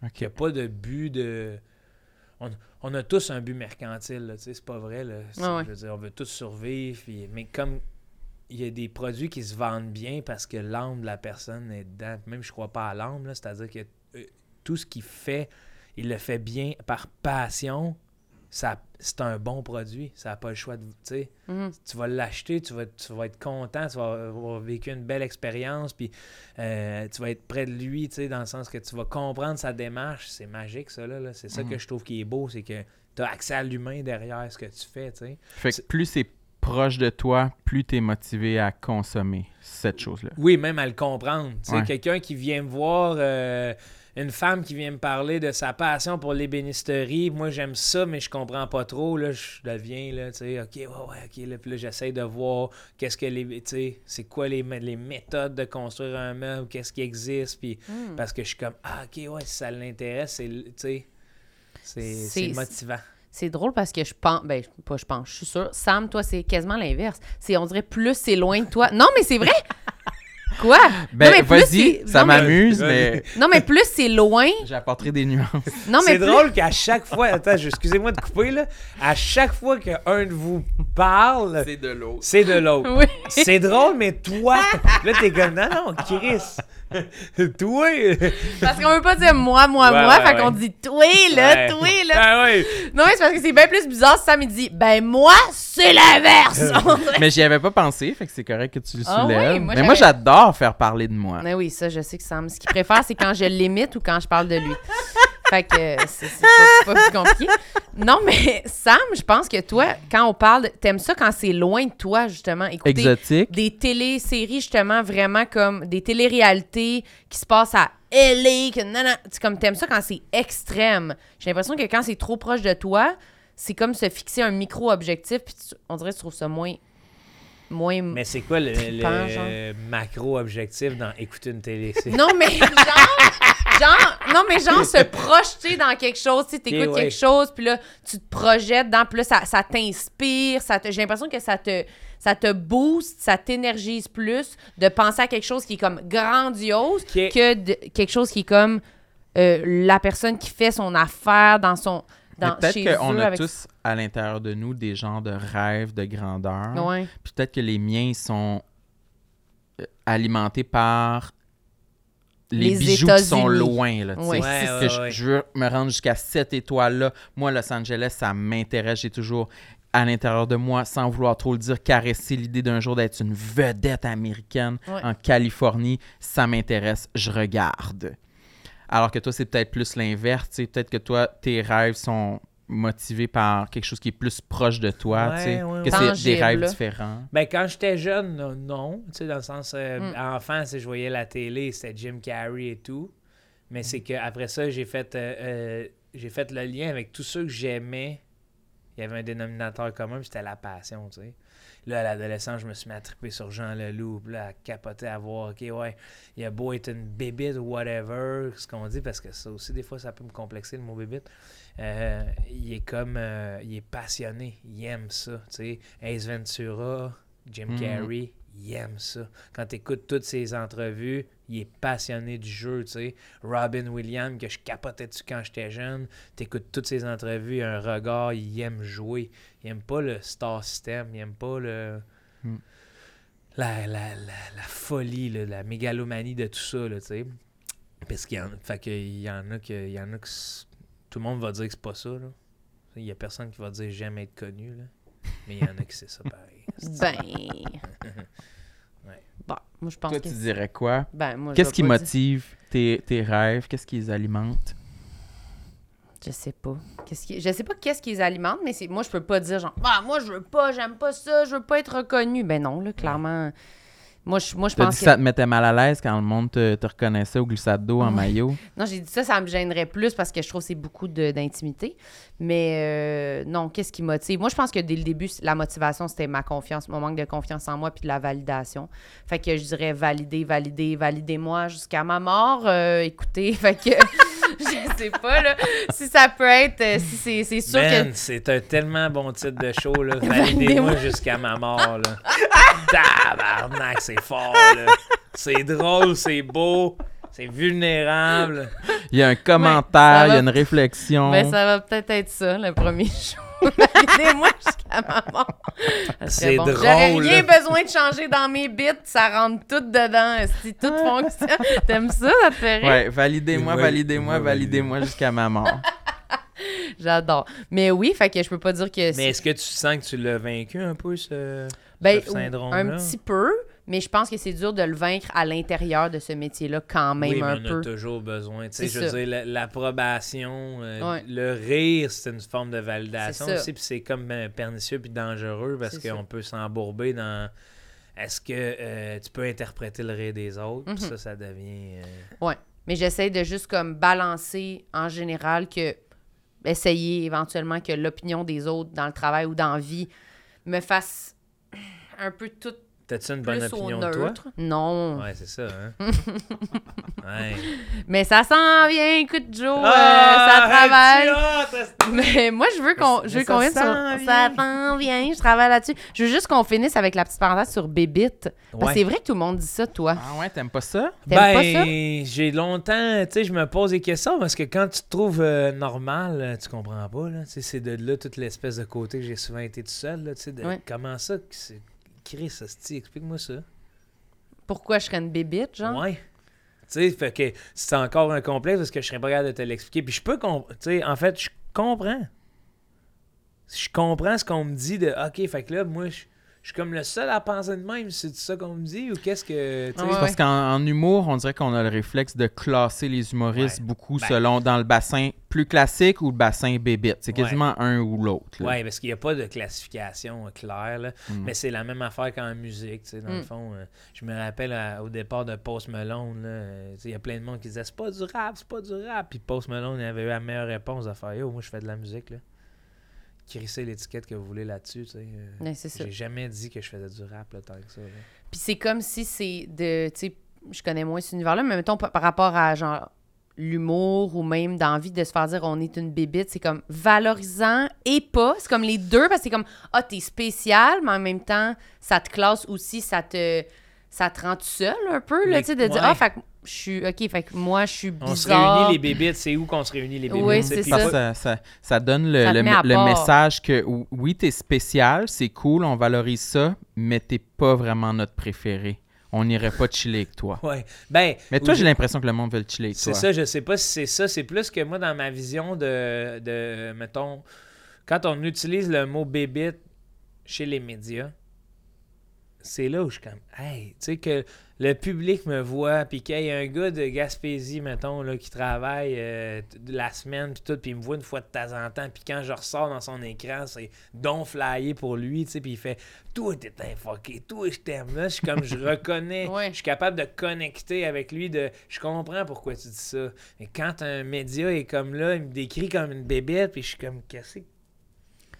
S4: qu'il
S2: OK.
S4: n'y a pas de but de. On, on a tous un but mercantile, là, tu sais, c'est pas vrai. Là. C'est-
S1: Ah ouais.
S4: Je veux dire, on veut tous survivre. puis- mais comme il y a des produits qui se vendent bien parce que l'âme de la personne est dedans, même je crois pas à l'âme, là, c'est-à-dire que euh, tout ce qu'il fait, il le fait bien par passion, ça- c'est un bon produit. Ça n'a pas le choix de. tu sais,
S1: hum.
S4: Tu vas l'acheter, tu vas, tu vas être content, tu vas avoir vécu une belle expérience, puis euh, tu vas être près de lui, tu sais, dans le sens que tu vas comprendre sa démarche. C'est magique, ça, là. là. C'est ça que je trouve qui est beau, c'est que tu as accès à l'humain derrière ce que tu fais, tu sais.
S2: Fait que plus c'est proche de toi, plus t'es motivé à consommer cette chose-là.
S4: Oui, même à le comprendre. Tu sais,
S2: Ouais.
S4: quelqu'un qui vient me voir, euh, une femme qui vient me parler de sa passion pour l'ébénisterie. Moi, j'aime ça, mais je comprends pas trop. Là, je deviens, là, tu sais, OK, ouais, ouais, OK. Là, puis là, j'essaie de voir qu'est-ce que les, tu sais, c'est quoi les, mé- les méthodes de construire un meuble, qu'est-ce qui existe. Puis
S1: Hmm.
S4: parce que je suis comme, ah, OK, ouais, si ça l'intéresse, c'est, le- tu sais, c'est,
S1: C'est-
S4: c'est motivant.
S1: C'est drôle parce que je pense, ben je- pas je pense, je suis sûre. Sam, toi, c'est quasiment l'inverse. C'est on dirait plus c'est loin de toi. Non, mais c'est
S2: (laughs)
S1: vrai. Quoi
S2: Ben,
S1: Non, mais plus
S2: vas-y,
S1: c'est-
S2: ça
S1: non, mais-
S2: m'amuse,
S4: Ouais.
S2: mais
S1: Non, mais plus c'est loin.
S2: j'apporterai des nuances.
S1: Non, mais
S4: C'est
S1: plus-
S4: drôle qu'à chaque fois, attends, je- excusez-moi de couper là, à chaque fois qu'un de vous parle,
S2: de l'eau.
S4: c'est de l'autre.
S1: Oui.
S4: C'est drôle, mais toi, là, t'es comme, non, non, Chris, toi.
S1: Parce qu'on veut pas dire moi, moi,
S4: Ouais,
S1: moi.
S4: ouais,
S1: fait
S4: ouais.
S1: qu'on dit toi, là, toi, là.
S4: Ah ouais.
S1: Non, mais c'est parce que c'est bien plus bizarre si Sam, il dit ben moi, c'est
S4: (laughs)
S1: l'inverse. On dirait-
S2: (laughs) Mais j'y avais pas pensé, fait que c'est correct que tu le
S1: Ah
S2: soulèves.
S1: oui, moi,
S2: mais moi,
S1: j'avais-
S2: j'adore faire parler de moi.
S1: Mais oui, ça, je sais que Sam, ce qu'il préfère, c'est quand je l'imite ou quand je parle de lui. Fait que euh, c'est c'est pas, pas plus compliqué. Non, mais Sam, je pense que toi, quand on parle, de- t'aimes ça quand c'est loin de toi, justement. Écouter
S2: Exotique.
S1: des téléséries, justement, vraiment comme des téléréalités qui se passent à LA. Que non, non, tu comme t'aimes ça quand c'est extrême. J'ai l'impression que quand c'est trop proche de toi, c'est comme se fixer un micro-objectif, puis tu- on dirait que tu trouves ça moins. moins
S4: Mais c'est quoi le, le
S1: Trippant, genre.
S4: macro-objectif dans écouter une télé? C'est-
S1: Non, mais
S4: (laughs)
S1: genre, genre, non, mais genre se projeter dans quelque chose. Tu écoutes
S4: Ok, ouais.
S1: quelque chose, puis là, tu te projettes dans, puis là, ça, ça t'inspire. ça te- J'ai l'impression que ça te, ça te booste, ça t'énergise plus de penser à quelque chose qui est comme grandiose
S4: Ok.
S1: que de- quelque chose qui est comme euh, la personne qui fait son affaire dans son.
S2: Mais
S1: Dans, chez
S2: Peut-être qu'on
S1: eux
S2: a
S1: avec-
S2: tous à l'intérieur de nous des genres de rêves, de grandeur.
S4: (laughs)
S1: Ouais.
S2: Puis Peut-être que les miens ils sont euh, alimentés par les,
S1: Les
S2: bijoux qui sont
S1: États-Unis.
S2: loin. Là, tu sais.
S1: Ouais,
S4: Ouais,
S2: Que
S4: ouais,
S2: je,
S4: ouais.
S2: je veux me rendre jusqu'à cette étoile-là. Moi, Los Angeles, ça m'intéresse. J'ai toujours à l'intérieur de moi, sans vouloir trop le dire, caressé l'idée d'un jour d'être une vedette américaine
S1: Ouais.
S2: en Californie. Ça m'intéresse. Je regarde. Alors que toi, c'est peut-être plus l'inverse. tu sais. Peut-être que toi, tes rêves sont motivés par quelque chose qui est plus proche de toi.
S4: Ouais,
S2: tu sais.
S4: ouais,
S2: que
S1: ouais.
S2: c'est des
S1: Tangible,
S2: rêves
S1: là.
S2: différents.
S4: Ben, quand j'étais jeune, non, non, tu sais, dans le sens, euh, enfant, tu sais, je voyais la télé, c'était Jim Carrey et tout. Mais c'est qu'après ça, j'ai fait, euh, euh, j'ai fait le lien avec tous ceux que j'aimais. Il y avait un dénominateur commun, puis c'était la passion, tu sais. Là, à l'adolescence, je me suis mis à triper sur Jean Leloup, puis là, à capoter, à voir, OK, ouais, il a beau être une bébite ou whatever, ce qu'on dit, parce que ça aussi, des fois, ça peut me complexer, le mot bébite. Euh, il est comme, euh, il est passionné, il aime ça, tu sais. Ace Ventura, Jim Carrey, il aime ça. Quand tu écoutes toutes ses entrevues, il est passionné du jeu, tu sais. Robin Williams, que je capotais dessus quand j'étais jeune, t'écoutes toutes ses entrevues, il a un regard, il aime jouer. Il aime pas le star system, il aime pas le... La, la, la, la folie, là, la mégalomanie de tout ça, là, tu sais. Parce qu'il y en, fait qu'il y en a que, il y en a que c'est- tout le monde va dire que c'est pas ça, là. Il y a personne qui va dire j'aime être connu, là. Mais il y en a
S1: (laughs)
S4: qui c'est ça pareil.
S1: Ben. Bon, moi, je pense
S2: Toi,
S1: que.
S2: tu dirais quoi?
S1: Ben, moi, je
S2: Qu'est-ce
S1: vais
S2: qui
S1: pas dire-
S2: motive tes, tes rêves? Qu'est-ce qui les alimente?
S1: Je sais pas. Qu'est-ce qui... Je sais pas qu'est-ce qui les alimente, mais c'est moi, je peux pas dire genre, ah, moi, je veux pas, j'aime pas ça, je veux pas être reconnu. Ben non, là, clairement. Moi, je, moi, je
S2: T'as dit
S1: pense
S2: que
S1: que.
S2: ça te mettait mal à l'aise quand le monde te, te reconnaissait au glissade d'eau en maillot.
S1: Non, j'ai dit ça, ça me gênerait plus parce que je trouve que c'est beaucoup de- d'intimité. Mais euh, non, qu'est-ce qui motive? Moi, je pense que dès le début, c- la motivation, c'était ma confiance, mon manque de confiance en moi puis de la validation. Fait que je dirais valider, valider, validez-moi jusqu'à ma mort. euh, écoutez, (laughs) fait que je sais pas, là, si ça peut être, euh, si c'est c'est sûr que. Ben,
S4: Man, c'est un tellement bon titre de show,
S1: (laughs)
S4: là. Validez-moi jusqu'à ma mort, là. (laughs) Tabarnak, c'est fort, là. C'est drôle, c'est beau, c'est vulnérable.
S1: Ben,
S2: Il y a un
S1: ça
S2: commentaire, il y
S1: va.
S2: a une réflexion.
S1: Ben, ça va peut-être être ça, le premier (laughs) show. Aidez-moi jusqu'à maman.
S4: C'est drôle,
S1: J'aurais rien
S4: là.
S1: besoin de changer dans mes bits. Ça rentre tout dedans. Si tout
S4: Ah.
S1: fonctionne. T'aimes ça, ça te fait rire?
S2: Ouais, validez-moi,
S4: Ouais,
S2: validez-moi,
S4: ouais,
S2: validez-moi jusqu'à ma mort.
S1: J'adore. Mais oui, fait que je peux pas dire que
S4: Mais
S1: c'est
S4: est-ce que tu sens que tu l'as vaincu un peu, ce,
S1: ben,
S4: ce syndrome-là?
S1: un petit peu, mais je pense que c'est dur de le vaincre à l'intérieur de ce métier-là quand même
S4: oui, mais
S1: un
S4: on a
S1: peu.
S4: toujours besoin. Tu sais,
S1: C'est
S4: je veux
S1: ça.
S4: dire, la- l'approbation, euh,
S1: Ouais.
S4: le rire, c'est une forme de validation
S1: C'est ça.
S4: aussi, puis c'est comme euh, pernicieux puis dangereux parce
S1: C'est ça.
S4: qu'on peut s'embourber dans. Est-ce que euh, tu peux interpréter le rire des autres?
S1: Mhm.
S4: Puis Ça, ça devient. euh,
S1: Ouais. Mais j'essaie de juste comme balancer en général que essayer éventuellement que l'opinion des autres dans le travail ou dans la vie me fasse (clears throat) un peu tout
S4: T'as-tu une bonne
S1: plus au
S4: opinion de toi?
S1: neutre. Non.
S4: Ouais, c'est ça,
S1: (laughs)
S4: hein? ouais.
S1: Mais ça s'en vient, écoute Joe, euh, ça
S4: Ah,
S1: travaille.
S4: hey, tu as-
S1: (laughs) Mais moi, je veux qu'on je veux
S4: Mais
S1: qu'on
S4: ça
S1: vienne sur.
S4: s'en vient.
S1: Ça s'en vient, je travaille là-dessus. Je veux juste qu'on finisse avec la petite parenthèse sur Bébite. Parce
S4: Ouais.
S1: que c'est vrai que tout le monde dit ça, toi.
S2: (laughs) Ah ouais, t'aimes pas ça?
S1: T'aimes
S4: ben,
S1: pas ça?
S4: j'ai longtemps, tu sais, je me pose des questions parce que quand tu te trouves euh, normal, euh, tu comprends pas, là. Tu sais, c'est de là toute l'espèce de côté que j'ai souvent été tout seul, là. Tu sais, de-
S1: Ouais.
S4: comment ça, que c'est- Chris, hostie, explique-moi ça.
S1: Pourquoi je serais une bébite, genre?
S4: Ouais. Tu sais, fait que c'est encore un complexe parce que je serais pas capable de te l'expliquer. Puis je peux comp- Tu sais, en fait, je comprends. Je comprends ce qu'on me dit de OK, fait que là, moi, je je suis comme le seul à penser de même. C'est ça qu'on me dit ou qu'est-ce que. tu sais?
S1: Ouais,
S2: C'est parce qu'en en humour, on dirait qu'on a le réflexe de classer les humoristes
S4: Ouais.
S2: beaucoup
S4: Ben.
S2: selon dans le bassin plus classique ou le bassin bébite. C'est quasiment un ou l'autre. là. Mm.
S4: Oui, parce qu'il n'y a pas de classification euh, claire, là. mais c'est la même affaire qu'en musique. tu sais, Dans le
S1: Mm.
S4: fond, euh, je me rappelle à- au départ de Post Malone, là, euh, tu sais, il y a plein de monde qui disait c'est pas du rap, c'est pas du rap. Puis Post Malone il avait eu la meilleure réponse à faire yo, moi je fais de la musique. Là. Crissez l'étiquette que vous voulez là-dessus. tu sais, euh,
S1: Ouais, c'est ça.
S4: J'ai jamais dit que je faisais du rap là, tant que ça. là.
S1: Puis c'est comme si c'est de. Tu sais, je connais moins cet univers-là, mais mettons par par rapport à genre l'humour ou même d'envie de se faire dire on est une bébite, c'est comme valorisant et pas. C'est comme les deux parce que c'est comme ah, t'es spécial, mais en même temps, ça te classe aussi, ça te. Ça te rend tout seul un peu, là,
S4: Mais-
S1: tu sais, de dire
S4: ouais.
S1: Ah, fait que je suis. OK, fait que moi, je suis bizarre.
S4: On se réunit les bébites, c'est où qu'on se réunit les bébites?
S1: Oui,
S4: tu sais,
S1: c'est
S4: puis
S2: Parce
S1: ça.
S2: que ça, ça- ça donne le,
S1: Ça te
S2: le
S1: met
S2: me-
S1: à
S2: le
S1: part.
S2: message que ou- oui, t'es spécial, c'est cool, on valorise ça, mais t'es pas vraiment notre préféré. On n'irait pas chiller avec toi.
S4: Ouais. Ben,
S2: Mais toi,
S4: ou-
S2: j'ai l'impression que le monde veut le chiller avec
S4: C'est
S2: toi.
S4: ça, je sais pas si c'est ça. C'est plus que moi, dans ma vision de, de. Mettons, quand on utilise le mot bébite chez les médias, c'est là où je suis comme. Hey, tu sais, que le public me voit, puis qu'il y a un gars de Gaspésie, mettons, là, qui travaille euh, t- la semaine, puis tout, puis il me voit une fois de temps en temps, puis quand je ressors dans son écran, c'est don flyé pour lui, tu sais, puis il fait Toi, t'es un fucké, toi, je t'aime. Là, je suis comme, je reconnais,
S1: Ouais.
S4: je suis capable de connecter avec lui, de je comprends pourquoi tu dis ça. Mais quand un média est comme là, il me décrit comme une bébête, puis je suis comme, qu'est-ce que.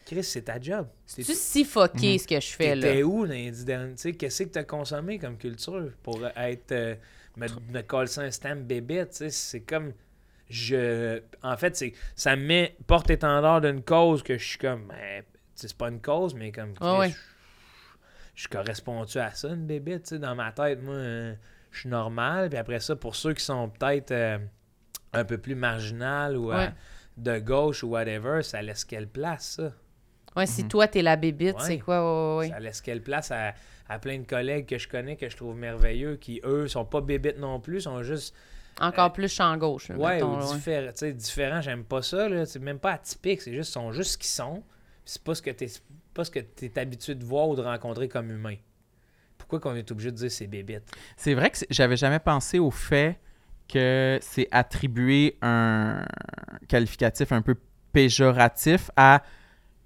S4: Chris, c'est ta job.
S1: Tu si fucké ce que je fais, là.
S4: T'étais où dans les dix derniers- Tu sais, qu'est-ce que t'as consommé comme culture pour être. euh, me, me coller ça un stamp bébé, tu sais, c'est comme. Je. En fait, c'est ça me met porte-étendard d'une cause que je suis comme. ben, tu sais, c'est pas une cause, mais comme.
S1: Ah ouais.
S4: Chris, Je, je corresponds-tu à ça, une bébé, tu sais, dans ma tête, moi, euh, je suis normal. Puis après ça, pour ceux qui sont peut-être euh, un peu plus marginal ou à-
S1: Ouais.
S4: de gauche ou whatever, ça laisse quelle place, ça?
S1: Ouais, si toi, t'es la bébite,
S4: Mhm. Ouais.
S1: c'est quoi? Ouais, ouais, ouais.
S4: Ça laisse quelle place à, à plein de collègues que je connais, que je trouve merveilleux, qui, eux, sont pas bébites non plus, sont juste,
S1: Encore plus champ gauche. là,
S4: ouais,
S1: mettons,
S4: ou
S1: là, ouais.
S4: diffé- tu sais, différents, j'aime pas ça, là, c'est même pas atypique, c'est juste, sont juste ce qu'ils sont, puis c'est pas ce que t'es pas ce que t'es habitué de voir ou de rencontrer comme humain. Pourquoi qu'on est obligé de dire c'est bébite?
S2: C'est vrai que c'est- j'avais jamais pensé au fait que c'est attribuer un qualificatif un peu péjoratif à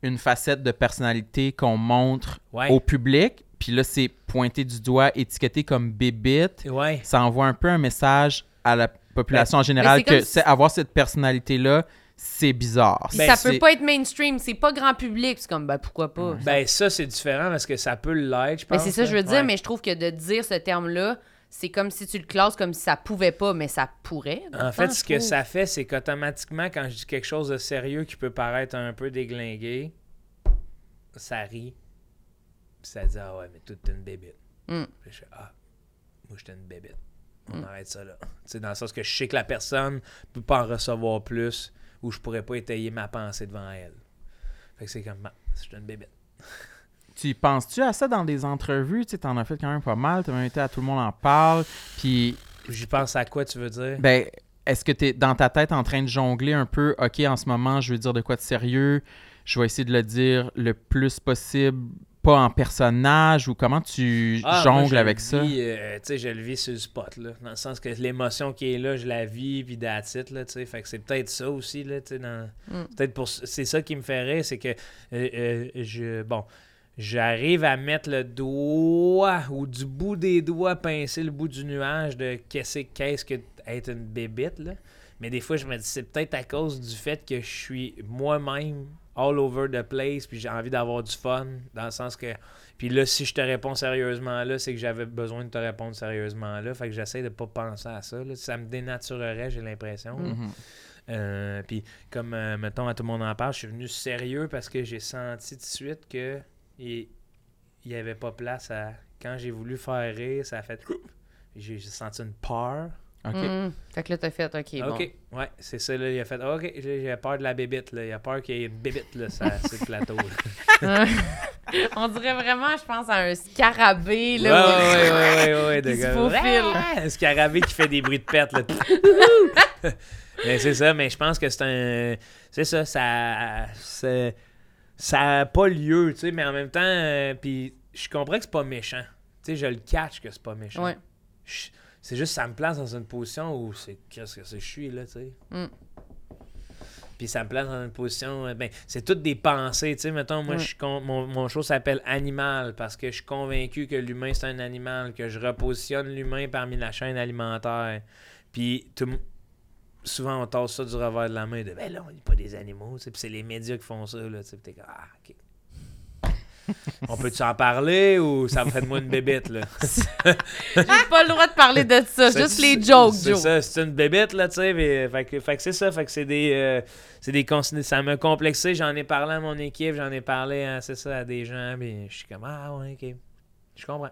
S2: une facette de personnalité qu'on montre
S4: Ouais.
S2: au public. Puis là, c'est pointé du doigt, étiqueté comme bébite.
S1: Oh.
S4: Ouais.
S2: Ça envoie un peu un message à la population
S1: Ben,
S2: en
S1: mais
S2: général
S1: c'est comme
S2: que
S1: si-
S2: c'est- avoir cette personnalité-là, c'est bizarre.
S1: Puis
S4: Ben,
S1: ça peut
S2: c'est-
S1: pas être mainstream, c'est pas grand public. C'est comme, ben pourquoi pas?
S4: Ben ça, c'est différent parce que ça peut l'être, je pense.
S1: Ben, c'est ça que je veux
S4: là.
S1: dire,
S4: Ouais.
S1: mais je trouve que de dire ce terme-là, c'est comme si tu le classes comme si ça pouvait pas, mais ça pourrait. dans
S4: En
S1: le
S4: fait,
S1: temps,
S4: ce
S1: je
S4: que
S1: trouve.
S4: ça fait, c'est qu'automatiquement, quand je dis quelque chose de sérieux qui peut paraître un peu déglingué, ça rit. Puis ça dit Ah ouais, mais toi, t'es une bébite.
S1: Mm.
S4: Puis je fais Ah, moi, j'étais une bébite. On arrête ça là. Tu sais, dans le sens que je sais que la personne peut pas en recevoir plus ou je pourrais pas étayer ma pensée devant elle. Fait que c'est comme Ah, j'étais une bébite.
S2: Tu y penses-tu à ça dans des entrevues? Tu sais, t'en as fait quand même pas mal. T'as même été à Tout le monde en parle. Puis
S4: J'y pense à quoi tu veux dire?
S2: Ben, est-ce que tu es dans ta tête en train de jongler un peu, OK, en ce moment, je veux dire de quoi de sérieux, je vais essayer de le dire le plus possible, pas en personnage, ou comment tu
S4: Ah, moi,
S2: jongles
S4: je
S2: avec
S4: le
S2: ça?
S4: vis, euh, tu sais, je le vis sur le spot, là. Dans le sens que l'émotion qui est là, je la vis, puis that's it, là, tu sais. Fait que c'est peut-être ça aussi, là, tu sais, dans- c'est Peut-être pour... C'est ça qui me ferait, c'est que... euh, euh, je... Bon... J'arrive à mettre le doigt ou du bout des doigts pincer le bout du nuage de qu'est-ce qu'est-ce que être une bébite, là. Mais des fois, je me dis, c'est peut-être à cause du fait que je suis moi-même all over the place, puis j'ai envie d'avoir du fun, dans le sens que... Puis là, si je te réponds sérieusement là, c'est que j'avais besoin de te répondre sérieusement là. Fait que j'essaie de pas penser à ça. là. Ça me dénaturerait, j'ai l'impression. là.
S2: Mhm.
S4: Euh, puis comme, euh, mettons, à tout le monde en parle, je suis venu sérieux parce que j'ai senti tout de suite que il il y avait pas place à... Quand j'ai voulu faire rire, ça a fait... J'ai j'ai senti une peur. Ah,
S2: OK.
S1: Hmm. Fait que là, t'as fait, OK, bon.
S4: OK, ouais, c'est ça, là, il a fait, Ah, OK, j'ai j'ai peur de la bébite, là, il a peur qu'il y ait une bébite, là, sur sur le plateau. là.
S1: (laughs) On dirait vraiment, je pense, à un scarabée,
S4: Ouais,
S1: là. où-
S4: ouais, ouais, ouais, ouais, ouais, de
S1: Qui se
S4: gars. Ah,
S1: faufile.
S4: Un scarabée qui fait des bruits de pète, là. mais c'est ça, mais je pense que c'est un. C'est ça, ça. c'est- Ça n'a pas lieu, tu sais, mais en même temps, euh, puis je comprends que c'est pas méchant. Tu sais, je le catch que c'est pas méchant.
S1: (laughs) Ouais.
S4: Je- C'est juste, ça me place dans une position où c'est qu'est-ce que c'est que je suis, là, tu sais.
S1: Mm.
S4: Puis ça me place dans une position. euh, Ben, c'est toutes des pensées. Tu sais, mettons, moi,
S1: Ouais.
S4: je suis con- mon, mon show s'appelle Animal parce que je suis convaincu que l'humain, c'est un animal, que je repositionne l'humain parmi la chaîne alimentaire. Puis tout le m- souvent, on tasse ça du revers de la main de ben là, on n'est pas des animaux. tu sais, Puis c'est les médias qui font ça. Là, tu sais, puis t'es comme, ah, ok. On peut-tu en parler ou ça me fait de moi une bébête, là?
S1: J'ai pas le droit de parler de ça.
S4: C'est-
S1: Juste les
S4: c'est-
S1: jokes,
S4: c'est
S1: Joe.
S4: ça, c'est une bébête, là, tu sais. mais- Fait que, fait que c'est ça, fait que c'est des. euh, c'est des consignes- ça m'a complexé. J'en ai parlé à mon équipe, j'en ai parlé, à, c'est ça, à des gens. Puis je suis comme, ah, ouais, ok. Je comprends.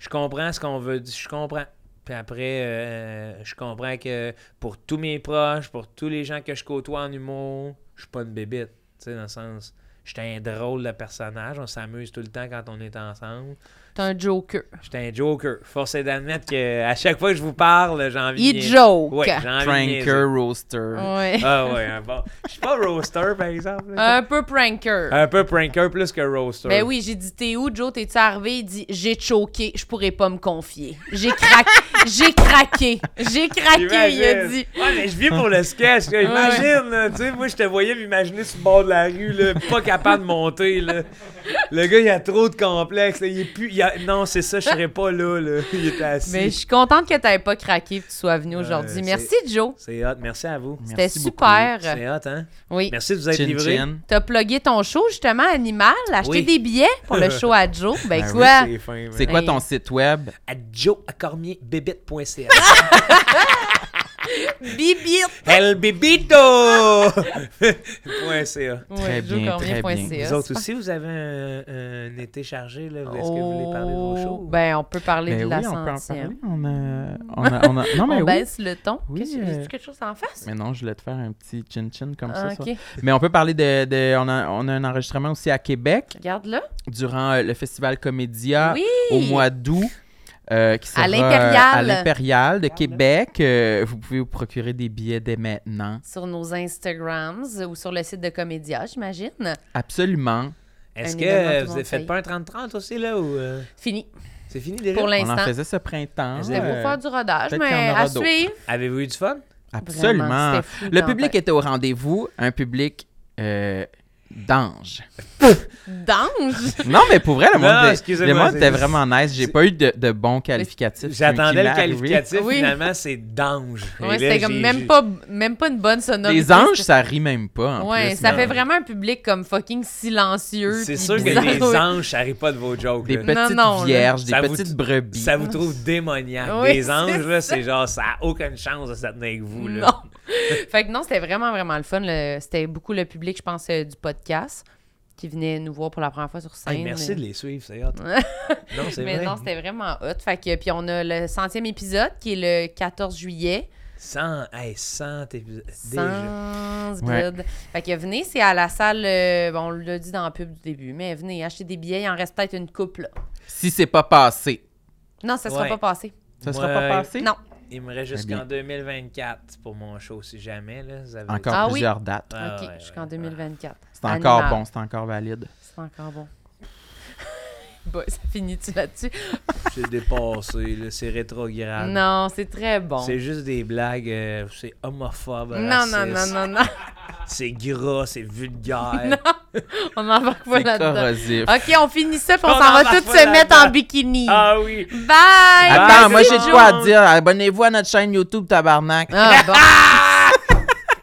S4: Je comprends ce qu'on veut dire. Je comprends. Puis après, euh, je comprends que pour tous mes proches, pour tous les gens que je côtoie en humour, je suis pas une bébite. Tu sais, dans le sens. J'étais un drôle de personnage. On s'amuse tout le temps quand on est ensemble.
S1: T'es un joker.
S4: J'étais un joker. Force est d'admettre que à chaque fois que je vous parle, j'ai envie de
S1: Il
S4: niaiser.
S1: joke.
S4: Ouais, j'ai envie de
S2: Pranker,
S4: niaiser.
S2: roaster.
S1: Ouais.
S4: Ah ouais, un bon. Je suis pas roaster, par exemple.
S1: Un peu pranker.
S4: Un peu pranker plus que roaster.
S1: Ben oui, j'ai dit t'es où, Joe? T'es-tu arrivé? Il dit j'ai choqué, je pourrais pas me confier. J'ai
S2: (laughs)
S1: craqué, j'ai craqué, j'ai craqué, il a
S4: J'imagine.
S1: dit.
S4: Ouais, mais je viens pour le sketch. là. Imagine, là, tu sais, moi, je te voyais m'imaginer sur le bord de la rue, là, pas capable de monter, là. Le gars, il a trop de complexes. là. Il est plus. il a- Non, c'est ça, je serais pas là, là. Il était assis.
S1: Mais je suis contente que t'aies pas craqué que tu sois venu aujourd'hui.
S4: c'est-
S1: Merci, Joe.
S4: C'est hot. Merci à vous.
S1: C'était
S2: Euh, Merci beaucoup.
S1: super.
S4: C'est hot, hein?
S1: Oui.
S4: Merci de vous être
S2: Chin
S4: livrés.
S2: chin.
S1: T'as plugué ton show, justement, Animal, acheté
S4: Oui.
S1: des billets pour
S2: (laughs)
S1: le show à Joe. Ben,
S2: Ben
S1: quoi?
S4: C'est fin, man.
S2: C'est quoi
S1: Hey.
S2: ton site web?
S4: à joeacormierbibit.ca.
S1: Bibit!
S4: (laughs) El Bibito! (laughs) Point .ca.
S2: Très bien, très bien.
S4: Vous autres aussi, vous avez un, un été chargé, là. Est-ce que vous voulez parler de vos
S1: Oh,
S4: shows?
S1: Ben, on peut parler
S2: Ben
S1: de
S2: oui,
S1: la
S2: on peut en
S1: centième.
S2: parler. On a,
S1: (laughs)
S2: on a- on a- non, mais
S1: on
S2: oui.
S1: baisse le ton.
S2: Oui,
S1: Qu'est-ce que-
S2: euh,
S1: j'ai dit quelque chose en face?
S2: Mais non, je voulais te faire un petit chin-chin comme
S1: Ah,
S2: ça. ça.
S1: ok.
S2: Mais on peut parler de... de- on, a, on a un enregistrement aussi à Québec
S1: Regarde là.
S2: durant euh, le Festival Comédia
S1: oui.
S2: au mois d'août. euh, qui sera,
S1: À
S2: euh,
S1: l'Impérial.
S2: à l'Impérial de Québec. Euh, vous pouvez vous procurer des billets dès maintenant.
S1: Sur nos Instagrams ou sur le site de Comédia, j'imagine.
S2: Absolument.
S4: Est-ce
S1: ben, un
S4: que
S1: événement, tout le
S4: vous
S1: monde
S4: avez fait
S1: paye.
S4: pas un 30-30 aussi, là? Ou, euh,
S1: Fini.
S4: C'est fini déjà?
S1: Pour
S2: On en
S1: l'instant.
S2: faisait ce printemps.
S1: C'était pour
S2: euh,
S1: faire du rodage,
S2: peut-être qu'il
S1: mais
S2: y en aura
S1: à
S2: d'autres.
S1: suivre.
S4: Avez-vous eu du fun?
S1: Vraiment,
S2: Absolument.
S1: c'était fou
S2: Le
S1: dans
S2: public
S1: la-
S2: était au rendez-vous, un public euh, d'ange.
S1: D'ange.
S2: Non, mais pour vrai, le
S4: Non,
S2: monde, était-
S4: excusez-moi,
S2: le monde
S4: c'est-
S2: était vraiment nice. J'ai
S4: c'est-
S2: pas eu de, de bons qualificatifs. qui
S4: J'attendais
S2: m'est
S4: le
S2: arrivé.
S4: qualificatif,
S1: Oui.
S4: finalement, c'est d'ange. Et
S1: Ouais,
S4: là,
S1: c'était
S4: j'ai-
S1: comme
S4: j'ai-
S1: même pas, même pas une bonne sonorité.
S2: Les anges, ça rit même pas. en
S1: Ouais,
S2: plus,
S1: ça
S2: mais-
S1: fait vraiment un public comme fucking silencieux.
S4: C'est
S1: puis
S4: sûr que
S1: bizarre.
S4: les
S1: (laughs)
S4: anges, ça arrive pas de vos jokes.
S2: Des
S4: là.
S2: petites
S1: non, là.
S2: vierges, des
S4: Ça vous-
S2: petites brebis.
S4: Ça vous trouve démoniaque.
S1: Oui,
S4: Des
S1: c'est
S4: anges, là, c'est genre, ça a aucune chance de se tenir avec vous, là.
S1: Non. fait que non, c'était vraiment, vraiment le fun. le- C'était beaucoup le public, je pense, euh, du podcast qui venait nous voir pour la première fois sur scène. euh.
S4: Hey, merci de les suivre, c'est
S1: (laughs)
S4: hot. non, c'est
S1: Mais
S4: vrai.
S1: non, c'était vraiment hot. Fait que, puis on a le centième épisode qui est le 14 juillet.
S4: 100, hey, 100 épisodes. Déjà.
S1: Sans
S2: Ouais.
S1: blood. Fait que venez, c'est à la salle, euh, bon, on l'a dit dans la pub du début, mais venez, acheter des billets, il en reste peut-être une couple.
S2: Si c'est pas passé.
S1: Non, ça sera
S4: Ouais.
S1: pas passé.
S2: Ça sera
S4: Ouais.
S2: pas passé?
S1: Non.
S4: Il me reste
S2: Très
S4: jusqu'en
S2: bien.
S4: 2024 pour mon show, si jamais. Là, vous avez-
S2: Encore
S1: Ah oui.
S2: plusieurs dates.
S4: Ouais,
S1: OK,
S4: ouais, ouais,
S1: jusqu'en
S4: ouais.
S1: 2024.
S2: C'est encore
S1: Animal.
S2: bon, c'est encore valide.
S1: C'est encore bon. (laughs) Bah, ça finit-tu là-dessus?
S4: C'est dépassé, là, c'est rétrograde.
S1: Non, c'est très bon.
S4: Ah C'est juste des blagues, euh, c'est homophobe.
S1: Non, non, non,
S4: raciste,
S1: non, non. (laughs)
S4: C'est gras, c'est vulgaire.
S1: On n'embarque pas
S2: C'est
S1: là-dedans.
S2: corrosif.
S1: OK, on finit ça, puis on
S4: On
S1: s'en va
S4: embarque
S1: toutes
S4: pas
S1: se mettre en
S4: là-dedans.
S1: bikini.
S4: Ah oui!
S1: Bye!
S2: Attends,
S4: Bye,
S2: moi
S4: c'est
S2: j'ai de
S4: bon.
S2: quoi à dire. Abonnez-vous à notre chaîne YouTube Tabarnak.
S4: (laughs)
S1: Ah, bon.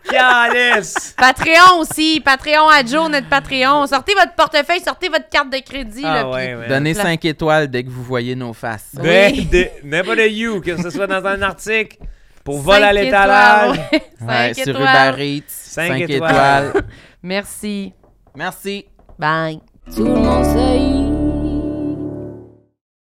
S4: Calice!
S1: Patreon aussi. Patreon à Joe, notre Patreon. Sortez votre portefeuille, sortez votre carte de crédit.
S4: Ah
S1: là,
S4: ouais,
S1: puis-
S4: ouais.
S2: Donnez
S1: Plein.
S2: 5 étoiles dès que vous voyez nos faces.
S4: Ben,
S1: Oui.
S4: de, n'importe you, que ce soit dans un article,
S1: (laughs)
S4: pour vol
S1: Cinq
S4: à l'étalage,
S1: étoiles, ouais.
S2: Ouais,
S1: (laughs) Cinq
S2: sur
S1: étoiles.
S2: Uber Eats, 5
S4: étoiles.
S2: étoiles.
S1: Merci.
S2: Merci.
S1: Bye.
S3: Tout le monde sait